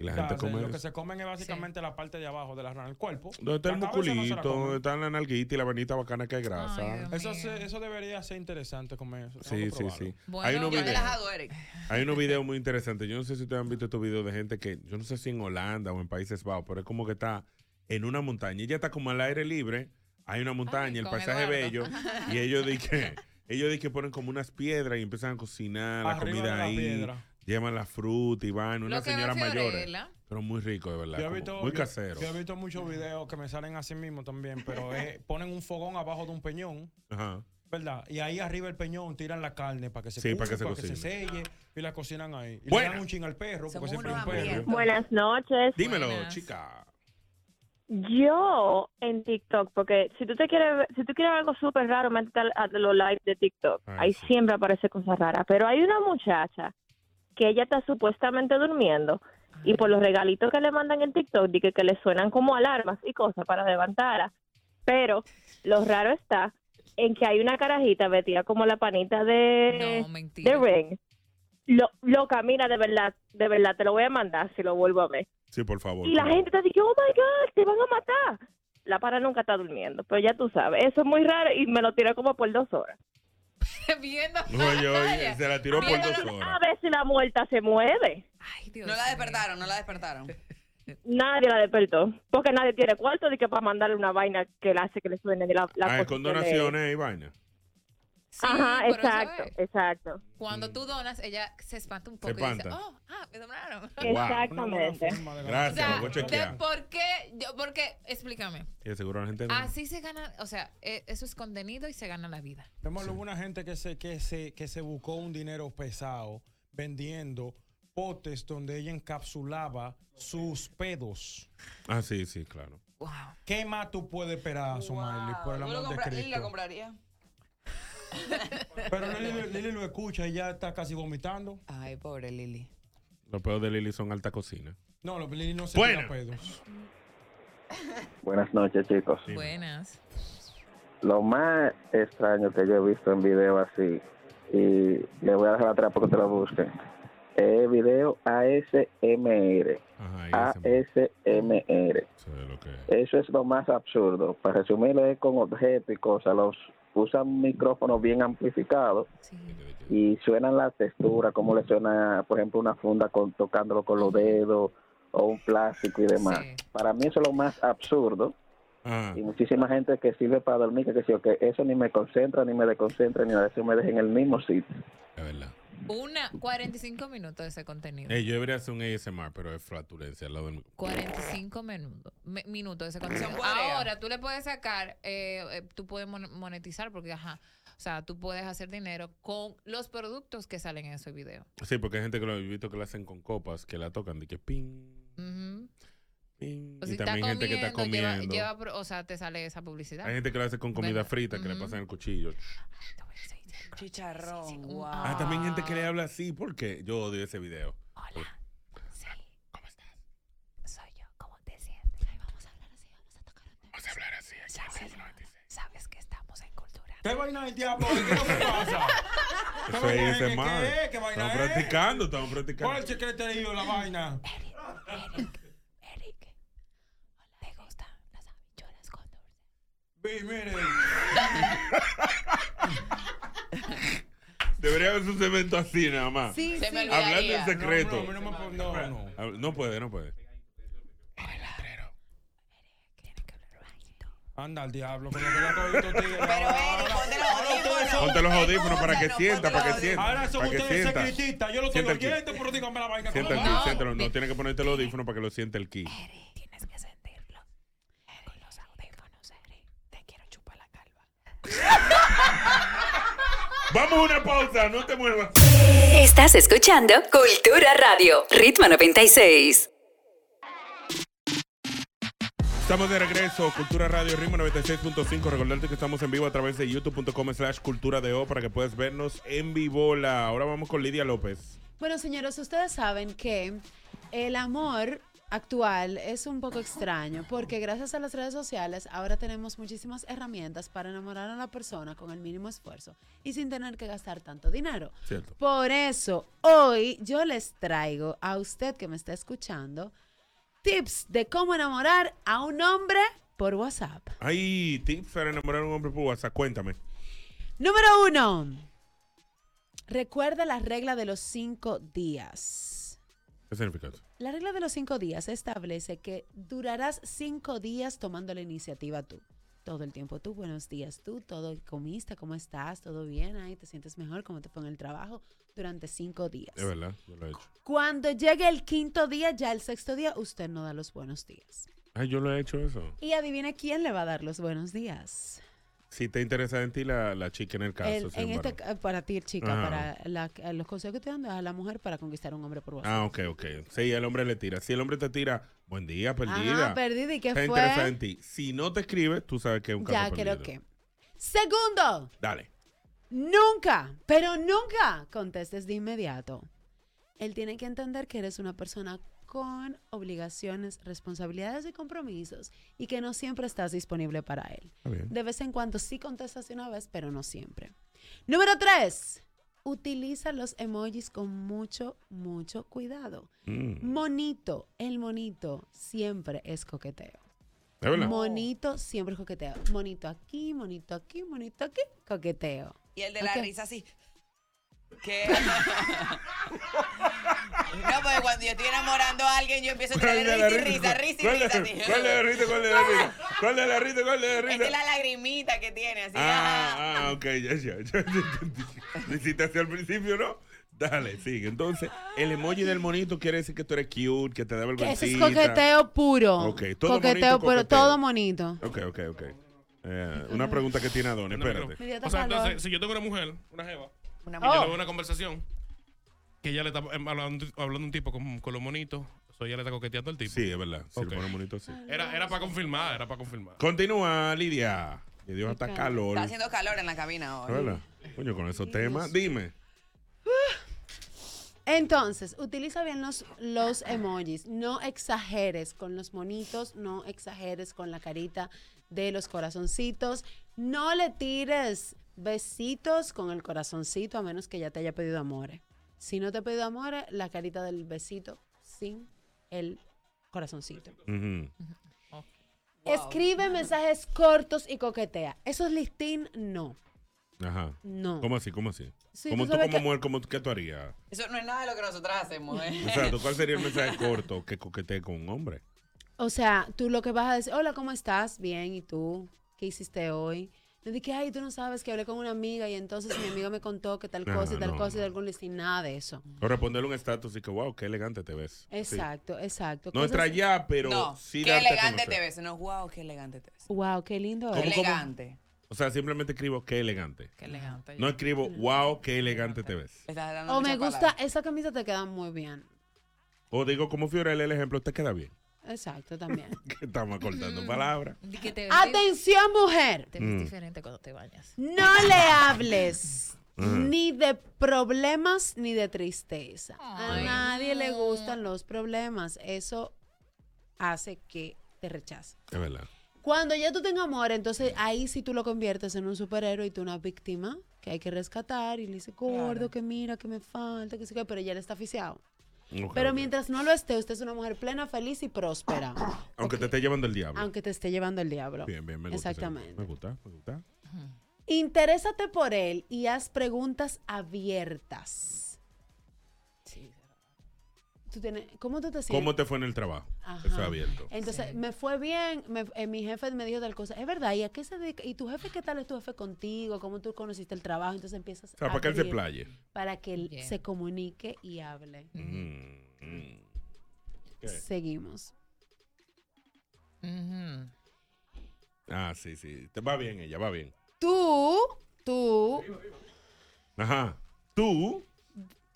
Speaker 2: Y la
Speaker 5: O sea,
Speaker 2: gente
Speaker 5: se-
Speaker 2: come
Speaker 5: Lo que
Speaker 2: eso.
Speaker 5: se comen es básicamente la parte de abajo de la rana, el cuerpo.
Speaker 2: ¿Dónde está el
Speaker 5: La cabeza no se la
Speaker 2: musculito?
Speaker 5: comen.
Speaker 2: ¿Dónde está la nalguita y la vanita bacana que hay grasa?
Speaker 5: Eso, se- eso debería ser interesante comer eso. Tengo
Speaker 2: Sí,
Speaker 5: que
Speaker 2: sí,
Speaker 5: probarlo.
Speaker 2: sí. Hay unos
Speaker 6: yo te las
Speaker 2: videos.
Speaker 6: hago, Eric.
Speaker 2: Hay unos videos muy interesantes. Yo no sé si ustedes han visto estos videos de gente que, yo no sé si en Holanda o en Países Bajos, pero es como que está en una montaña. Ella está como al aire libre. Hay una montaña, el
Speaker 5: con
Speaker 2: paisaje
Speaker 5: Eduardo.
Speaker 2: bello.
Speaker 5: (laughs)
Speaker 2: Y ellos dicen ellos di que ponen como unas piedras y empiezan a cocinar la
Speaker 5: Arriba de
Speaker 2: comida
Speaker 5: la
Speaker 2: ahí.
Speaker 5: piedra.
Speaker 2: Llevan la fruta y van.
Speaker 5: Lo
Speaker 2: Una
Speaker 5: que ve
Speaker 2: señora mayor.
Speaker 5: Fiorella.
Speaker 2: Pero muy rico, de verdad.
Speaker 5: Yo he
Speaker 2: como
Speaker 5: visto-
Speaker 2: muy
Speaker 5: yo-
Speaker 2: casero.
Speaker 5: Yo he visto muchos videos que me salen así mismo también, pero eh, ponen un fogón abajo de un peñón,
Speaker 2: Ajá.
Speaker 5: ¿verdad? Y ahí arriba el peñón tiran la carne para que se
Speaker 2: Sí, para que
Speaker 5: cuche,
Speaker 2: se
Speaker 5: selle y la cocinan ahí. Y
Speaker 2: Buena.
Speaker 5: le dan un ching al perro porque siempre hay un
Speaker 2: unos
Speaker 5: perro.
Speaker 2: hambrientos.
Speaker 18: Buenas
Speaker 19: noches.
Speaker 2: Dímelo, chica.
Speaker 19: Yo en TikTok, porque si tú te quieres, ver- si tú quieres ver algo súper raro, métete al- a los live de TikTok.
Speaker 15: Ah.
Speaker 20: Ay,
Speaker 19: Ahí
Speaker 20: sí.
Speaker 19: siempre aparece cosas raras. Pero hay una muchacha que ella está supuestamente durmiendo y por los regalitos que le mandan en TikTok, dice que le suenan como alarmas y cosas para levantarla. Pero lo raro está en que hay una carajita vestida como la panita de, de Ring. Lo, loca, mira, de verdad, de verdad, te lo voy a mandar si lo vuelvo a ver.
Speaker 2: Sí, por favor.
Speaker 19: Y la gente está diciendo, oh my God, te van a matar. La para nunca está durmiendo, pero ya tú sabes, eso es muy raro y me lo tiró como por dos horas.
Speaker 4: (laughs) Viendo
Speaker 2: Oye, oye, se la tiró por dos horas.
Speaker 19: A ver si la muerta se mueve.
Speaker 6: no la despertaron, no la despertaron.
Speaker 19: Nadie la despertó, porque nadie tiene cuarto de que para mandarle una vaina que le hace que le suene la, la
Speaker 2: Ah, es
Speaker 19: posición
Speaker 2: con
Speaker 19: de-
Speaker 2: donaciones y vaina.
Speaker 19: Ajá,
Speaker 4: pero
Speaker 19: exacto, exacto.
Speaker 4: Cuando tú donas, ella se espanta un poco y dice,
Speaker 2: Mm. espanta.
Speaker 4: oh, ah, me donaron.
Speaker 19: Exactamente.
Speaker 2: Gracias,
Speaker 4: O sea,
Speaker 2: lo voy a chequear.
Speaker 4: de ¿Por qué? Yo, porque, explícame.
Speaker 2: Y de seguro la gente.
Speaker 4: Así se gana, o sea, e- eso es contenido y se gana la vida.
Speaker 5: Vemos hubo una gente que se, que, se, que se buscó un dinero pesado vendiendo potes donde ella encapsulaba sus pedos.
Speaker 2: Ah, sí, sí, claro.
Speaker 5: ¿Qué más tú puedes esperar, Somaili, por el
Speaker 6: Yo lo
Speaker 5: amor de
Speaker 6: compra- Lili lo
Speaker 5: Cristo?
Speaker 6: compraría.
Speaker 5: Pero Lili, Lili lo escucha y ya está casi vomitando.
Speaker 6: Ay, pobre Lili.
Speaker 2: Los pedos de Lili son alta cocina.
Speaker 5: No, lo- Lili no se
Speaker 2: Bueno.
Speaker 5: tira pedos.
Speaker 18: Buenas noches, chicos.
Speaker 4: Buenas.
Speaker 18: Lo más extraño que yo he visto en video así, y le voy a dejar atrás porque te lo busquen, eh, video ASMR. ASMR. Eso es lo más absurdo. Para resumirlo, es con objetos y cosas. Los usan micrófonos bien amplificados y suenan la textura, como le suena, por ejemplo, una funda con, tocándolo con los dedos o un plástico y demás. Para mí eso es lo más absurdo. Y muchísima gente que sirve para dormir, que, que, sí, que eso ni me concentra, ni me desconcentra, ni a veces me deja en el mismo sitio.
Speaker 4: Una, 45 minutos de ese contenido.
Speaker 2: Eh, yo debería hacer un ASMR, pero es flatulencia al lado del...
Speaker 4: 45 minutos, mi- minutos de ese contenido. Ahora tú le puedes sacar, eh, eh, tú puedes mon- monetizar porque, ajá, o sea, tú puedes hacer dinero con los productos que salen en ese video.
Speaker 2: Sí, porque hay gente que lo he visto que lo hacen con copas, que la tocan, de que ping.
Speaker 4: Ujú.
Speaker 2: ping.
Speaker 4: O
Speaker 2: y
Speaker 4: si
Speaker 2: también
Speaker 4: está
Speaker 2: gente que está
Speaker 4: comiendo, lleva-
Speaker 2: comiendo.
Speaker 4: lleva pro- o sea, te sale esa publicidad.
Speaker 2: Hay gente que lo hace con comida
Speaker 4: ¿Verdad?
Speaker 2: frita, que le
Speaker 4: Ujú.
Speaker 2: pasan el cuchillo.
Speaker 6: Chicharrón, wow.
Speaker 2: Ah, también gente que le habla así, porque yo odio ese video.
Speaker 4: Soy yo, ¿cómo te sientes? vamos a hablar así, vamos a tocar un tema.
Speaker 2: Vamos a hablar así, aquí en
Speaker 4: ¿Sabes, sabes que estamos en cultura.
Speaker 5: ¿Qué vaina de diablo? ¿Qué es lo
Speaker 2: (laughs)
Speaker 5: que pasa?
Speaker 2: Eso es
Speaker 5: vaina es? ¿Qué
Speaker 2: ASMR.
Speaker 5: es? ¿Qué vaina
Speaker 2: Estamos
Speaker 5: es?
Speaker 2: practicando, estamos
Speaker 5: ¿Cuál
Speaker 2: practicando.
Speaker 5: es el secreterío de la vaina?
Speaker 4: ¿Te gustan las habichuelas con
Speaker 5: Vi, mire.
Speaker 2: Debería haber un evento así nada más.
Speaker 5: Sí, Se sí. me olvidaría.
Speaker 2: Hablando en
Speaker 5: No,
Speaker 2: secreto.
Speaker 5: no, no, no, no, no, no.
Speaker 2: Hab- no puede, no puede.
Speaker 5: Anda al diablo, con lo que le acabo de decir, tigre. Ahora- ahora ustedes son-
Speaker 2: Ponte los audífonos para que sienta, para que sienta.
Speaker 5: Ahora son
Speaker 2: para que
Speaker 5: ustedes
Speaker 2: sienta.
Speaker 5: secretistas. Yo lo estoy
Speaker 2: Sienta el ki.
Speaker 5: oyendo, pero díganme la vaina.
Speaker 2: Sienta el ki,
Speaker 5: ¿cómo va?
Speaker 2: siéntalo. No, tienes que ponerte el audífono para que lo sienta el ki.
Speaker 4: Tienes que sentirlo. Con los audífonos, Eric. Te quiero chupar la calva.
Speaker 2: (laughs) Vamos a una pausa, no te muevas.
Speaker 1: Estás escuchando Cultura Radio, Ritmo 96.
Speaker 2: Estamos de regreso, Cultura Radio Ritmo 96.5. Recordarte que estamos en vivo a través de youtube.com slash cultura de O para que puedas vernos en vivola. Ahora vamos con Lidia López.
Speaker 3: Bueno, señores, ustedes saben que el amor actual es un poco extraño porque gracias a las redes sociales ahora tenemos muchísimas herramientas para enamorar a la persona con el mínimo esfuerzo y sin tener que gastar tanto dinero.
Speaker 2: Cierto.
Speaker 3: Por eso, hoy yo les traigo a usted que me está escuchando tips de cómo enamorar a un hombre por WhatsApp.
Speaker 2: Ay, tips para enamorar a un hombre por WhatsApp. Cuéntame.
Speaker 3: Número uno. Recuerda la regla de los cinco días.
Speaker 2: ¿Qué significa eso?
Speaker 3: La regla de los cinco días establece que durarás cinco días tomando la iniciativa tú. Todo el tiempo tú, buenos días tú, todo comiste, cómo estás, todo bien, ahí te sientes mejor, cómo te fue en el trabajo, durante cinco días.
Speaker 2: Es verdad, yo lo he hecho.
Speaker 3: Cuando llegue el quinto día, ya el sexto día, usted no da los buenos días.
Speaker 2: Ay, yo lo he hecho eso.
Speaker 3: Y adivine quién le va a dar los buenos días.
Speaker 2: Si te interesa en ti la, la chica en el caso.
Speaker 3: El-
Speaker 2: sin
Speaker 3: en este,
Speaker 2: embargo.
Speaker 3: ca- para ti, chica,
Speaker 2: Ajá.
Speaker 3: para la- los consejos que te dan a la mujer para conquistar a un hombre por WhatsApp.
Speaker 2: Ah, ok, ok. Sí, el hombre le tira. Si el hombre te tira, buen día, perdida.
Speaker 3: Ajá, perdida, ¿y qué
Speaker 2: Está
Speaker 3: fue?
Speaker 2: interesada en ti. Si no te escribe, tú sabes que es un caso
Speaker 3: ya
Speaker 2: perdido.
Speaker 3: creo que. Segundo,
Speaker 2: Dale.
Speaker 3: nunca, pero nunca contestes de inmediato. Él tiene que entender que eres una persona con obligaciones, responsabilidades y compromisos y que no siempre estás disponible para él. De vez en cuando sí contestas de una vez, pero no siempre. Número tres, utiliza los emojis con mucho, mucho cuidado.
Speaker 2: Mm.
Speaker 3: Monito, el monito siempre es coqueteo.
Speaker 2: ¿Es verdad?
Speaker 3: Monito siempre es coqueteo. Monito aquí, monito aquí, monito aquí, coqueteo.
Speaker 6: Y el de la
Speaker 3: Ok.
Speaker 6: risa así. ¿Qué? (laughs) no, porque cuando yo estoy enamorando a alguien, yo empiezo a
Speaker 2: ¿Cuál
Speaker 6: traer
Speaker 2: es la
Speaker 6: risa y
Speaker 2: risa?
Speaker 6: risa, risa y
Speaker 2: ¿Cuál es la
Speaker 6: risa. así.
Speaker 2: risa? ¿Cuál es la risa? ¿Cuál es la
Speaker 6: (laughs)
Speaker 2: risa? ¿Cuál es la risa? ¿Cuál es la
Speaker 6: Esta es
Speaker 2: risa?
Speaker 6: la lagrimita que tiene, así.
Speaker 2: Ah, ah, ok, ya, ya. ya, ya entendí. Lo hiciste hacia el principio, ¿no? Dale, sigue. Entonces, el emoji del monito quiere decir que tú eres cute, que te da
Speaker 3: Que
Speaker 2: vergüenza.
Speaker 3: ese es coqueteo puro.
Speaker 2: Ok, todo
Speaker 3: coqueteo
Speaker 2: monito,
Speaker 3: puro,
Speaker 2: coqueteo.
Speaker 3: todo monito.
Speaker 2: Ok, ok, ok. Eh, una pregunta que tiene Adonis,
Speaker 3: Me
Speaker 2: espérate.
Speaker 3: dio
Speaker 5: O sea,
Speaker 3: calor.
Speaker 5: entonces, si yo tengo una mujer, una jeva,
Speaker 3: Una
Speaker 5: y
Speaker 3: mujer.
Speaker 5: yo le doy una conversación, que ella le está em, hablando, hablando un tipo con, con los monitos, o ella le está coqueteando al tipo.
Speaker 2: Sí, es verdad. Si
Speaker 5: Ok.
Speaker 2: le pones monito, sí.
Speaker 5: Era, era para confirmar, era para confirmar.
Speaker 2: Continúa, Lidia. Que Dios hasta calor.
Speaker 6: Está haciendo calor en la cabina hoy.
Speaker 2: ¿Verdad? Coño, con esos temas. Dime.
Speaker 3: Entonces, utiliza bien los, los emojis. No exageres con los monitos, no exageres con la carita de los corazoncitos. No le tires besitos con el corazoncito a menos que ya te haya pedido amores. Si no te he pedido amores, la carita del besito sin el corazoncito. Escribe mensajes cortos y coquetea. Eso es listín, no.
Speaker 2: Ajá.
Speaker 3: No.
Speaker 2: ¿Cómo así? ¿Cómo así?
Speaker 3: Sí,
Speaker 2: ¿Cómo
Speaker 3: tú
Speaker 2: tú como
Speaker 3: sabes que-
Speaker 2: mujer, cómo, qué tú harías?
Speaker 6: Eso no es nada de lo que nosotros hacemos, ¿eh?
Speaker 2: Exacto,
Speaker 6: (laughs)
Speaker 2: ¿cuál sería el mensaje corto que coquetee con un hombre?
Speaker 3: O sea, tú lo que vas a decir, hola, ¿cómo estás? Bien, ¿y tú? ¿Qué hiciste hoy? No dije, ay, tú no sabes que hablé con una amiga y entonces mi amiga me contó que tal
Speaker 2: No,
Speaker 3: cosa y tal
Speaker 2: no,
Speaker 3: cosa y de algún listín, nada de eso.
Speaker 2: O responderle un estatus y que, wow, qué elegante te ves. Sí.
Speaker 3: Exacto, exacto.
Speaker 2: No entra ya, pero
Speaker 6: No,
Speaker 2: sí
Speaker 6: qué
Speaker 2: darte a
Speaker 6: elegante
Speaker 2: conocer.
Speaker 6: te ves. No, wow, qué elegante te ves.
Speaker 3: Wow, qué lindo.
Speaker 6: Qué
Speaker 3: es.
Speaker 6: elegante.
Speaker 2: O sea, simplemente escribo, qué elegante.
Speaker 6: Qué elegante.
Speaker 2: No escribo, wow, qué elegante te ves.
Speaker 6: Le estás dando
Speaker 3: O me
Speaker 6: muchas
Speaker 3: gusta,
Speaker 6: palabras.
Speaker 3: esa camisa te queda muy bien.
Speaker 2: O digo, como Fiorella, el ejemplo, te queda bien. (laughs)
Speaker 3: Exacto,
Speaker 6: (laughs)
Speaker 3: también.
Speaker 2: Que Estamos acortando palabras.
Speaker 4: Di que te
Speaker 3: Atención, mujer.
Speaker 4: Te ves
Speaker 2: Mm.
Speaker 4: diferente cuando te bañas.
Speaker 3: No le hables
Speaker 2: Ajá.
Speaker 3: ni de problemas ni de tristeza. A nadie le gustan los problemas. Eso hace que te rechacen.
Speaker 2: Es verdad.
Speaker 3: Cuando ya tú te enamoras, entonces ahí sí tú lo conviertes en un superhéroe y tú una víctima que hay que rescatar y le dice, gordo, que mira, que me falta, que sé qué, pero ya le está aficiado.
Speaker 2: Ok,
Speaker 3: pero
Speaker 2: ok.
Speaker 3: mientras no lo esté, usted es una mujer plena, feliz y próspera,
Speaker 2: Aunque te esté llevando el diablo.
Speaker 3: aunque te esté llevando el diablo.
Speaker 2: Bien, bien, me gusta. ese-
Speaker 3: Ah, Exactamente.
Speaker 2: Me gusta, me gusta.
Speaker 3: Interésate por él y haz preguntas abiertas. Tú tienes- ¿Cómo tú te sientes?
Speaker 2: ¿Cómo te fue en el trabajo?
Speaker 3: Ajá.
Speaker 2: Eso es abierto.
Speaker 3: Entonces, me fue bien, me- eh, mi jefe me dijo tal cosa. Es verdad, ¿y a qué se dedica? ¿Y tu jefe qué tal es tu jefe contigo? ¿Cómo tú conociste el trabajo? Entonces empiezas
Speaker 2: O sea, para que él se
Speaker 3: abrir,
Speaker 2: playe.
Speaker 3: Para que él
Speaker 2: Bien.
Speaker 3: se comunique y hable.
Speaker 2: Mm, mm. Ok.
Speaker 3: Seguimos.
Speaker 2: Ah, sí, sí. Te va bien ella, va bien.
Speaker 3: Tú, tú,
Speaker 2: Ajá. Tú.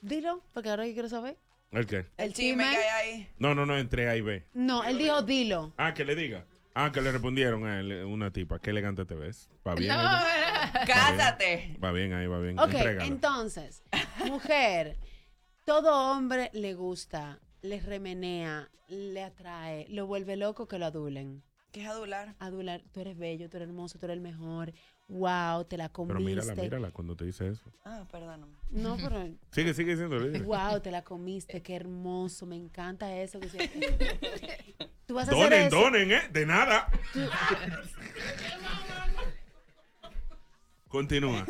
Speaker 3: dilo, porque ahora yo quiero saber.
Speaker 2: ¿El qué?
Speaker 3: El chisme que hay ahí.
Speaker 2: No, no, no, entré ahí, ve.
Speaker 3: No, él dijo dilo.
Speaker 2: Ah, que le diga. Ah, que le respondieron a él, una tipa. Qué elegante te ves. Va
Speaker 3: (laughs)
Speaker 2: bien. ahí,
Speaker 6: Cásate.
Speaker 2: va bien ahí, va bien.
Speaker 3: Ok,
Speaker 2: Entrégala.
Speaker 3: entonces, mujer, todo hombre le gusta, le remenea, le atrae, lo vuelve loco que lo adulen.
Speaker 6: ¿Qué es adular?
Speaker 3: Adular, tú eres bello, tú eres hermoso, tú eres el mejor, wow, te la
Speaker 2: Pero
Speaker 3: comiste.
Speaker 2: mírala, mírala cuando te dice eso.
Speaker 6: Ah, perdóname.
Speaker 3: No, pero
Speaker 2: Sigue, sigue diciendo.
Speaker 3: wow, te la comiste, qué hermoso, me encanta
Speaker 2: (laughs)
Speaker 3: eso. que sea- Tú vas a hacer
Speaker 2: Donen,
Speaker 3: eso.
Speaker 2: donen, ¿eh? De nada. Continúa.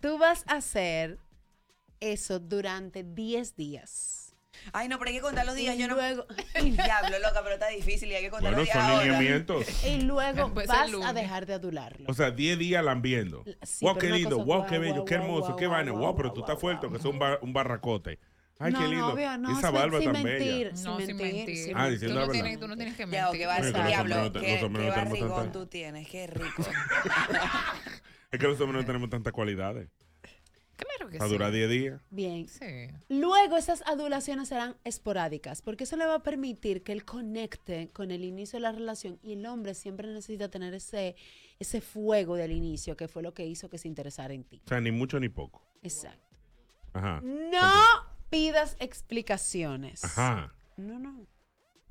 Speaker 3: Tú vas a hacer eso durante 10 días.
Speaker 6: Ay, no, pero hay que contar los días.
Speaker 3: Y
Speaker 6: Yo no. (laughs)
Speaker 3: luego-
Speaker 6: Diablo, loca, pero está difícil y hay que contar
Speaker 2: Bueno,
Speaker 6: los días
Speaker 2: son
Speaker 6: ahora.
Speaker 2: lineamientos.
Speaker 3: (laughs) Y luego
Speaker 4: Pues
Speaker 6: Después el
Speaker 3: vas a
Speaker 6: lunes.
Speaker 3: dejar de adularlo.
Speaker 2: O sea, 10 días lambiendo.
Speaker 3: Sí,
Speaker 2: Wow,
Speaker 3: pero
Speaker 2: qué
Speaker 3: una
Speaker 2: lindo.
Speaker 3: cosa,
Speaker 2: Wow, qué
Speaker 3: guau,
Speaker 2: bello.
Speaker 3: guau,
Speaker 2: Qué hermoso.
Speaker 3: guau,
Speaker 2: qué
Speaker 3: guau,
Speaker 2: vaina. Wow, pero tú estás fuerte, que es un, bar- un barracote. Ay,
Speaker 3: no,
Speaker 2: qué lindo.
Speaker 3: No, veo, no,
Speaker 2: Esa
Speaker 3: sin-
Speaker 2: barba
Speaker 3: sin
Speaker 2: tan
Speaker 3: mentir,
Speaker 2: bella.
Speaker 3: sin
Speaker 4: No, sin
Speaker 3: mentir,
Speaker 4: mentir.
Speaker 3: sin
Speaker 2: Ah,
Speaker 3: mentir.
Speaker 2: diciendo
Speaker 4: tú,
Speaker 2: la
Speaker 4: no
Speaker 2: verdad.
Speaker 4: tienes, tú no tienes que
Speaker 6: Ya,
Speaker 4: mentir.
Speaker 6: o qué bar-
Speaker 2: Oye, que los hombres no
Speaker 6: diablo,
Speaker 2: te- Pues,
Speaker 6: qué,
Speaker 2: los hombres
Speaker 6: qué
Speaker 2: no tenemos
Speaker 6: barrigón
Speaker 2: tanta-
Speaker 6: tú tienes,
Speaker 2: (laughs)
Speaker 6: qué rico.
Speaker 2: Es que los hombres no tenemos tantas cualidades.
Speaker 4: Claro que
Speaker 2: Para durar
Speaker 4: sí.
Speaker 2: 10 días.
Speaker 3: Bien.
Speaker 4: Sí.
Speaker 3: Luego esas adulaciones serán esporádicas, porque eso le va a permitir que él conecte con el inicio de la relación y el hombre siempre necesita tener ese, ese fuego del inicio, que fue lo que hizo que se interesara en ti.
Speaker 2: O sea, ni mucho ni poco.
Speaker 3: Exacto.
Speaker 2: Ajá.
Speaker 3: No pidas explicaciones.
Speaker 2: Ajá.
Speaker 3: No, no.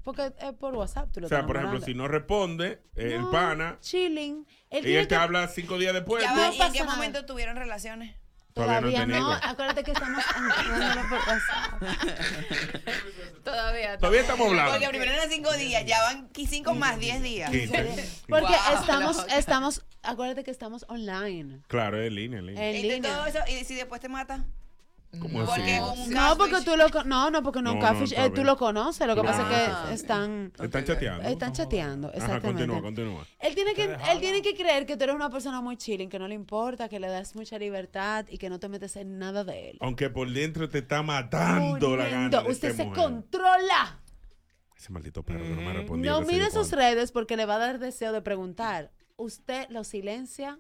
Speaker 3: Porque es por WhatsApp. Tú lo
Speaker 2: O sea,
Speaker 3: estás
Speaker 2: por ejemplo,
Speaker 3: mandando.
Speaker 2: si no responde eh, el
Speaker 3: No,
Speaker 2: pana
Speaker 3: Chilling. Él
Speaker 2: y
Speaker 3: tiene
Speaker 2: él te
Speaker 3: que-
Speaker 2: habla cinco días después,
Speaker 6: Ya
Speaker 2: tú-
Speaker 6: va, ¿y en qué
Speaker 3: pasa nada.
Speaker 6: momento tuvieron relaciones?
Speaker 2: todavía no
Speaker 3: Todavía
Speaker 2: tenía.
Speaker 3: no, acuérdate que estamos hablándolo por
Speaker 2: (laughs)
Speaker 3: WhatsApp.
Speaker 4: Todavía.
Speaker 2: Todavía estamos hablando.
Speaker 6: Porque primero eran cinco días, ya van qui- cinco más diez días.
Speaker 2: Quince.
Speaker 3: Porque
Speaker 6: Wow,
Speaker 3: estamos,
Speaker 6: loca.
Speaker 3: estamos, acuérdate que estamos online.
Speaker 2: Claro, en línea, en línea.
Speaker 3: En
Speaker 6: Y de
Speaker 3: línea.
Speaker 6: todo eso, y si después te mata.
Speaker 2: ¿Cómo
Speaker 6: No,
Speaker 2: así?
Speaker 6: porque con un
Speaker 3: No, porque tú lo con- no, no, porque
Speaker 2: No,
Speaker 3: no,
Speaker 2: no,
Speaker 3: catfish,
Speaker 2: está
Speaker 3: eh, tú
Speaker 2: bien. Ah.
Speaker 3: lo conoces, lo que
Speaker 2: Tú lo
Speaker 3: pasa es que
Speaker 2: conoces.
Speaker 3: están
Speaker 2: Están chateando.
Speaker 3: están chateando,
Speaker 2: Ajá,
Speaker 3: eh, exactamente.
Speaker 2: continúa, continúa.
Speaker 3: Él tiene, que,
Speaker 2: Te dejaron.
Speaker 3: él tiene que creer que tú eres una persona muy chilling, que no le importa, que le das mucha libertad y que no te metes en nada de él.
Speaker 2: Aunque por dentro te está este matando la gana.
Speaker 3: Lindo,
Speaker 2: de
Speaker 3: usted
Speaker 2: esa
Speaker 3: se
Speaker 2: mujer.
Speaker 3: controla.
Speaker 2: Ese maldito perro que no me ha respondido.
Speaker 3: No
Speaker 2: que sé
Speaker 3: mire
Speaker 2: yo
Speaker 3: sus
Speaker 2: cuándo.
Speaker 3: redes porque le va a dar deseo de preguntar. Usted lo silencia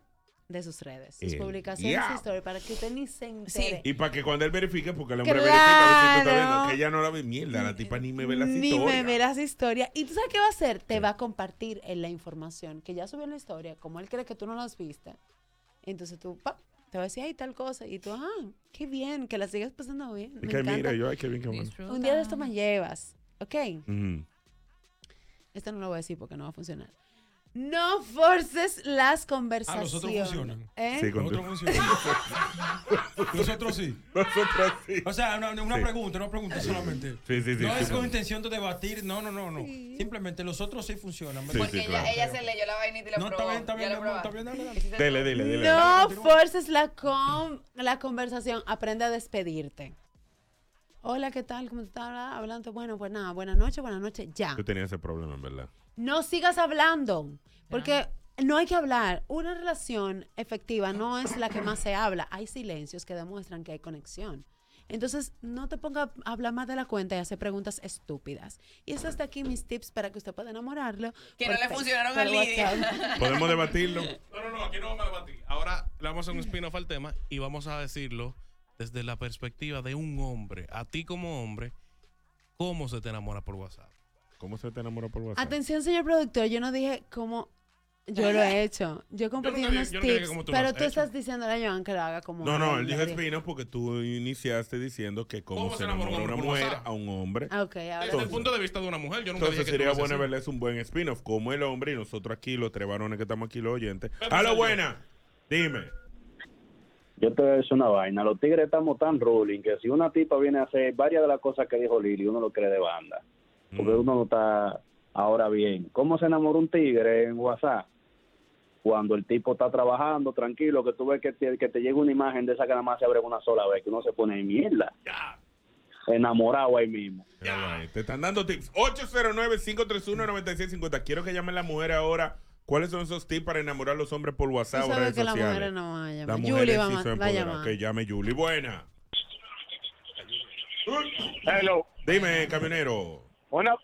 Speaker 3: de sus redes, sus
Speaker 2: El
Speaker 3: publicaciones,
Speaker 2: diablo.
Speaker 3: sus stories, para que usted ni se entere.
Speaker 2: Eh, Y para que cuando él verifique, porque el hombre verifica a ver si tú estás
Speaker 3: Claro.
Speaker 2: viendo, que ella no la ve. Mierda, la tipa ni me ve la
Speaker 3: Ni
Speaker 2: historia.
Speaker 3: me verás historia. ¿Y tú sabes qué va a hacer? Te va a compartir en la información que ya subió en la historia, como él cree que tú no las viste. Entonces tú, pa, te va a decir, ay, tal cosa. Y tú, ah, qué bien, que la sigas pasando bien.
Speaker 2: Y
Speaker 3: me
Speaker 2: que
Speaker 3: encanta.
Speaker 2: mira, yo, ay, qué bien que bueno.
Speaker 3: Un día de esto me llevas, ¿ok?
Speaker 2: Mm.
Speaker 3: Esto no lo voy a decir porque no va a funcionar. No forces las conversaciones.
Speaker 5: Ah, nosotros funcionan.
Speaker 3: ¿Eh?
Speaker 2: Sí, con-
Speaker 5: Nosotros
Speaker 2: (laughs)
Speaker 5: funcionan. Nosotros sí.
Speaker 2: Nosotros sí.
Speaker 5: O sea, una, una
Speaker 2: Sí.
Speaker 5: pregunta, una pregunta solamente.
Speaker 2: Sí, sí, sí,
Speaker 5: no
Speaker 2: sí,
Speaker 5: es con
Speaker 2: sí.
Speaker 5: intención de debatir, no, no, no, no. Simplemente los otros sí funcionan. ¿verdad?
Speaker 2: Porque sí, ella- claro.
Speaker 6: Ella se leyó la vainita y la
Speaker 5: No, está
Speaker 6: probó.
Speaker 5: bien, está
Speaker 6: Ya
Speaker 5: bien,
Speaker 6: la
Speaker 5: mi
Speaker 6: probó.
Speaker 5: amor, está bien, dale, dale.
Speaker 2: Dele, dele, dele.
Speaker 3: No forces la, con- la conversación. Aprende a despedirte. Hola, ¿qué tal? ¿Cómo te estás hablando? Bueno, pues nada, buenas noches, buenas noches, ya.
Speaker 2: Yo tenía ese problema, en verdad.
Speaker 3: No sigas hablando, porque no hay que hablar. Una relación efectiva no es la que más se habla. Hay silencios que demuestran que hay conexión. Entonces, no te pongas a hablar más de la cuenta y hacer preguntas estúpidas. Y eso hasta aquí mis tips para que usted pueda enamorarlo.
Speaker 6: Que no
Speaker 3: por
Speaker 6: le
Speaker 3: Face-
Speaker 6: funcionaron
Speaker 3: por
Speaker 6: a Lidia.
Speaker 3: WhatsApp.
Speaker 2: Podemos debatirlo.
Speaker 21: No, no, no, aquí no vamos a debatir. Ahora le vamos a hacer un spin-off al tema y vamos a decirlo desde la perspectiva de un hombre. A ti como hombre, ¿cómo se te enamora por WhatsApp?
Speaker 2: ¿Cómo se te enamora por WhatsApp?
Speaker 3: Atención, señor productor, yo no dije cómo yo lo he hecho. Yo compartí
Speaker 2: nunca dije-
Speaker 3: unos
Speaker 2: yo nunca dije
Speaker 3: tips,
Speaker 2: cómo tú lo
Speaker 3: pero
Speaker 2: has
Speaker 3: tú
Speaker 2: hecho.
Speaker 3: estás diciéndole a Joan que lo haga como
Speaker 2: No, no,
Speaker 3: él
Speaker 2: él
Speaker 3: lo
Speaker 2: dijo
Speaker 3: dijo.
Speaker 2: spin-off porque tú iniciaste diciendo que cómo, se enamora una mujer a un hombre.
Speaker 3: Ah, Ok, ahora
Speaker 2: Entonces-
Speaker 21: Desde el punto de vista de una mujer, yo nunca
Speaker 2: Entonces
Speaker 21: dije que tú
Speaker 2: sería
Speaker 21: lo
Speaker 2: bueno
Speaker 21: haces
Speaker 2: verles un buen spin-off, como el hombre y nosotros aquí, los tres varones que estamos aquí, los oyentes. ¡A lo buena! Dime.
Speaker 10: Yo te voy a decir una vaina. Los tigres estamos tan ruling que si una tipa viene a hacer varias de las cosas que dijo Lili, uno lo cree de banda. Porque uno no está ahora bien. ¿Cómo se enamora un tigre en WhatsApp? Cuando el tipo está trabajando, tranquilo, que tú ves que te, que te llega una imagen de esa que nada más se abre una sola vez, que uno se pone en mierda. Enamorado ahí mismo.
Speaker 2: Míralo ahí, eh, Te están dando tips. 809-531-9650. Quiero que llamen la mujer ahora. ¿Cuáles son esos tips para enamorar a los hombres por
Speaker 3: Tú
Speaker 2: WhatsApp o
Speaker 3: sabes
Speaker 2: redes
Speaker 3: que la
Speaker 2: sociales?
Speaker 3: mujer no va a
Speaker 2: Las
Speaker 3: llamar. Julie
Speaker 2: mujeres
Speaker 3: va,
Speaker 2: sí son
Speaker 3: a- va a
Speaker 2: empoderadas.
Speaker 3: llamar.
Speaker 2: Que llame Julie. Buena. Dime, camionero.
Speaker 20: Bueno,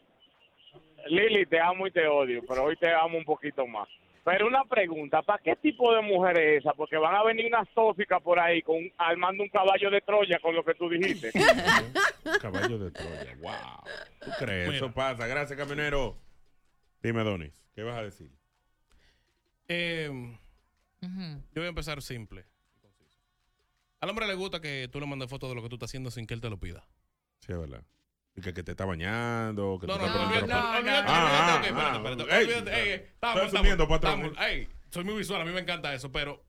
Speaker 20: Lili, te amo y te odio, pero hoy te amo un poquito más. Pero una pregunta, ¿para qué tipo de mujer es esa? Porque van a venir unas tóxicas por ahí con armando un caballo de Troya con lo que tú dijiste.
Speaker 2: Caballo de
Speaker 21: (laughs)
Speaker 2: Troya. Wow. ¿Tú crees? Eso pasa. Gracias, camionero. Dime, Donis. ¿Qué vas a decir?
Speaker 21: Eh, Yo voy a empezar simple. y conciso. Al hombre le gusta que tú le mandes fotos de lo que tú estás haciendo sin que él te lo pida.
Speaker 2: Sí, es verdad. Y Que, que te está bañando. Que
Speaker 21: No,
Speaker 2: te
Speaker 21: no,
Speaker 2: está
Speaker 21: no,
Speaker 2: poniendo ropa.
Speaker 21: olvídate, olvídate,
Speaker 2: Ah,
Speaker 21: olvídate, ok,
Speaker 2: ah,
Speaker 21: espérate,
Speaker 2: ah.
Speaker 21: espérate.
Speaker 2: Ey,
Speaker 21: Olvídate, ey, ey, estamos,
Speaker 2: estoy
Speaker 21: estamos,
Speaker 2: asumiendo, pues, patrón.
Speaker 21: estamos. Ey, soy muy visual, a mí me encanta eso, pero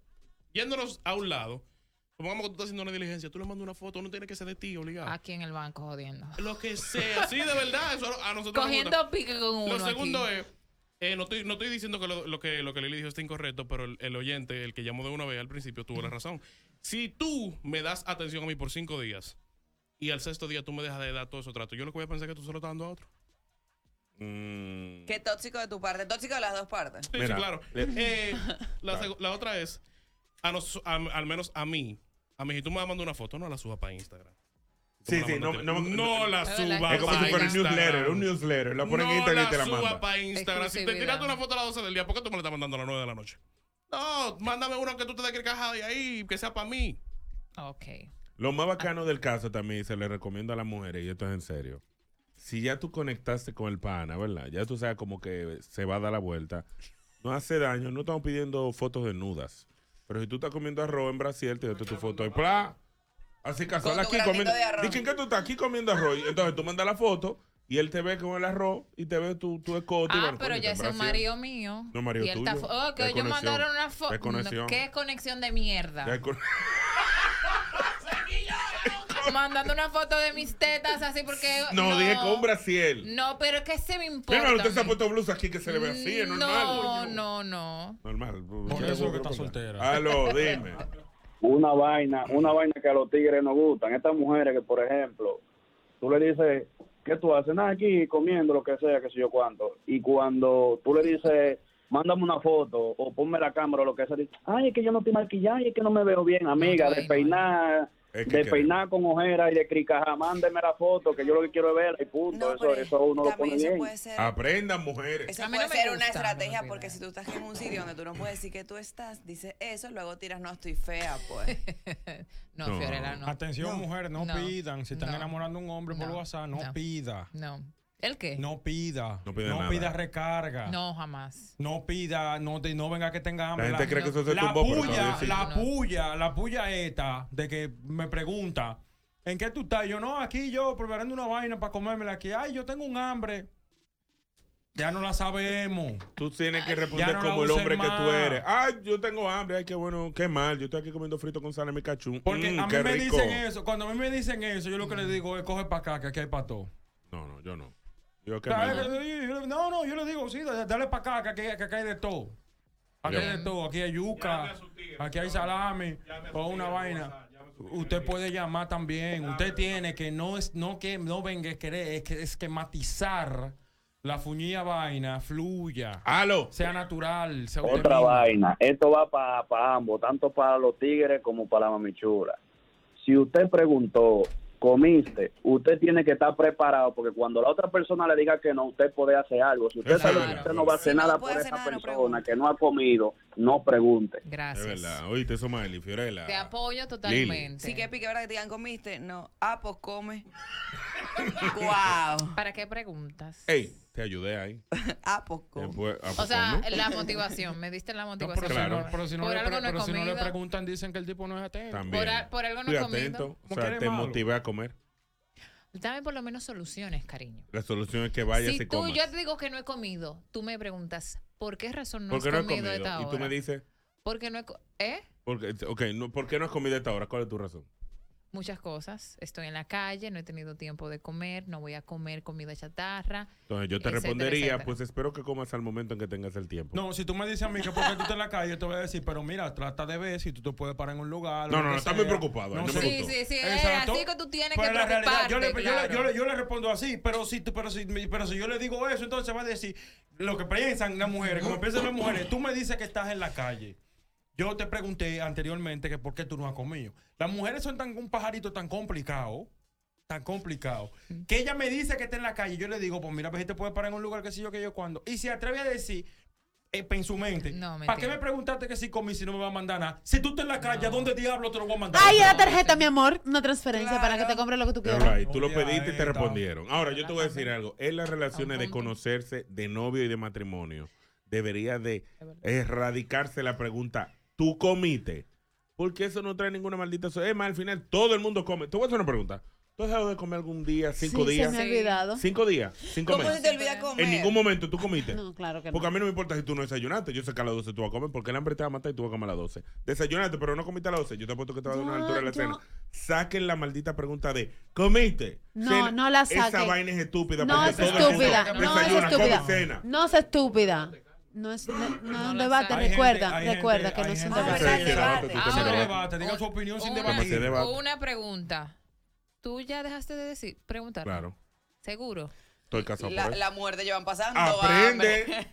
Speaker 21: yéndonos a un lado, supongamos que tú estás haciendo una diligencia, tú le mandas una foto, no tiene que ser de ti, obligado.
Speaker 4: Aquí en el banco jodiendo.
Speaker 21: Lo que sea, sí, de verdad, eso a nosotros nos gusta.
Speaker 4: Cogiendo pique con uno.
Speaker 21: Lo segundo
Speaker 4: aquí.
Speaker 21: es, eh, no, estoy, no estoy diciendo que lo, lo que lo que Lili dijo está incorrecto, pero el, el oyente, el que llamó de una vez al principio, tuvo la razón. Si tú me das atención a mí por cinco días y al sexto día tú me dejas de dar todo eso trato, yo lo que voy a pensar es que tú se lo estás dando a otro.
Speaker 6: Qué tóxico de tu parte. Tóxico de las dos partes.
Speaker 21: Sí, sí, claro. Eh, la, seg- la otra es, a nos- a- al menos a mí, a mí, si tú me mandas una foto, no la subas para Instagram. Tú
Speaker 2: Sí,
Speaker 21: me la
Speaker 2: sí, no,
Speaker 21: mandas a
Speaker 2: no,
Speaker 21: ti. no la subas
Speaker 2: Es como si
Speaker 21: para
Speaker 2: fuera un
Speaker 21: Instagram.
Speaker 2: newsletter, un newsletter. La ponen en Instagram y te la
Speaker 21: suba
Speaker 2: mandan.
Speaker 21: para Instagram. Si te
Speaker 4: Exclusividad.
Speaker 21: tiraste una foto a las 12 del día, ¿por qué tú me la estás mandando a las 9 de la noche? No, mándame una que tú te des que caja de ahí, que sea para mí.
Speaker 4: Ok.
Speaker 2: Lo más bacano del caso también, y se le recomiendo a las mujeres, y esto es en serio. Si ya tú conectaste con el pana, ¿verdad? Ya tú sabes como que se va a dar la vuelta. No hace daño, no estamos pidiendo fotos desnudas. Pero si tú estás comiendo arroz en Brasil, te tu foto de pla. Así casual
Speaker 22: Con tu
Speaker 2: aquí
Speaker 22: granito
Speaker 2: comiendo.
Speaker 22: de arroz.
Speaker 2: Dicen que tú estás aquí comiendo arroz. y Entonces tú mandas la foto y él te ve con el arroz y te ve tu, tu escote. y
Speaker 4: Ah,
Speaker 2: bueno,
Speaker 4: pero
Speaker 2: coño,
Speaker 4: ya
Speaker 2: está en
Speaker 4: ese es un
Speaker 2: Brasil.
Speaker 4: marido mío.
Speaker 2: No, marido
Speaker 4: Y él está
Speaker 2: tuyo.
Speaker 4: fo- Oh, que
Speaker 2: Ya hay
Speaker 4: ellos
Speaker 2: conexión.
Speaker 4: mandaron una
Speaker 2: Ya hay
Speaker 4: foto.
Speaker 2: conexión.
Speaker 4: Qué conexión de
Speaker 2: Ya
Speaker 4: mierda.
Speaker 2: hay con- (laughs)
Speaker 4: Mandando una foto de mis tetas así porque.
Speaker 2: No, dije con Brasil.
Speaker 4: No, pero que se me importa.
Speaker 2: Mira, usted se
Speaker 4: a
Speaker 2: ha
Speaker 4: mí?
Speaker 2: puesto blusa aquí que se le ve así, es normal.
Speaker 4: No, no, no.
Speaker 2: Normal.
Speaker 5: Por eso que está soltera.
Speaker 2: Aló, dime.
Speaker 10: una vaina, una vaina que a los tigres nos gustan. Estas mujeres que, por ejemplo, tú le dices, ¿qué tú haces? Nada, aquí comiendo lo que sea, qué sé yo cuánto. Y cuando tú le dices, mándame una foto o ponme la cámara o lo que sea, dice, ay, es que yo no estoy maquillada, y es que no me veo bien, amiga, de peinar,
Speaker 2: Es que
Speaker 10: de
Speaker 2: queda.
Speaker 10: peinar con ojeras y de cricaja, mándeme la foto, que yo lo que quiero es ver, y punto. eso, eso uno lo pone bien.
Speaker 2: Aprendan, mujeres.
Speaker 6: Eso puede ser una estrategia porque si tú estás en un sitio donde tú no puedes decir que tú estás, dices eso, luego tiras, no, estoy fea, pues.
Speaker 4: (laughs) No, Fiorella, no.
Speaker 5: Atención,
Speaker 4: No.
Speaker 5: mujeres, no,
Speaker 4: No.
Speaker 5: pidan. Si están
Speaker 4: No.
Speaker 5: enamorando a un hombre por
Speaker 4: No.
Speaker 5: WhatsApp, no,
Speaker 4: No.
Speaker 5: pida.
Speaker 4: No. ¿El qué?
Speaker 5: No pida. No
Speaker 2: pida
Speaker 5: No
Speaker 2: nada.
Speaker 5: pida recarga.
Speaker 4: No, jamás.
Speaker 5: No pida, no, te- no venga que tenga hambre.
Speaker 2: La gente cree que eso se
Speaker 5: la
Speaker 2: tumbó, pero
Speaker 5: puya,
Speaker 2: todavía sí.
Speaker 5: La
Speaker 2: No.
Speaker 5: puya, la puya esta de que me pregunta, ¿en qué tú estás? Yo, no, aquí yo preparando una vaina para comérmela aquí. Ay, yo tengo un hambre. Ya no la sabemos.
Speaker 2: Tú tienes que
Speaker 5: Ya
Speaker 2: responder
Speaker 5: no la
Speaker 2: como el
Speaker 5: uses
Speaker 2: hombre
Speaker 5: más.
Speaker 2: que tú eres. Ay, yo tengo hambre. Ay, qué bueno, qué mal. Yo estoy aquí comiendo frito con salami cachún.
Speaker 5: Porque
Speaker 2: Mm,
Speaker 5: a mí
Speaker 2: qué
Speaker 5: me
Speaker 2: rico.
Speaker 5: dicen eso. Cuando a mí me dicen eso, yo lo que le digo es coge para acá, que aquí hay pato.
Speaker 2: No, no, yo no. Yo qué
Speaker 5: Claro,
Speaker 2: mal.
Speaker 5: Ah, yo le digo, No, no, yo le digo, sí, dale, dale para acá, que aquí, que acá hay de todo. Aquí
Speaker 2: Ya.
Speaker 5: hay de todo, aquí hay yuca, aquí hay salame, o una vaina. Usted puede llamar también. Usted tiene que no es, no que no venga a querer, es que es que matizar la fuñía vaina, fluya. Sea natural, sea usted
Speaker 10: Otra
Speaker 5: mismo.
Speaker 10: vaina. Esto va para ambos, tanto para los tigres como para la mamichura. Si usted preguntó, comiste, usted tiene que estar preparado porque cuando la otra persona le diga que no, usted puede hacer algo. Si usted sabe que usted no va a hacer nada por esa persona que no ha comido, no pregunte.
Speaker 2: Es verdad. Oíste eso, Miley, Fiorella.
Speaker 6: Te apoyo
Speaker 2: totalmente.
Speaker 6: Sí, que pique, ¿verdad? Que te digan, comiste. No. Ah, pues come. (laughs) wow.
Speaker 4: ¿Para qué preguntas?
Speaker 2: Ey, te ayudé ahí.
Speaker 6: (laughs) ¿A poco?
Speaker 2: Ah,
Speaker 4: O sea,
Speaker 2: (laughs)
Speaker 4: la motivación, me diste la motivación.
Speaker 2: pero si Claro.
Speaker 5: Pero si no,
Speaker 4: por
Speaker 5: le,
Speaker 4: algo
Speaker 5: pre-
Speaker 4: no he
Speaker 5: pero si no le
Speaker 4: comido.
Speaker 5: preguntan, dicen que el tipo no es atento.
Speaker 2: También.
Speaker 4: Por a- por algo no
Speaker 2: Fui
Speaker 4: he comido.
Speaker 2: atento. O
Speaker 4: Como que
Speaker 2: sea,
Speaker 4: eres
Speaker 2: te
Speaker 4: malo.
Speaker 2: motivé a comer.
Speaker 4: Dame por lo menos soluciones, cariño.
Speaker 2: La solución es que vayas
Speaker 4: si
Speaker 2: y
Speaker 4: tú,
Speaker 2: comas.
Speaker 4: yo te digo que no he comido, tú me preguntas, ¿por qué razón no
Speaker 2: ¿Por qué
Speaker 4: has
Speaker 2: no has
Speaker 4: comido,
Speaker 2: comido?
Speaker 4: a esta
Speaker 2: Y
Speaker 4: hora?
Speaker 2: tú me dices,
Speaker 4: Porque no he... co- ¿Eh?
Speaker 2: porque, ok, no, ¿por qué no has comido a esta hora? ¿Cuál es tu razón?
Speaker 4: Muchas cosas. Estoy en la calle, no he tenido tiempo de comer, no voy a comer comida chatarra.
Speaker 2: Entonces yo te
Speaker 4: etcétera,
Speaker 2: respondería,
Speaker 4: etcétera.
Speaker 2: pues espero que comas al momento en que tengas el tiempo.
Speaker 5: No, si tú me dices a mí que porque tú te la caes, yo te voy a decir, pero mira, trata de ver si tú te puedes parar en un lugar.
Speaker 2: No,
Speaker 5: lo
Speaker 2: no,
Speaker 5: que
Speaker 2: no, está
Speaker 5: sea.
Speaker 2: muy preocupado, no me
Speaker 5: sé.
Speaker 4: Sí, sí, sí, es
Speaker 5: Exacto.
Speaker 4: así que tú tienes
Speaker 5: Pero
Speaker 4: que
Speaker 5: la
Speaker 4: preocuparte,
Speaker 5: realidad, yo le, yo, le,
Speaker 4: claro.
Speaker 5: yo le- yo le respondo así, pero si, tú- pero, si, pero si yo le digo eso, entonces va a decir lo que piensan las mujeres, como piensan las mujeres. Tú me dices que estás en la calle. Yo te pregunté anteriormente que por qué tú no has comido. Las mujeres son tan un pajarito tan complicado, tan complicado, que ella me dice que está en la calle. Yo le digo, pues mira, pues te puede parar en un lugar que sé yo, que yo cuando. Y se atreve a decir eh, en su mente, ¿para qué me preguntaste que si comí si no me va a mandar nada? Si tú estás en la calle, ¿a dónde diablo te lo voy a mandar?
Speaker 3: Ay, la tarjeta, mi amor. Una transferencia para que te compre lo que tú quieras.
Speaker 2: All right, tú lo pediste y te respondieron. Ahora, yo te voy a decir algo. En las relaciones de conocerse de novio y de matrimonio, debería de erradicarse la pregunta, ¿tú comiste? Porque eso no trae ninguna maldita... so- Es más, al final todo el mundo come. Te voy a hacer una pregunta. ¿Tú has dejado de comer algún día, cinco
Speaker 3: Sí, se
Speaker 2: días?
Speaker 3: me ha olvidado.
Speaker 2: ¿Cinco días? ¿Cinco
Speaker 6: ¿Cómo
Speaker 2: meses?
Speaker 6: se te olvida comer?
Speaker 2: En ningún momento tú comiste.
Speaker 3: No, claro que no.
Speaker 2: Porque a mí no me importa si tú no desayunaste. Yo sé que a las 12 tú vas a comer porque el hambre te va a matar y tú vas a comer a las 12. Desayunaste, pero no comiste a las 12. Yo te apuesto que te va a dar una
Speaker 3: Ya,
Speaker 2: altura de la
Speaker 3: yo-
Speaker 2: cena. Saquen la maldita pregunta de ¿comiste?
Speaker 3: No,
Speaker 2: Cena.
Speaker 3: no la
Speaker 2: Esa
Speaker 3: saquen.
Speaker 2: vaina es estúpida.
Speaker 3: No
Speaker 2: porque
Speaker 3: es
Speaker 2: todo el mundo
Speaker 3: estúpida, no es
Speaker 2: desayuna, come,
Speaker 3: estúpida.
Speaker 2: cena.
Speaker 3: No es estúpida. No es, no, no es un debate,
Speaker 5: Hay gente-
Speaker 3: recuerda,
Speaker 5: hay gente-
Speaker 3: recuerda que no
Speaker 5: hay
Speaker 3: es un
Speaker 5: gente
Speaker 3: debate.
Speaker 2: Sí, sí, debate, tú
Speaker 5: Ahora,
Speaker 2: te me debate.
Speaker 5: debate, diga su opinión sin
Speaker 2: Como se
Speaker 5: debatir.
Speaker 2: debate.
Speaker 4: O una pregunta. ¿Tú ya dejaste de decir, preguntar?
Speaker 2: Claro,
Speaker 4: ¿Seguro?
Speaker 2: estoy casado
Speaker 6: La,
Speaker 2: por eso.
Speaker 6: la muerte llevan pasando.
Speaker 2: Aprende.
Speaker 6: hambre.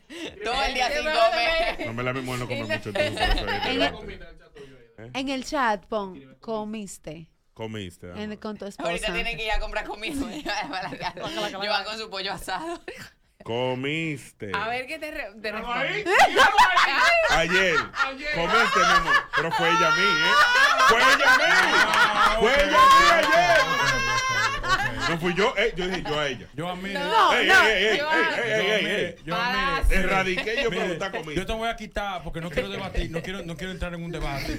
Speaker 6: Todo
Speaker 4: (laughs)
Speaker 6: el día sin
Speaker 2: No
Speaker 6: comer.
Speaker 2: me la mi mujer no come mucho.
Speaker 3: En
Speaker 2: entonces, por eso es debate.
Speaker 3: En el chat pon, comiste.
Speaker 2: Comiste.
Speaker 3: En, con tu esposa.
Speaker 6: Ahorita tienen que ir a comprar comida. (laughs) para la casa. Llevan con su pollo asado.
Speaker 2: Comiste.
Speaker 4: ver qué te, re- te (laughs)
Speaker 6: ahí,
Speaker 4: responde.
Speaker 2: Ayer.
Speaker 4: Ayer.
Speaker 2: Comiste, mi amor. Pero fue ella a mí, ¿eh? Fue ella a mí. Fue ella a mí ayer. No fui yo, eh, yo dije yo a ella.
Speaker 5: Yo a mí.
Speaker 2: No, Ey, no, ey, ey, yo Ah, a- ey, ey, ey, ey, ey.
Speaker 5: Yo a mí.
Speaker 2: Palacio. Erradiqué yo preguntar comida.
Speaker 5: Yo te voy a quitar porque no quiero debatir, no quiero, no quiero entrar en un debate.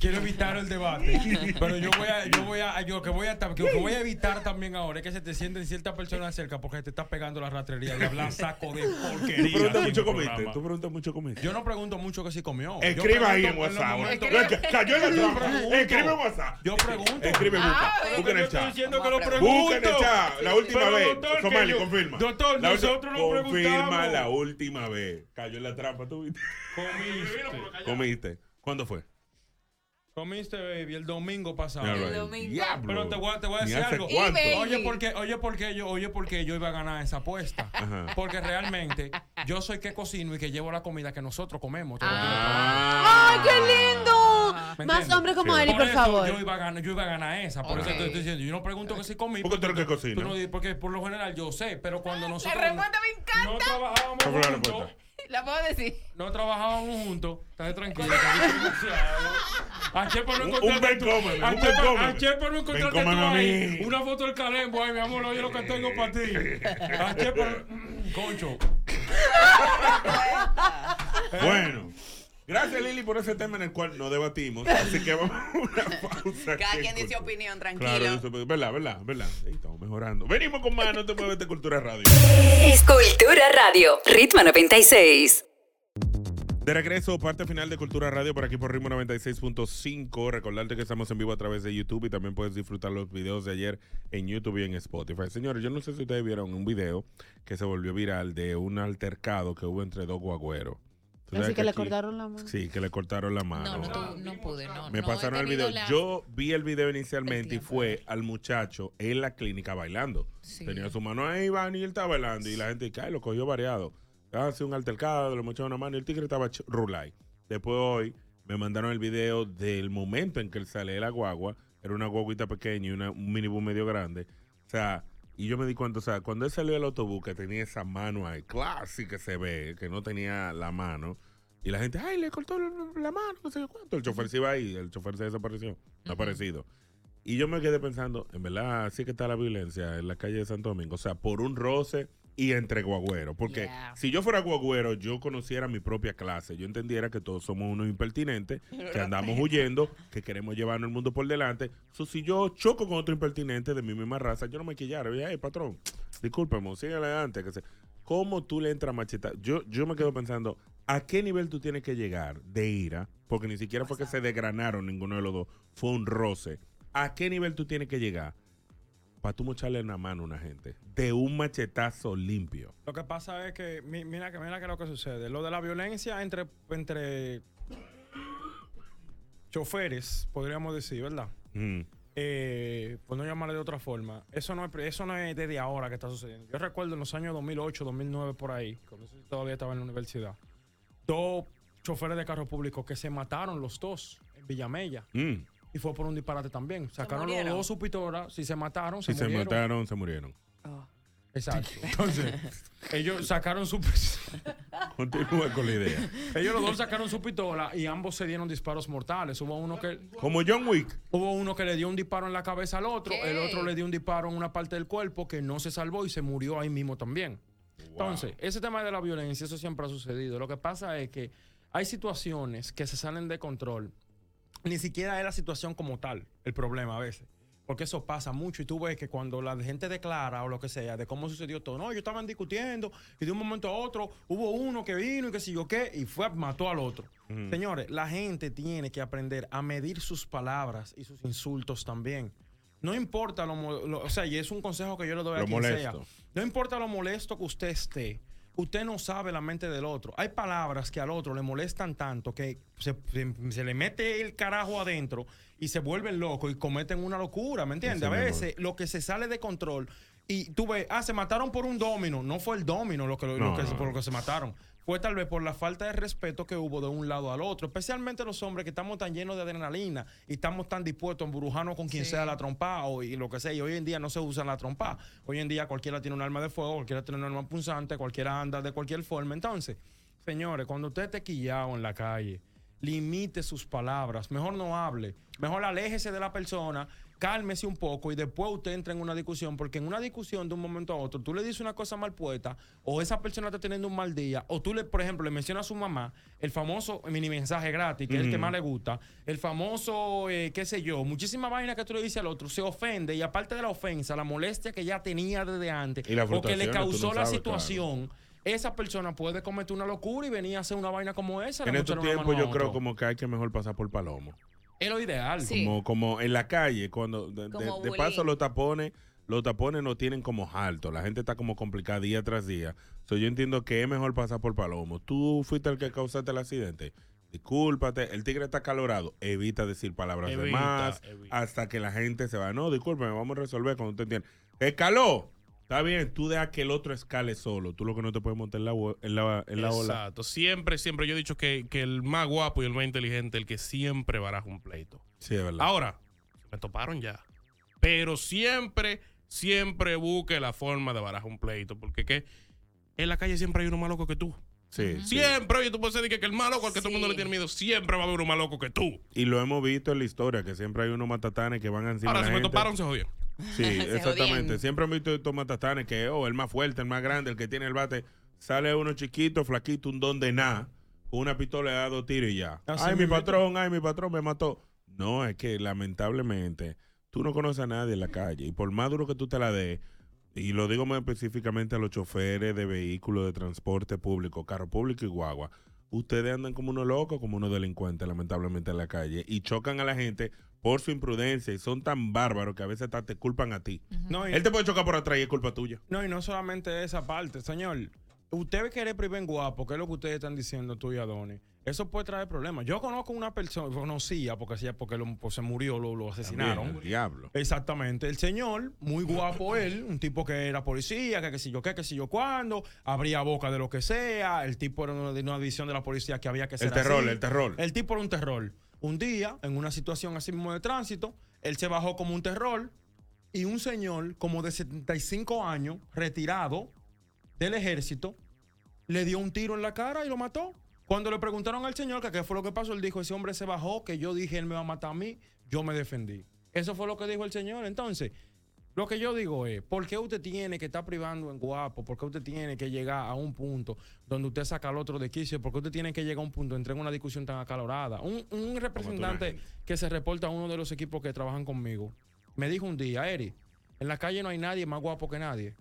Speaker 5: quiero evitar el debate. Pero yo voy a, yo voy a, yo que voy a, que, que voy a evitar también ahora es que se te sienten ciertas personas cerca porque te estás pegando la ratrería y hablar saco de
Speaker 2: Tú
Speaker 5: porquería.
Speaker 2: preguntas
Speaker 5: aquí en
Speaker 2: mucho
Speaker 5: el
Speaker 2: comiste.
Speaker 5: programa.
Speaker 2: Tú preguntas mucho comiste.
Speaker 5: Yo no pregunto mucho que si comió. Yo
Speaker 2: Escriba ahí en
Speaker 5: pregunto los
Speaker 2: WhatsApp.
Speaker 5: momentos-
Speaker 2: Es que Cayó en
Speaker 5: Yo
Speaker 2: la trampa.
Speaker 5: pregunto.
Speaker 2: Escribe en WhatsApp.
Speaker 5: Yo pregunto.
Speaker 2: Escribe, busca.
Speaker 5: Ah, pero
Speaker 2: Busca en
Speaker 5: yo
Speaker 2: el
Speaker 5: estoy
Speaker 2: chat.
Speaker 5: diciendo que lo
Speaker 2: Busca en el
Speaker 5: pregunto.
Speaker 2: chat. La última
Speaker 5: Pero,
Speaker 2: vez.
Speaker 5: doctor, que
Speaker 2: Somali,
Speaker 5: yo-
Speaker 2: confirma.
Speaker 5: Doctor,
Speaker 2: La última-
Speaker 5: nosotros no
Speaker 2: Confirma
Speaker 5: preguntamos.
Speaker 2: la última vez. Cayó en la trampa. ¿Tú viste? Comiste. Comiste. ¿Cuándo fue?
Speaker 5: Comiste, baby, el domingo pasado.
Speaker 2: Míralo El ahí. domingo. Diablo.
Speaker 5: Pero te voy a, te voy a
Speaker 2: Ni
Speaker 5: decir
Speaker 2: hace
Speaker 5: algo.
Speaker 2: cuánto. Y baby.
Speaker 5: Oye, porque, oye, porque yo, oye, porque yo iba a ganar esa apuesta.
Speaker 2: Ajá.
Speaker 5: Porque realmente yo soy que cocino y que llevo la comida que nosotros comemos.
Speaker 3: ¡Ay, qué lindo! Más hombres como Eli,
Speaker 5: él,
Speaker 3: por favor.
Speaker 5: Yo iba a ganar, yo iba a ganar esa. Por eso
Speaker 2: Ok.
Speaker 5: te estoy diciendo, yo no pregunto que si comí.
Speaker 2: Porque tú eres que
Speaker 5: tú
Speaker 2: cocinas.
Speaker 5: no dices, porque por lo general yo sé, pero cuando
Speaker 4: La
Speaker 5: nosotros
Speaker 4: respuesta me encanta. No
Speaker 5: trabajábamos
Speaker 2: Abre la
Speaker 5: juntos,
Speaker 2: respuesta.
Speaker 4: La puedo decir.
Speaker 5: no trabajábamos juntos, estás tranquilo. A Chepa no
Speaker 2: Un-
Speaker 5: encontré
Speaker 2: un Ben Comer,
Speaker 5: a
Speaker 2: un
Speaker 5: Chepa-
Speaker 2: Ben Comer.
Speaker 5: a Chepa no
Speaker 2: Ben
Speaker 5: encontraste
Speaker 2: Comer
Speaker 5: tú
Speaker 2: a mí.
Speaker 5: ahí. Una foto del calembo, ay, mi amor, oye lo que tengo para ti. A
Speaker 6: (laughs)
Speaker 5: Chepa, concho.
Speaker 2: Bueno. Gracias, Lili, por ese tema en el cual no debatimos. Así que vamos a
Speaker 6: (laughs)
Speaker 2: una pausa.
Speaker 6: Cada
Speaker 2: que
Speaker 6: quien dice
Speaker 2: escucha.
Speaker 6: opinión, tranquilo.
Speaker 2: Claro, eso, pero- verdad, verdad, verdad. Ey, Estamos mejorando. Venimos con más, no te mueves de Cultura Radio.
Speaker 1: Es Cultura Radio, Ritmo 96.
Speaker 2: De regreso, parte final de Cultura Radio por aquí por Ritmo 96.5. Recordarte que estamos en vivo a través de YouTube y también puedes disfrutar los videos de ayer en YouTube y en Spotify. Señores, yo no sé si ustedes vieron un video que se volvió viral de un altercado que hubo entre dos guagüeros. Tú sabes
Speaker 23: Así que le
Speaker 2: aquí-
Speaker 23: cortaron la mano.
Speaker 2: Sí, que le cortaron la mano.
Speaker 4: No, no, tu- no pude, no.
Speaker 2: Ah, Me
Speaker 4: no he
Speaker 2: pasaron el
Speaker 4: tenido
Speaker 2: video.
Speaker 4: la-
Speaker 2: Yo vi el video inicialmente y fue al muchacho en la clínica bailando.
Speaker 4: Sí.
Speaker 2: Tenía su mano ahí, Iván, y él estaba bailando. Y la gente, ay, lo cogió variado. Hace un altercado, le mocharon una mano y el tigre estaba ch- rulay. Después hoy me mandaron el video del momento en que él sale de la guagua. Era una guaguita pequeña y una- un minibús medio grande. O sea, y yo me di cuenta, o sea, cuando él salió del autobús que tenía esa mano ahí, clásica que se ve, que no tenía la mano. Y la gente, ay, le cortó la la mano, no sé qué cuánto. El chofer se iba ahí, el chofer se desapareció. No ha aparecido. Y yo me quedé pensando, en verdad, sí que está la violencia en la calle de Santo Domingo. O sea, por un roce y entre guagüeros. Porque si yo fuera guagüero, yo conociera mi propia clase. Yo entendiera que todos somos unos impertinentes, que andamos huyendo, que queremos llevarnos el mundo por delante. So, si yo choco con otro impertinente de mi misma raza, yo no me quillara. Oye, "Ey, patrón, discúlpame, sigue adelante. Que se... ¿Cómo tú le entras macheta? Yo, yo me quedo pensando, ¿a qué nivel tú tienes que llegar de ira? Porque ni siquiera fue que se desgranaron ninguno de los dos. Fue un roce. ¿A qué nivel tú tienes que llegar para tú mocharle una mano a una gente? De un machetazo limpio.
Speaker 5: Lo que pasa es que, mi- mira, que mira que lo que sucede. Lo de la violencia entre, entre choferes, podríamos decir, ¿verdad?
Speaker 2: Mm,
Speaker 5: Eh, por no llamarle de otra forma. Eso no, es, pre- eso no es desde ahora que está sucediendo. Yo recuerdo en los años 2008, 2009, por ahí, cuando yo todavía estaba en la universidad, dos choferes de carro público que se mataron los dos en Villamella.
Speaker 2: Mm.
Speaker 5: Y fue por un disparate también. Sacaron los
Speaker 2: murieron.
Speaker 5: dos su pistola, si se mataron,
Speaker 2: Si
Speaker 5: se
Speaker 2: se
Speaker 5: murieron.
Speaker 2: mataron, se murieron.
Speaker 5: Exacto. Entonces, ellos sacaron su
Speaker 2: Continúa con la idea.
Speaker 5: ellos los dos sacaron su pistola y ambos se dieron disparos mortales. Hubo uno que
Speaker 2: Como John Wick.
Speaker 5: Hubo uno que le dio un disparo en la cabeza al otro, el
Speaker 13: ¿Qué?
Speaker 5: otro le dio un disparo en una parte del cuerpo que no se salvó y se murió ahí mismo también. Entonces, ese tema de la violencia, eso siempre ha sucedido. Lo que pasa es que hay situaciones que se salen de control. Ni siquiera es la situación como tal el problema a veces. Porque eso pasa mucho y tú ves que cuando la gente declara o lo que sea de cómo sucedió todo, no, ellos estaban discutiendo y de un momento a otro hubo uno que vino y que sé yo qué y fue, mató al otro.
Speaker 2: Ujú.
Speaker 5: Señores, la gente tiene que aprender a medir sus palabras y sus insultos también. No importa lo, mo- lo- o sea, y es un consejo que yo le doy
Speaker 2: Lo
Speaker 5: a quien sea.
Speaker 2: molesto.
Speaker 5: No importa lo molesto que usted esté, usted no sabe la mente del otro. Hay palabras que al otro le molestan tanto que se, se- se le mete el carajo adentro y se vuelven locos y cometen una locura, ¿me entiende?
Speaker 2: Así
Speaker 5: A
Speaker 2: mismo.
Speaker 5: veces lo que se sale de control y tú ves, ah, se mataron por un domino. No fue el domino lo que, lo
Speaker 2: No,
Speaker 5: que-
Speaker 2: no.
Speaker 5: por lo que se mataron. Fue tal vez por la falta de respeto que hubo de un lado al otro, especialmente los hombres que estamos tan llenos de adrenalina y estamos tan dispuestos a embrujarnos con quien sea la trompa o, y lo que sea. Y hoy en día no se usa la trompa. Hoy en día cualquiera tiene un arma de fuego, cualquiera tiene un arma punzante, cualquiera anda de cualquier forma. Entonces, señores, cuando usted esté quillado en la calle, limite sus palabras, mejor no hable, mejor aléjese de la persona, cálmese un poco y después usted entra en una discusión, porque en una discusión de un momento a otro, tú le dices una cosa mal puesta, o esa persona está teniendo un mal día, o tú le, por ejemplo, le mencionas a su mamá el famoso mini mensaje gratis, que es el que
Speaker 2: Ujú.
Speaker 5: más le gusta, el famoso, eh, qué sé yo, muchísima vaina que tú le dices al otro, se ofende y aparte de la ofensa, la molestia que ya tenía desde antes,
Speaker 2: Y la
Speaker 5: o que
Speaker 2: frustración,
Speaker 5: le
Speaker 2: tú
Speaker 5: causó
Speaker 2: no
Speaker 5: la
Speaker 2: sabes,
Speaker 5: situación. Esa persona puede cometer una locura y venir a hacer una vaina como esa. le
Speaker 2: En estos
Speaker 5: mocharle una mano
Speaker 2: tiempos
Speaker 5: a
Speaker 2: yo creo
Speaker 5: otro.
Speaker 2: como que hay que mejor pasar por palomo.
Speaker 5: Es lo ideal.
Speaker 2: Como, como en la calle, cuando de, de-
Speaker 5: Como
Speaker 2: de
Speaker 5: bullying.
Speaker 2: paso los tapones, los tapones no tienen como alto, la gente está como complicada día tras día. So, yo entiendo que es mejor pasar por palomo. Tú fuiste el que causaste el accidente. Discúlpate, el tigre está calorado. Evita decir palabras de
Speaker 21: Evita,
Speaker 2: más hasta que la gente se va. No, discúlpame, vamos a resolver cuando usted entiende. Escaló. Está bien, tú dejas que el otro escale solo. Tú lo que no te puedes montar en la, hue- en la, en la ola.
Speaker 21: Exacto. Siempre, siempre. Yo he dicho que, que el más guapo y el más inteligente, el que siempre baraja un pleito.
Speaker 2: Sí, es verdad.
Speaker 21: Ahora, me toparon ya. Pero siempre, siempre busque la forma de barajar un pleito. Porque que en la calle siempre hay uno más loco que tú.
Speaker 2: Sí, sí.
Speaker 21: Siempre, oye, tú puedes decir que- que el más loco al que todo el mundo le tiene miedo, siempre va a haber uno más loco que tú.
Speaker 2: Y lo hemos visto en la historia, que siempre hay unos matatanes que van encima
Speaker 21: Ahora,
Speaker 2: de
Speaker 21: si
Speaker 2: la
Speaker 21: me
Speaker 2: gente.
Speaker 21: toparon, se jodieron.
Speaker 2: Sí,
Speaker 21: (laughs) Se
Speaker 2: exactamente.
Speaker 21: jodían.
Speaker 2: Siempre hemos visto estos matatanes que, oh, el más fuerte, el más grande, el que tiene el bate. Sale uno chiquito, flaquito, un don de nada. con una pistola le da dos tiros y ya.
Speaker 5: Así
Speaker 2: ay, mi
Speaker 5: mismo.
Speaker 2: patrón, ay, mi patrón me mató. No, es que lamentablemente tú no conoces a nadie en la calle y por más duro que tú te la des, y lo digo más específicamente a los choferes de vehículos de transporte público, carro público y guagua, ustedes andan como unos locos, como unos delincuentes lamentablemente en la calle y chocan a la gente por su imprudencia y son tan bárbaros que a veces hasta te culpan a ti.
Speaker 5: No, y-
Speaker 2: Él te puede chocar por atrás y es culpa tuya.
Speaker 5: No, y no solamente esa parte, señor. Ustedes quieren privar guapo, que es lo que ustedes están diciendo tú y Adonis. Eso puede traer problemas. Yo conozco una persona, conocía, porque, hacía- porque lo- pues, se murió, lo, lo asesinaron.
Speaker 2: También, el diablo.
Speaker 5: Exactamente. El señor, muy guapo él, un tipo que era policía, que qué sé yo qué, qué sé yo cuándo, abría boca de lo que sea. El tipo era una, de una división de la policía que había que ser
Speaker 2: terror,
Speaker 5: así.
Speaker 2: el terror.
Speaker 5: El tipo era un terror. Un día, en una situación así mismo de tránsito, él se bajó como un terror y un señor como de 75 años, retirado del ejército, le dio un tiro en la cara y lo mató. Cuando le preguntaron al señor que qué fue lo que pasó, él dijo, ese hombre se bajó, que yo dije, él me va a matar a mí, yo me defendí. Eso fue lo que dijo el señor. Entonces, lo que yo digo es, ¿por qué usted tiene que estar privando en guapo? ¿Por qué usted tiene que llegar a un punto donde usted saca al otro de quicio? ¿Por qué usted tiene que llegar a un punto, entrar en una discusión tan acalorada? Un, un representante que se reporta a uno de los equipos que trabajan conmigo, me dijo un día, Eri, en la calle no hay nadie más guapo que nadie.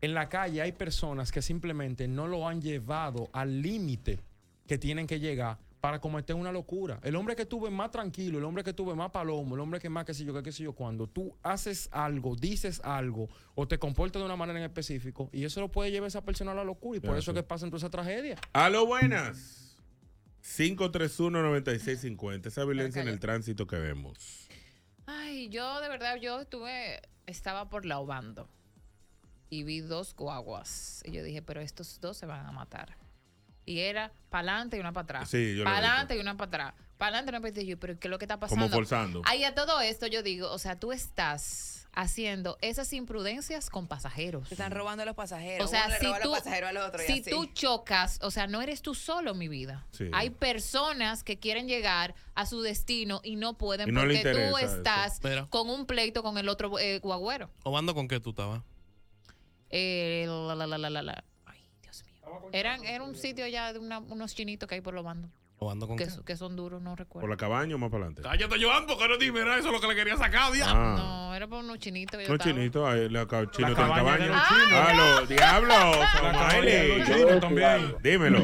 Speaker 5: En la calle hay personas que simplemente no lo han llevado al límite que tienen que llegar para cometer una locura. El hombre que tuve más tranquilo, el hombre que tuve más palomo, el hombre que más qué sé yo, qué, qué sé yo, cuando tú haces algo, dices algo o te comportas de una manera en específico y eso lo puede llevar a esa persona a la locura y por
Speaker 2: Ya,
Speaker 5: eso es que pasan todas esas tragedias.
Speaker 2: A lo buenas. 531-9650. Esa violencia en el tránsito que vemos.
Speaker 4: Ay, yo de verdad, yo estuve, estaba por la Obando y vi dos guaguas. Y yo dije, pero estos dos se van a matar. Y era para adelante y una para atrás.
Speaker 2: Sí, yo lo he
Speaker 4: Para adelante y una para atrás. Para adelante y una para atrás. Y Yo, pero ¿qué es lo que está
Speaker 2: Como
Speaker 4: pasando?
Speaker 2: forzando.
Speaker 4: Ahí a todo esto yo digo, o sea, tú estás haciendo esas imprudencias con pasajeros.
Speaker 6: Están robando a los pasajeros.
Speaker 4: O sea,
Speaker 6: Uno le
Speaker 4: si
Speaker 6: roba a los
Speaker 4: tú-
Speaker 6: pasajeros al otro y
Speaker 4: si
Speaker 6: así.
Speaker 4: tú chocas, o sea, no eres tú solo, mi vida.
Speaker 2: Sí.
Speaker 4: Hay personas que quieren llegar a su destino y no pueden
Speaker 21: Y no le
Speaker 4: porque tú
Speaker 21: interesa eso.
Speaker 4: estás
Speaker 21: Mira.
Speaker 4: con un pleito con el otro eh, guagüero.
Speaker 21: ¿Obando con qué tú estabas?
Speaker 4: Eh, la, la, la, la, la, la. Ay, Dios mío. Eran, era un sitio ya de una- unos chinitos que hay por los bandos.
Speaker 21: ¿Obando con
Speaker 4: Que,
Speaker 21: qué?
Speaker 4: so- que son duros, no recuerdo.
Speaker 2: ¿Por la cabaña o más para adelante?
Speaker 21: Cállate, Joan, porque no dime, era eso lo que le quería sacar, diablo.
Speaker 2: Ah.
Speaker 4: No, era por unos chinitos. que yo
Speaker 2: No,
Speaker 4: estaba.
Speaker 2: chinito, ahí, la ca- chino está en
Speaker 5: cabaña
Speaker 2: cabaña.
Speaker 5: de los
Speaker 2: Ah, los diablos. Somaeli.
Speaker 5: (laughs)
Speaker 2: Dímelo.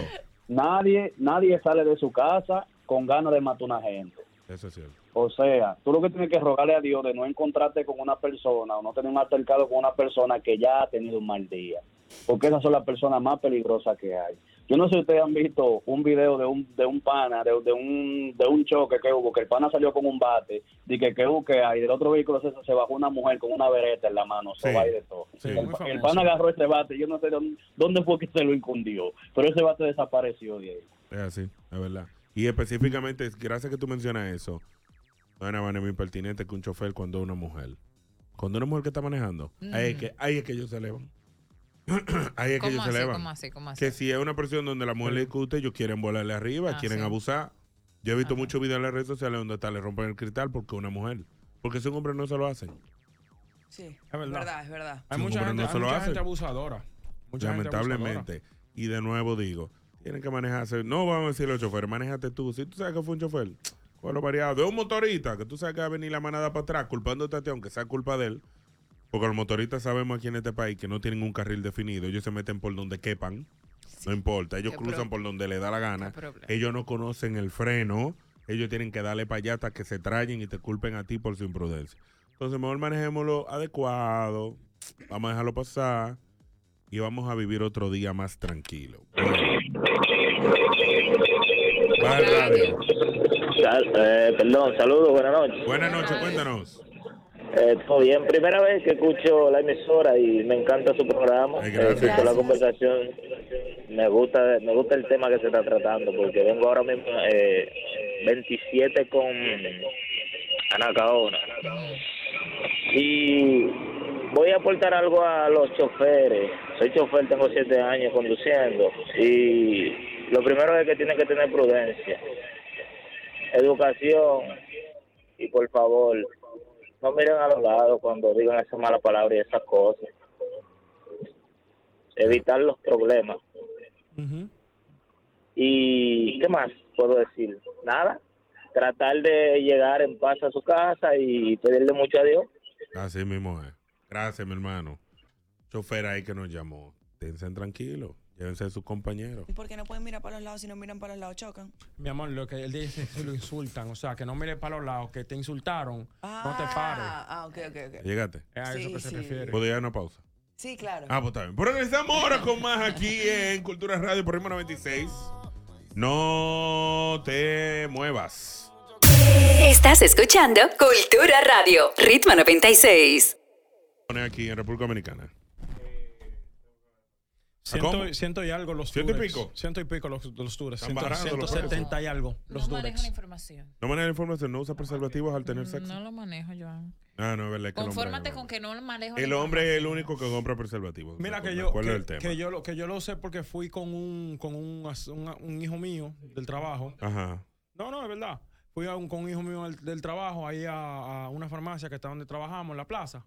Speaker 10: Nadie, nadie sale de su casa con ganas de matar a una gente.
Speaker 2: Eso es cierto.
Speaker 10: O sea, tú lo que tienes que rogarle a Dios de no encontrarte con una persona o no tener un altercado con una persona que ya ha tenido un mal día. Porque esas son las personas más peligrosas que hay. Yo no sé si ustedes han visto un video de un, de un pana, de, de un, de un choque que hubo, que el pana salió con un bate, y que que hubo que hay, del otro vehículo se, se bajó una mujer con una vereta en la mano,
Speaker 2: Sí.
Speaker 10: soba y de todo.
Speaker 2: Sí,
Speaker 10: el,
Speaker 2: muy
Speaker 10: pa- el
Speaker 2: famoso.
Speaker 10: pana agarró ese bate, yo no sé dónde, dónde fue que se lo infundió, pero ese bate desapareció de ahí.
Speaker 2: Es así, es verdad. Y específicamente, gracias que tú mencionas eso, no es nada más ni muy pertinente que un chofer cuando es una mujer. Cuando es una mujer que está manejando, ahí, es que, ahí es que ellos se elevan. (clears throat) ahí es que
Speaker 4: Mm. ¿Cómo
Speaker 2: ellos se
Speaker 4: así,
Speaker 2: elevan.
Speaker 4: cómo así, cómo así?
Speaker 2: Que si es una presión donde la mujer le discute, ellos quieren volarle arriba,
Speaker 4: Ah,
Speaker 2: quieren
Speaker 4: sí.
Speaker 2: abusar. Yo he visto muchos videos en las redes sociales donde hasta le rompen el cristal porque es una mujer. Porque si un hombre no se lo hacen.
Speaker 6: Sí,
Speaker 5: es verdad.
Speaker 6: verdad, es verdad.
Speaker 5: Hay
Speaker 2: Sí,
Speaker 5: mucha,
Speaker 2: hombre,
Speaker 5: gente,
Speaker 2: no se
Speaker 5: hay
Speaker 2: lo
Speaker 5: mucha
Speaker 2: hace.
Speaker 5: gente abusadora. Mucha gente
Speaker 2: lamentablemente. y de nuevo digo, tienen que manejarse. No vamos a decir los choferes, manéjate tú. Si tú sabes que fue un chofer, cuadro variado. Es un motorista que tú sabes que va a venir la manada para atrás culpándote a ti, aunque sea culpa de él. Porque los motoristas sabemos aquí en este país que no tienen un carril definido. Ellos se meten por donde quepan. No importa. Ellos
Speaker 24: Qué
Speaker 2: cruzan
Speaker 24: pro-
Speaker 2: por donde les da la gana.
Speaker 24: qué problema.
Speaker 2: Ellos no conocen el freno. Ellos tienen que darle payatas que se traen y te culpen a ti por su imprudencia. Entonces, mejor manejémoslo adecuado. Vamos a dejarlo pasar y vamos a vivir otro día más tranquilo. Baja el radio.
Speaker 24: Sal- eh, perdón, saludos, buenas noches.
Speaker 2: Buenas noches, cuéntanos.
Speaker 24: Eh, todo bien, primera vez que escucho la emisora y me encanta su programa.
Speaker 2: Eh, gracias.
Speaker 24: Eh, escucho la conversación. Me gusta, me gusta el tema que se está tratando porque vengo ahora mismo eh, 27 con Anacaona. Y voy a aportar algo a los choferes. Soy chofer, tengo siete años conduciendo y lo primero es que tienen que tener prudencia, educación y por favor no miren a los lados cuando digan esas malas palabras y esas cosas. Evitar los problemas. Y qué más puedo decir? Nada. Tratar de llegar en paz a su casa y pedirle mucho a Dios.
Speaker 2: Así mismo es. Gracias, mi hermano. Chofer ahí que nos llamó. Tense tranquilo. Llévense a sus compañeros.
Speaker 6: ¿Por qué no pueden mirar para los lados? Si no miran para los lados, chocan.
Speaker 5: Mi amor, lo que él (laughs) dice es que lo insultan. O sea, que no mire para los lados, que te insultaron. no te pares.
Speaker 6: Ah, ah, ok, ok, ok.
Speaker 2: Llegate.
Speaker 5: Es a eso que se refiere.
Speaker 2: ¿Podría dar una pausa?
Speaker 6: Sí, claro.
Speaker 2: Ah, pues está bien. Pero regresamos ahora con más aquí en Cultura Radio por Ritmo 96. No te muevas.
Speaker 1: Estás escuchando Cultura Radio, Ritmo 96.
Speaker 2: Poner aquí en República Dominicana.
Speaker 5: Ciento, y- ciento y algo los
Speaker 2: ¿Ciento y
Speaker 5: Turex.
Speaker 2: pico?
Speaker 5: Ciento y pico los, los Turex.
Speaker 2: Están bajando los
Speaker 5: 170 y algo los
Speaker 4: no manejo
Speaker 5: Durex.
Speaker 4: la información.
Speaker 2: No maneja información, no usa preservativos al tener sexo.
Speaker 4: Mm, No lo manejo, Joan.
Speaker 2: Ah, no, es verdad que el hombre.
Speaker 4: Confórmate con que no lo manejo.
Speaker 2: El
Speaker 4: la
Speaker 2: hombre es el único que compra preservativos.
Speaker 5: Mira que
Speaker 2: Me
Speaker 5: yo,
Speaker 2: acuerdo
Speaker 5: que,
Speaker 2: del tema.
Speaker 5: que yo lo, que yo lo sé porque fui con un con un, as- un, un hijo mío del trabajo.
Speaker 2: Ajá.
Speaker 5: No, no, es verdad. Fui a un, con un hijo mío del, del trabajo ahí a, a una farmacia que está donde trabajamos, en la plaza.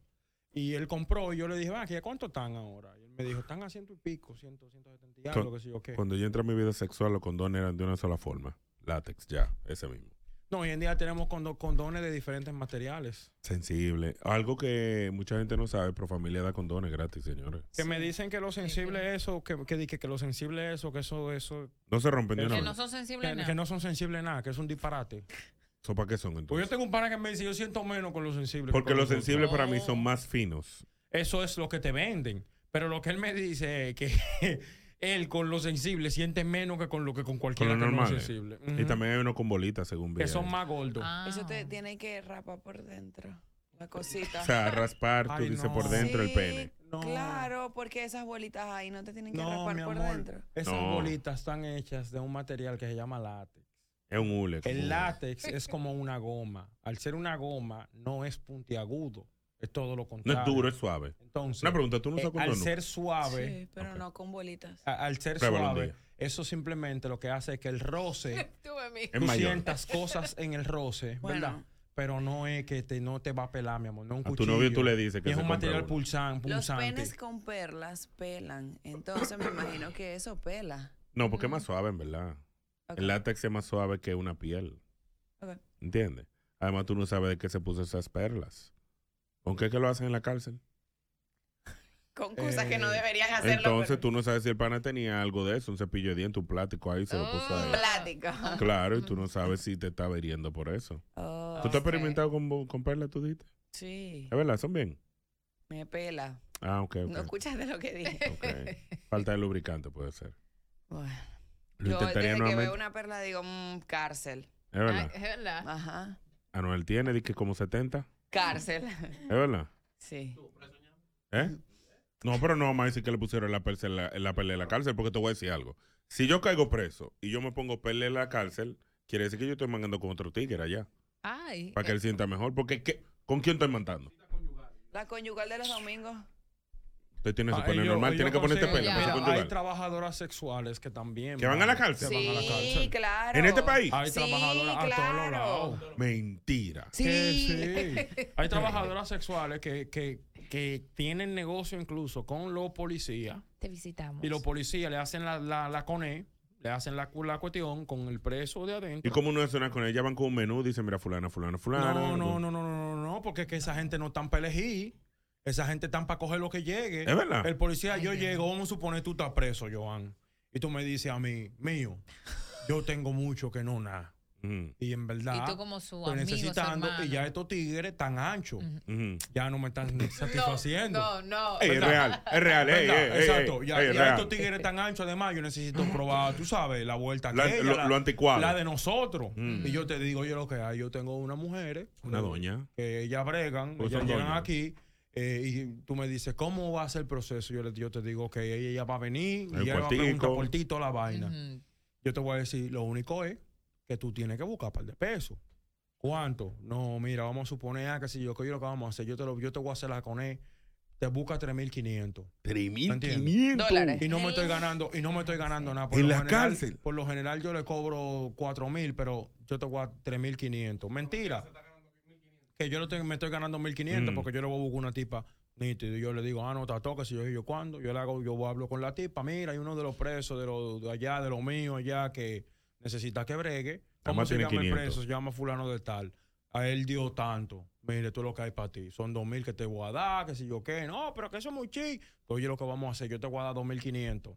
Speaker 5: Y él compró y yo le dije, va, ¿qué cuánto están ahora? Y él me dijo, están a ciento y pico, ciento, ciento setenta y algo,
Speaker 2: Cu-
Speaker 5: que sé yo qué.
Speaker 2: Cuando yo entré a mi vida sexual, los condones eran de una sola forma. Látex, ya, ese mismo.
Speaker 5: No, hoy en día tenemos condo- condones de diferentes materiales.
Speaker 2: Sensible. Algo que mucha gente no sabe, pero familia da condones gratis, señores.
Speaker 5: Que me dicen que lo sensible es eso, que, que, di- que, que lo sensible es eso, que eso, eso.
Speaker 2: No se rompen de
Speaker 5: que
Speaker 2: una vez.
Speaker 5: eso-
Speaker 2: Que no
Speaker 4: son sensibles
Speaker 5: que,
Speaker 4: nada.
Speaker 5: que no son sensibles nada, que es un disparate.
Speaker 2: ¿Eso para qué son entonces?
Speaker 5: Pues yo tengo un pana que me dice, yo siento menos con los sensibles. que
Speaker 2: Porque
Speaker 5: con
Speaker 2: los
Speaker 5: otros".
Speaker 2: sensibles para mí son más finos.
Speaker 5: Eso es lo que te venden. Pero lo que él me dice es que (laughs) él con los sensibles siente menos que con lo que con
Speaker 2: Con
Speaker 5: cualquiera
Speaker 2: los
Speaker 5: que no es
Speaker 2: normales.
Speaker 5: sensible.
Speaker 2: Y
Speaker 5: Ujú.
Speaker 2: también hay unos con bolitas, según vi. eh.
Speaker 5: que son
Speaker 2: ahí.
Speaker 5: más gordos.
Speaker 6: Eso
Speaker 5: Ah.
Speaker 6: te tiene que rapar por dentro. La cosita.
Speaker 2: O sea, raspar, tú
Speaker 5: Ay,
Speaker 2: dices,
Speaker 5: no.
Speaker 2: por dentro el
Speaker 6: Sí,
Speaker 2: pene.
Speaker 6: Claro, porque esas bolitas ahí no te tienen que
Speaker 5: No, mi
Speaker 6: raspar por
Speaker 5: amor.
Speaker 6: dentro.
Speaker 5: Esas
Speaker 2: No.
Speaker 5: bolitas están hechas de un material que se llama látex.
Speaker 2: Es un hule. como
Speaker 5: El
Speaker 2: un-
Speaker 6: (laughs)
Speaker 5: látex es como una goma. Al ser una goma, no es puntiagudo. Es todo lo
Speaker 2: No
Speaker 5: contrario.
Speaker 2: es duro, es suave.
Speaker 5: Entonces,
Speaker 2: Una pregunta, ¿tú no
Speaker 5: eh,
Speaker 2: usas
Speaker 5: al
Speaker 2: condón?
Speaker 5: ser suave,
Speaker 6: Sí, Eh, pero no con bolitas.
Speaker 5: a- al ser
Speaker 2: Pruébalo un
Speaker 5: suave,
Speaker 2: día.
Speaker 5: eso simplemente lo que hace es que el
Speaker 6: (laughs)
Speaker 5: roce,
Speaker 2: Es
Speaker 5: tú
Speaker 2: mayor.
Speaker 5: sientas cosas en el roce, ¿verdad? Pero no es que te, no te va a pelar, mi amor. No es un
Speaker 2: A tu
Speaker 5: cuchillo.
Speaker 2: novio tú le dices que
Speaker 5: Y es
Speaker 2: se
Speaker 5: un
Speaker 2: compre
Speaker 5: material
Speaker 2: uno.
Speaker 5: pulsan-
Speaker 6: Los
Speaker 5: pulsante.
Speaker 6: penes con perlas pelan. Entonces me imagino que eso pela.
Speaker 2: No, porque es más suave, en verdad. El látex es más suave que una piel.
Speaker 6: Ok.
Speaker 2: ¿Entiendes? Además, tú no sabes de qué se puso esas perlas. ¿Con qué es que lo hacen en la cárcel?
Speaker 6: Con cosas que no deberían hacerlo.
Speaker 2: Eh, Entonces, tú no sabes si el pana tenía algo de eso, un cepillo de dientes, un plástico ahí, se lo puso
Speaker 6: pero-
Speaker 2: ahí.
Speaker 6: Plático. (laughs)
Speaker 2: Claro, y tú no sabes si te estaba hiriendo por eso.
Speaker 6: Oh,
Speaker 2: ¿Tú te has experimentado con, bo- con perlas, tú dijiste?
Speaker 6: Sí,
Speaker 2: Es verdad, son bien.
Speaker 6: me pela.
Speaker 2: Ah, ok, ok.
Speaker 6: No escuchaste lo que dije. (laughs)
Speaker 2: Falta de lubricante puede ser.
Speaker 6: Bueno.
Speaker 2: Lo
Speaker 6: Yo desde
Speaker 2: intentaría
Speaker 6: que
Speaker 2: nuevamente.
Speaker 6: veo una perla digo, "Mm, cárcel.
Speaker 2: Es verdad.
Speaker 6: Ah, es verdad. Ajá,
Speaker 2: Anuel tiene di que como 70.
Speaker 6: cárcel.
Speaker 2: ¿Es verdad?
Speaker 6: Sí.
Speaker 2: ¿Eh? No, pero no vamos a decir que le pusieron la perla en la, la perla en la cárcel, porque te voy a decir algo. Si yo caigo preso y yo me pongo perla en la cárcel, quiere decir que yo estoy mangando con otro tigre allá.
Speaker 4: Ay.
Speaker 2: Para que él sienta mejor. Porque ¿qué- ¿con quién estoy mandando?
Speaker 6: La conyugal de los domingos.
Speaker 2: Usted tiene que
Speaker 5: Ah, ellos-
Speaker 2: poner normal,
Speaker 5: ellos
Speaker 2: tiene que ponerte
Speaker 5: consiguen-
Speaker 2: perla. para
Speaker 5: Mira,
Speaker 2: ser
Speaker 5: hay
Speaker 2: conyugal.
Speaker 5: trabajadoras sexuales que también.
Speaker 2: ¿Que van a la cárcel?
Speaker 5: que van a la
Speaker 2: Sí,
Speaker 5: cárcel.
Speaker 6: claro.
Speaker 2: ¿En este país?
Speaker 5: Hay trabajadoras a todos los lados.
Speaker 2: Mentira.
Speaker 5: Que
Speaker 6: (laughs)
Speaker 5: sí. Hay trabajadoras sexuales que, que, que tienen negocio incluso con los policías.
Speaker 4: Te visitamos.
Speaker 5: Y los policías le hacen la, la, la coné, le hacen la, cu- la cuestión con el preso de adentro.
Speaker 2: ¿Y cómo no suena con ella? Van con un menú, dicen, mira, fulana, fulana, fulana.
Speaker 5: No, no, no, no, no, no, no, porque es que esa gente no están para elegir. Esa gente están para coger lo que llegue.
Speaker 2: Es verdad.
Speaker 5: El policía, yo llego, vamos a suponer tú estás preso, Joan. Y tú me dices a mí, mío, yo tengo mucho que no nada.
Speaker 2: Mm.
Speaker 5: Y en verdad,
Speaker 4: Y tú como su
Speaker 5: estoy
Speaker 4: amigo, su
Speaker 5: necesitando, y ya
Speaker 4: hermano.
Speaker 5: estos tigres tan anchos,
Speaker 2: Mm.
Speaker 5: ya no me
Speaker 4: (laughs)
Speaker 5: están satisfaciendo.
Speaker 4: No, no.
Speaker 5: Ey,
Speaker 4: ¿Verdad?
Speaker 2: ey,
Speaker 5: ¿Verdad?
Speaker 2: ey, ey,
Speaker 5: Exacto.
Speaker 2: ey,
Speaker 5: ya
Speaker 2: ey, es
Speaker 5: ya
Speaker 2: real.
Speaker 5: estos tigres tan anchos, además, yo necesito probar, tú sabes, la vuelta
Speaker 2: La-
Speaker 5: aquella,
Speaker 2: lo-
Speaker 5: la,
Speaker 2: lo anticuado.
Speaker 5: La de nosotros.
Speaker 2: Mm.
Speaker 5: Y yo te digo, yo lo que hay, yo tengo unas mujeres.
Speaker 2: Una
Speaker 5: eh,
Speaker 2: doña.
Speaker 5: Que ellas bregan,
Speaker 2: Pues
Speaker 5: ellas
Speaker 2: son
Speaker 5: llegan
Speaker 2: doñas.
Speaker 5: aquí. eh, y tú me dices, ¿cómo va a ser el proceso? Yo, le, yo te digo que ella, ella va a venir y
Speaker 2: El
Speaker 5: ella va a preguntar
Speaker 2: cuartico.
Speaker 5: por ti toda la vaina.
Speaker 4: Ujú.
Speaker 5: Yo te voy a decir, lo único es que tú tienes que buscar par de pesos. ¿Cuánto? No, mira, vamos a suponer, ah, que si yo, que yo lo que vamos a hacer, yo te, lo, yo te voy a hacer la con él, te busca 3.500. ¿Entiendes?
Speaker 6: Dólares.
Speaker 5: Y no me estoy ganando, y no me estoy ganando nada.
Speaker 2: En
Speaker 5: lo
Speaker 2: la
Speaker 5: general-
Speaker 2: cárcel.
Speaker 5: Por lo general yo le cobro 4.000, pero yo te voy a 3.500. Mentira. Que yo lo estoy- me estoy ganando 1.500
Speaker 2: Mm.
Speaker 5: porque yo le voy a buscar una tipa Nítido. Y yo le digo, ah, no, te toca. Si yo, yo, ¿cuándo? Yo le hago, yo hablo con la tipa. Mira, hay uno de los presos de, los de allá, de los míos allá, que necesita que bregue. ¿Cómo
Speaker 2: Además
Speaker 5: se
Speaker 2: tiene
Speaker 5: llama el
Speaker 2: 500.
Speaker 5: preso? Se llama fulano de tal. A él dio tanto. Mire, tú lo que hay para ti. Son dos mil que te voy a dar, que si yo qué. No, pero que eso es muy chi. Oye, lo que vamos a hacer, yo te voy a dar dos mil quinientos.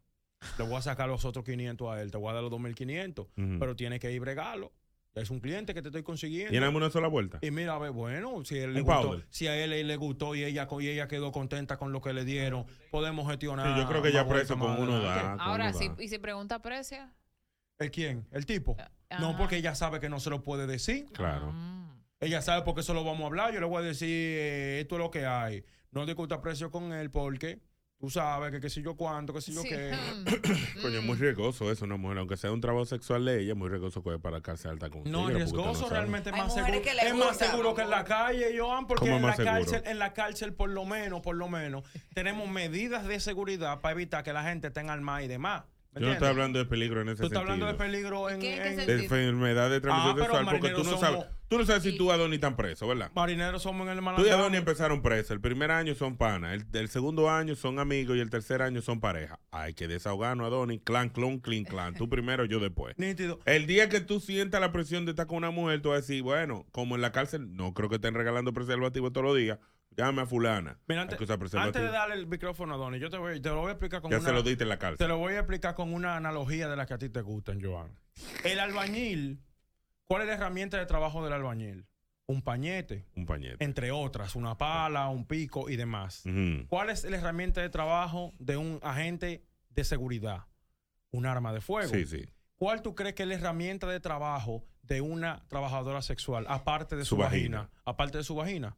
Speaker 5: Le voy a sacar los otros 500 a él. Te voy a dar los 2.500.
Speaker 2: Ujú.
Speaker 5: Pero tienes que ir bregarlo. Es un cliente que te estoy consiguiendo.
Speaker 2: Llenamos una sola vuelta.
Speaker 5: Y mira, a ver, bueno, si, él le
Speaker 2: Un
Speaker 5: gustó,
Speaker 2: powder.
Speaker 5: si a él le gustó y ella, co- y ella quedó contenta con lo que le dieron, podemos gestionar.
Speaker 2: Sí, yo creo que ya
Speaker 5: más vuelta
Speaker 2: preso con
Speaker 5: más
Speaker 2: uno
Speaker 5: adelante.
Speaker 2: da,
Speaker 4: Ahora, si, y si pregunta precio,
Speaker 5: ¿El quién? ¿El tipo?
Speaker 13: Ah,
Speaker 4: ajá.
Speaker 5: No, porque ella sabe que no se lo puede decir.
Speaker 2: Claro. (laughs)
Speaker 5: Ella sabe porque eso lo vamos a hablar. Yo le voy a decir, eh, esto es lo que hay. No discuta precio con él porque tú sabes que qué sé yo cuánto, qué sé yo
Speaker 4: Sí.
Speaker 5: qué.
Speaker 13: (laughs)
Speaker 2: Coño, es muy riesgoso eso, una mujer. Aunque sea un trabajo sexual de ella, es muy riesgoso coger para la cárcel alta con un
Speaker 5: No,
Speaker 2: tigre, porque usted
Speaker 5: riesgoso
Speaker 2: sabe.
Speaker 5: realmente es
Speaker 13: Hay
Speaker 5: más
Speaker 13: mujeres
Speaker 5: seguro.
Speaker 13: que les
Speaker 5: es más
Speaker 13: gusta.
Speaker 5: seguro que en la calle, Joan, porque
Speaker 2: ¿Cómo
Speaker 5: en la
Speaker 2: más seguro?
Speaker 5: cárcel, en la cárcel por lo menos, por lo menos, tenemos medidas de seguridad para evitar que la gente tenga armas y demás. ¿Me
Speaker 2: Yo no estoy
Speaker 5: entiendes?
Speaker 2: hablando de peligro en ese
Speaker 5: Tú estás hablando de
Speaker 2: sentido.
Speaker 5: peligro en, en-
Speaker 2: de enfermedad de transmisión
Speaker 5: Ah, pero
Speaker 2: sexual, porque tú
Speaker 5: marineros
Speaker 2: no
Speaker 5: somos-
Speaker 2: sabes, tú no sabes si tú y Adonis están presos, ¿verdad?
Speaker 5: marineros somos en el
Speaker 2: Tú y
Speaker 5: malandro.
Speaker 2: Adonis empezaron presos. El primer año son panas. El, el segundo año son amigos y el tercer año son pareja. Hay que desahogarnos, Adonis. Clan, clon, clean, clan. Tú primero, yo después.
Speaker 5: Nítido.
Speaker 2: El día que tú sientas la presión de estar con una mujer, tú vas a decir, bueno, como en la cárcel, no creo que estén regalando preservativo todos los días. Llámame a fulana.
Speaker 5: Mira,
Speaker 2: Hay
Speaker 5: antes,
Speaker 2: que usar
Speaker 5: antes
Speaker 2: preservativo.
Speaker 5: de darle el micrófono a Donny, yo te, voy, te lo voy a explicar con
Speaker 2: Ya
Speaker 5: una...
Speaker 2: se lo diste en la cárcel.
Speaker 5: Te lo voy a explicar con una analogía de las que a ti te gustan, Joan. El albañil, ¿cuál es la herramienta de trabajo del albañil? Un pañete.
Speaker 2: Un pañete.
Speaker 5: Entre otras, una pala, un pico y demás.
Speaker 2: Ujú.
Speaker 5: ¿Cuál es la herramienta de trabajo de un agente de seguridad? Un arma de fuego.
Speaker 2: Sí, sí.
Speaker 5: ¿Cuál tú crees que es la herramienta de trabajo de una trabajadora sexual, aparte de
Speaker 2: Su
Speaker 5: su,
Speaker 2: vagina.
Speaker 5: vagina. Aparte de su vagina.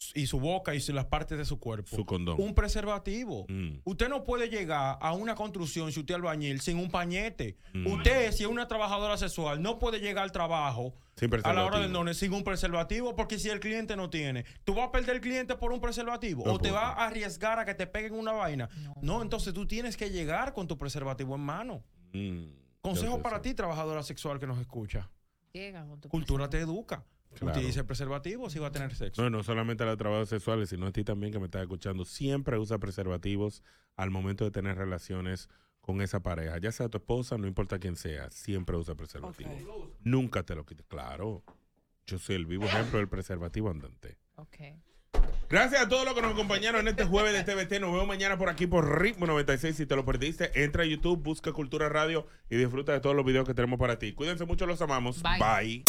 Speaker 5: s- Y su boca y su- las partes de su cuerpo.
Speaker 2: Su condón.
Speaker 5: Un preservativo.
Speaker 2: Mm.
Speaker 5: Usted no puede llegar a una construcción si usted es albañil sin un pañete.
Speaker 2: Mm.
Speaker 5: Usted, si es una trabajadora sexual, no puede llegar al trabajo
Speaker 2: Sin
Speaker 5: a la hora
Speaker 2: preservativo.
Speaker 5: del nones sin un preservativo, porque si el cliente no tiene, ¿tú vas a perder el cliente por un preservativo?
Speaker 2: No
Speaker 5: ¿O te
Speaker 2: puedo.
Speaker 5: vas a arriesgar a que te peguen una vaina? No. entonces tú tienes que llegar con tu preservativo en mano.
Speaker 2: Mm.
Speaker 5: Consejo para ti, trabajadora sexual que nos escucha.
Speaker 4: llega con tu
Speaker 5: Cultura te educa.
Speaker 2: Claro.
Speaker 5: Utiliza el preservativo si va a tener sexo.
Speaker 2: No, y no solamente a los trabajadores sexuales, sino a ti también que me estás escuchando. Siempre usa preservativos al momento de tener relaciones con esa pareja. Ya sea tu esposa, no importa quién sea, siempre usa preservativo. Nunca te lo quites. Claro. Yo soy el vivo ejemplo del preservativo andante.
Speaker 4: Ok.
Speaker 2: Gracias a todos los que nos acompañaron en este jueves de TVT. Nos vemos mañana por aquí por Ritmo 96. Si te lo perdiste, entra a YouTube, busca Cultura Radio y disfruta de todos los videos que tenemos para ti. Cuídense mucho, los amamos. Bye.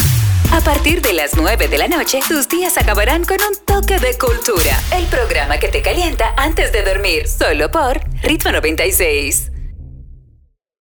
Speaker 1: A partir de las 9 de la noche, tus días acabarán con un toque de cultura. El programa que te calienta antes de dormir, solo por Ritmo 96.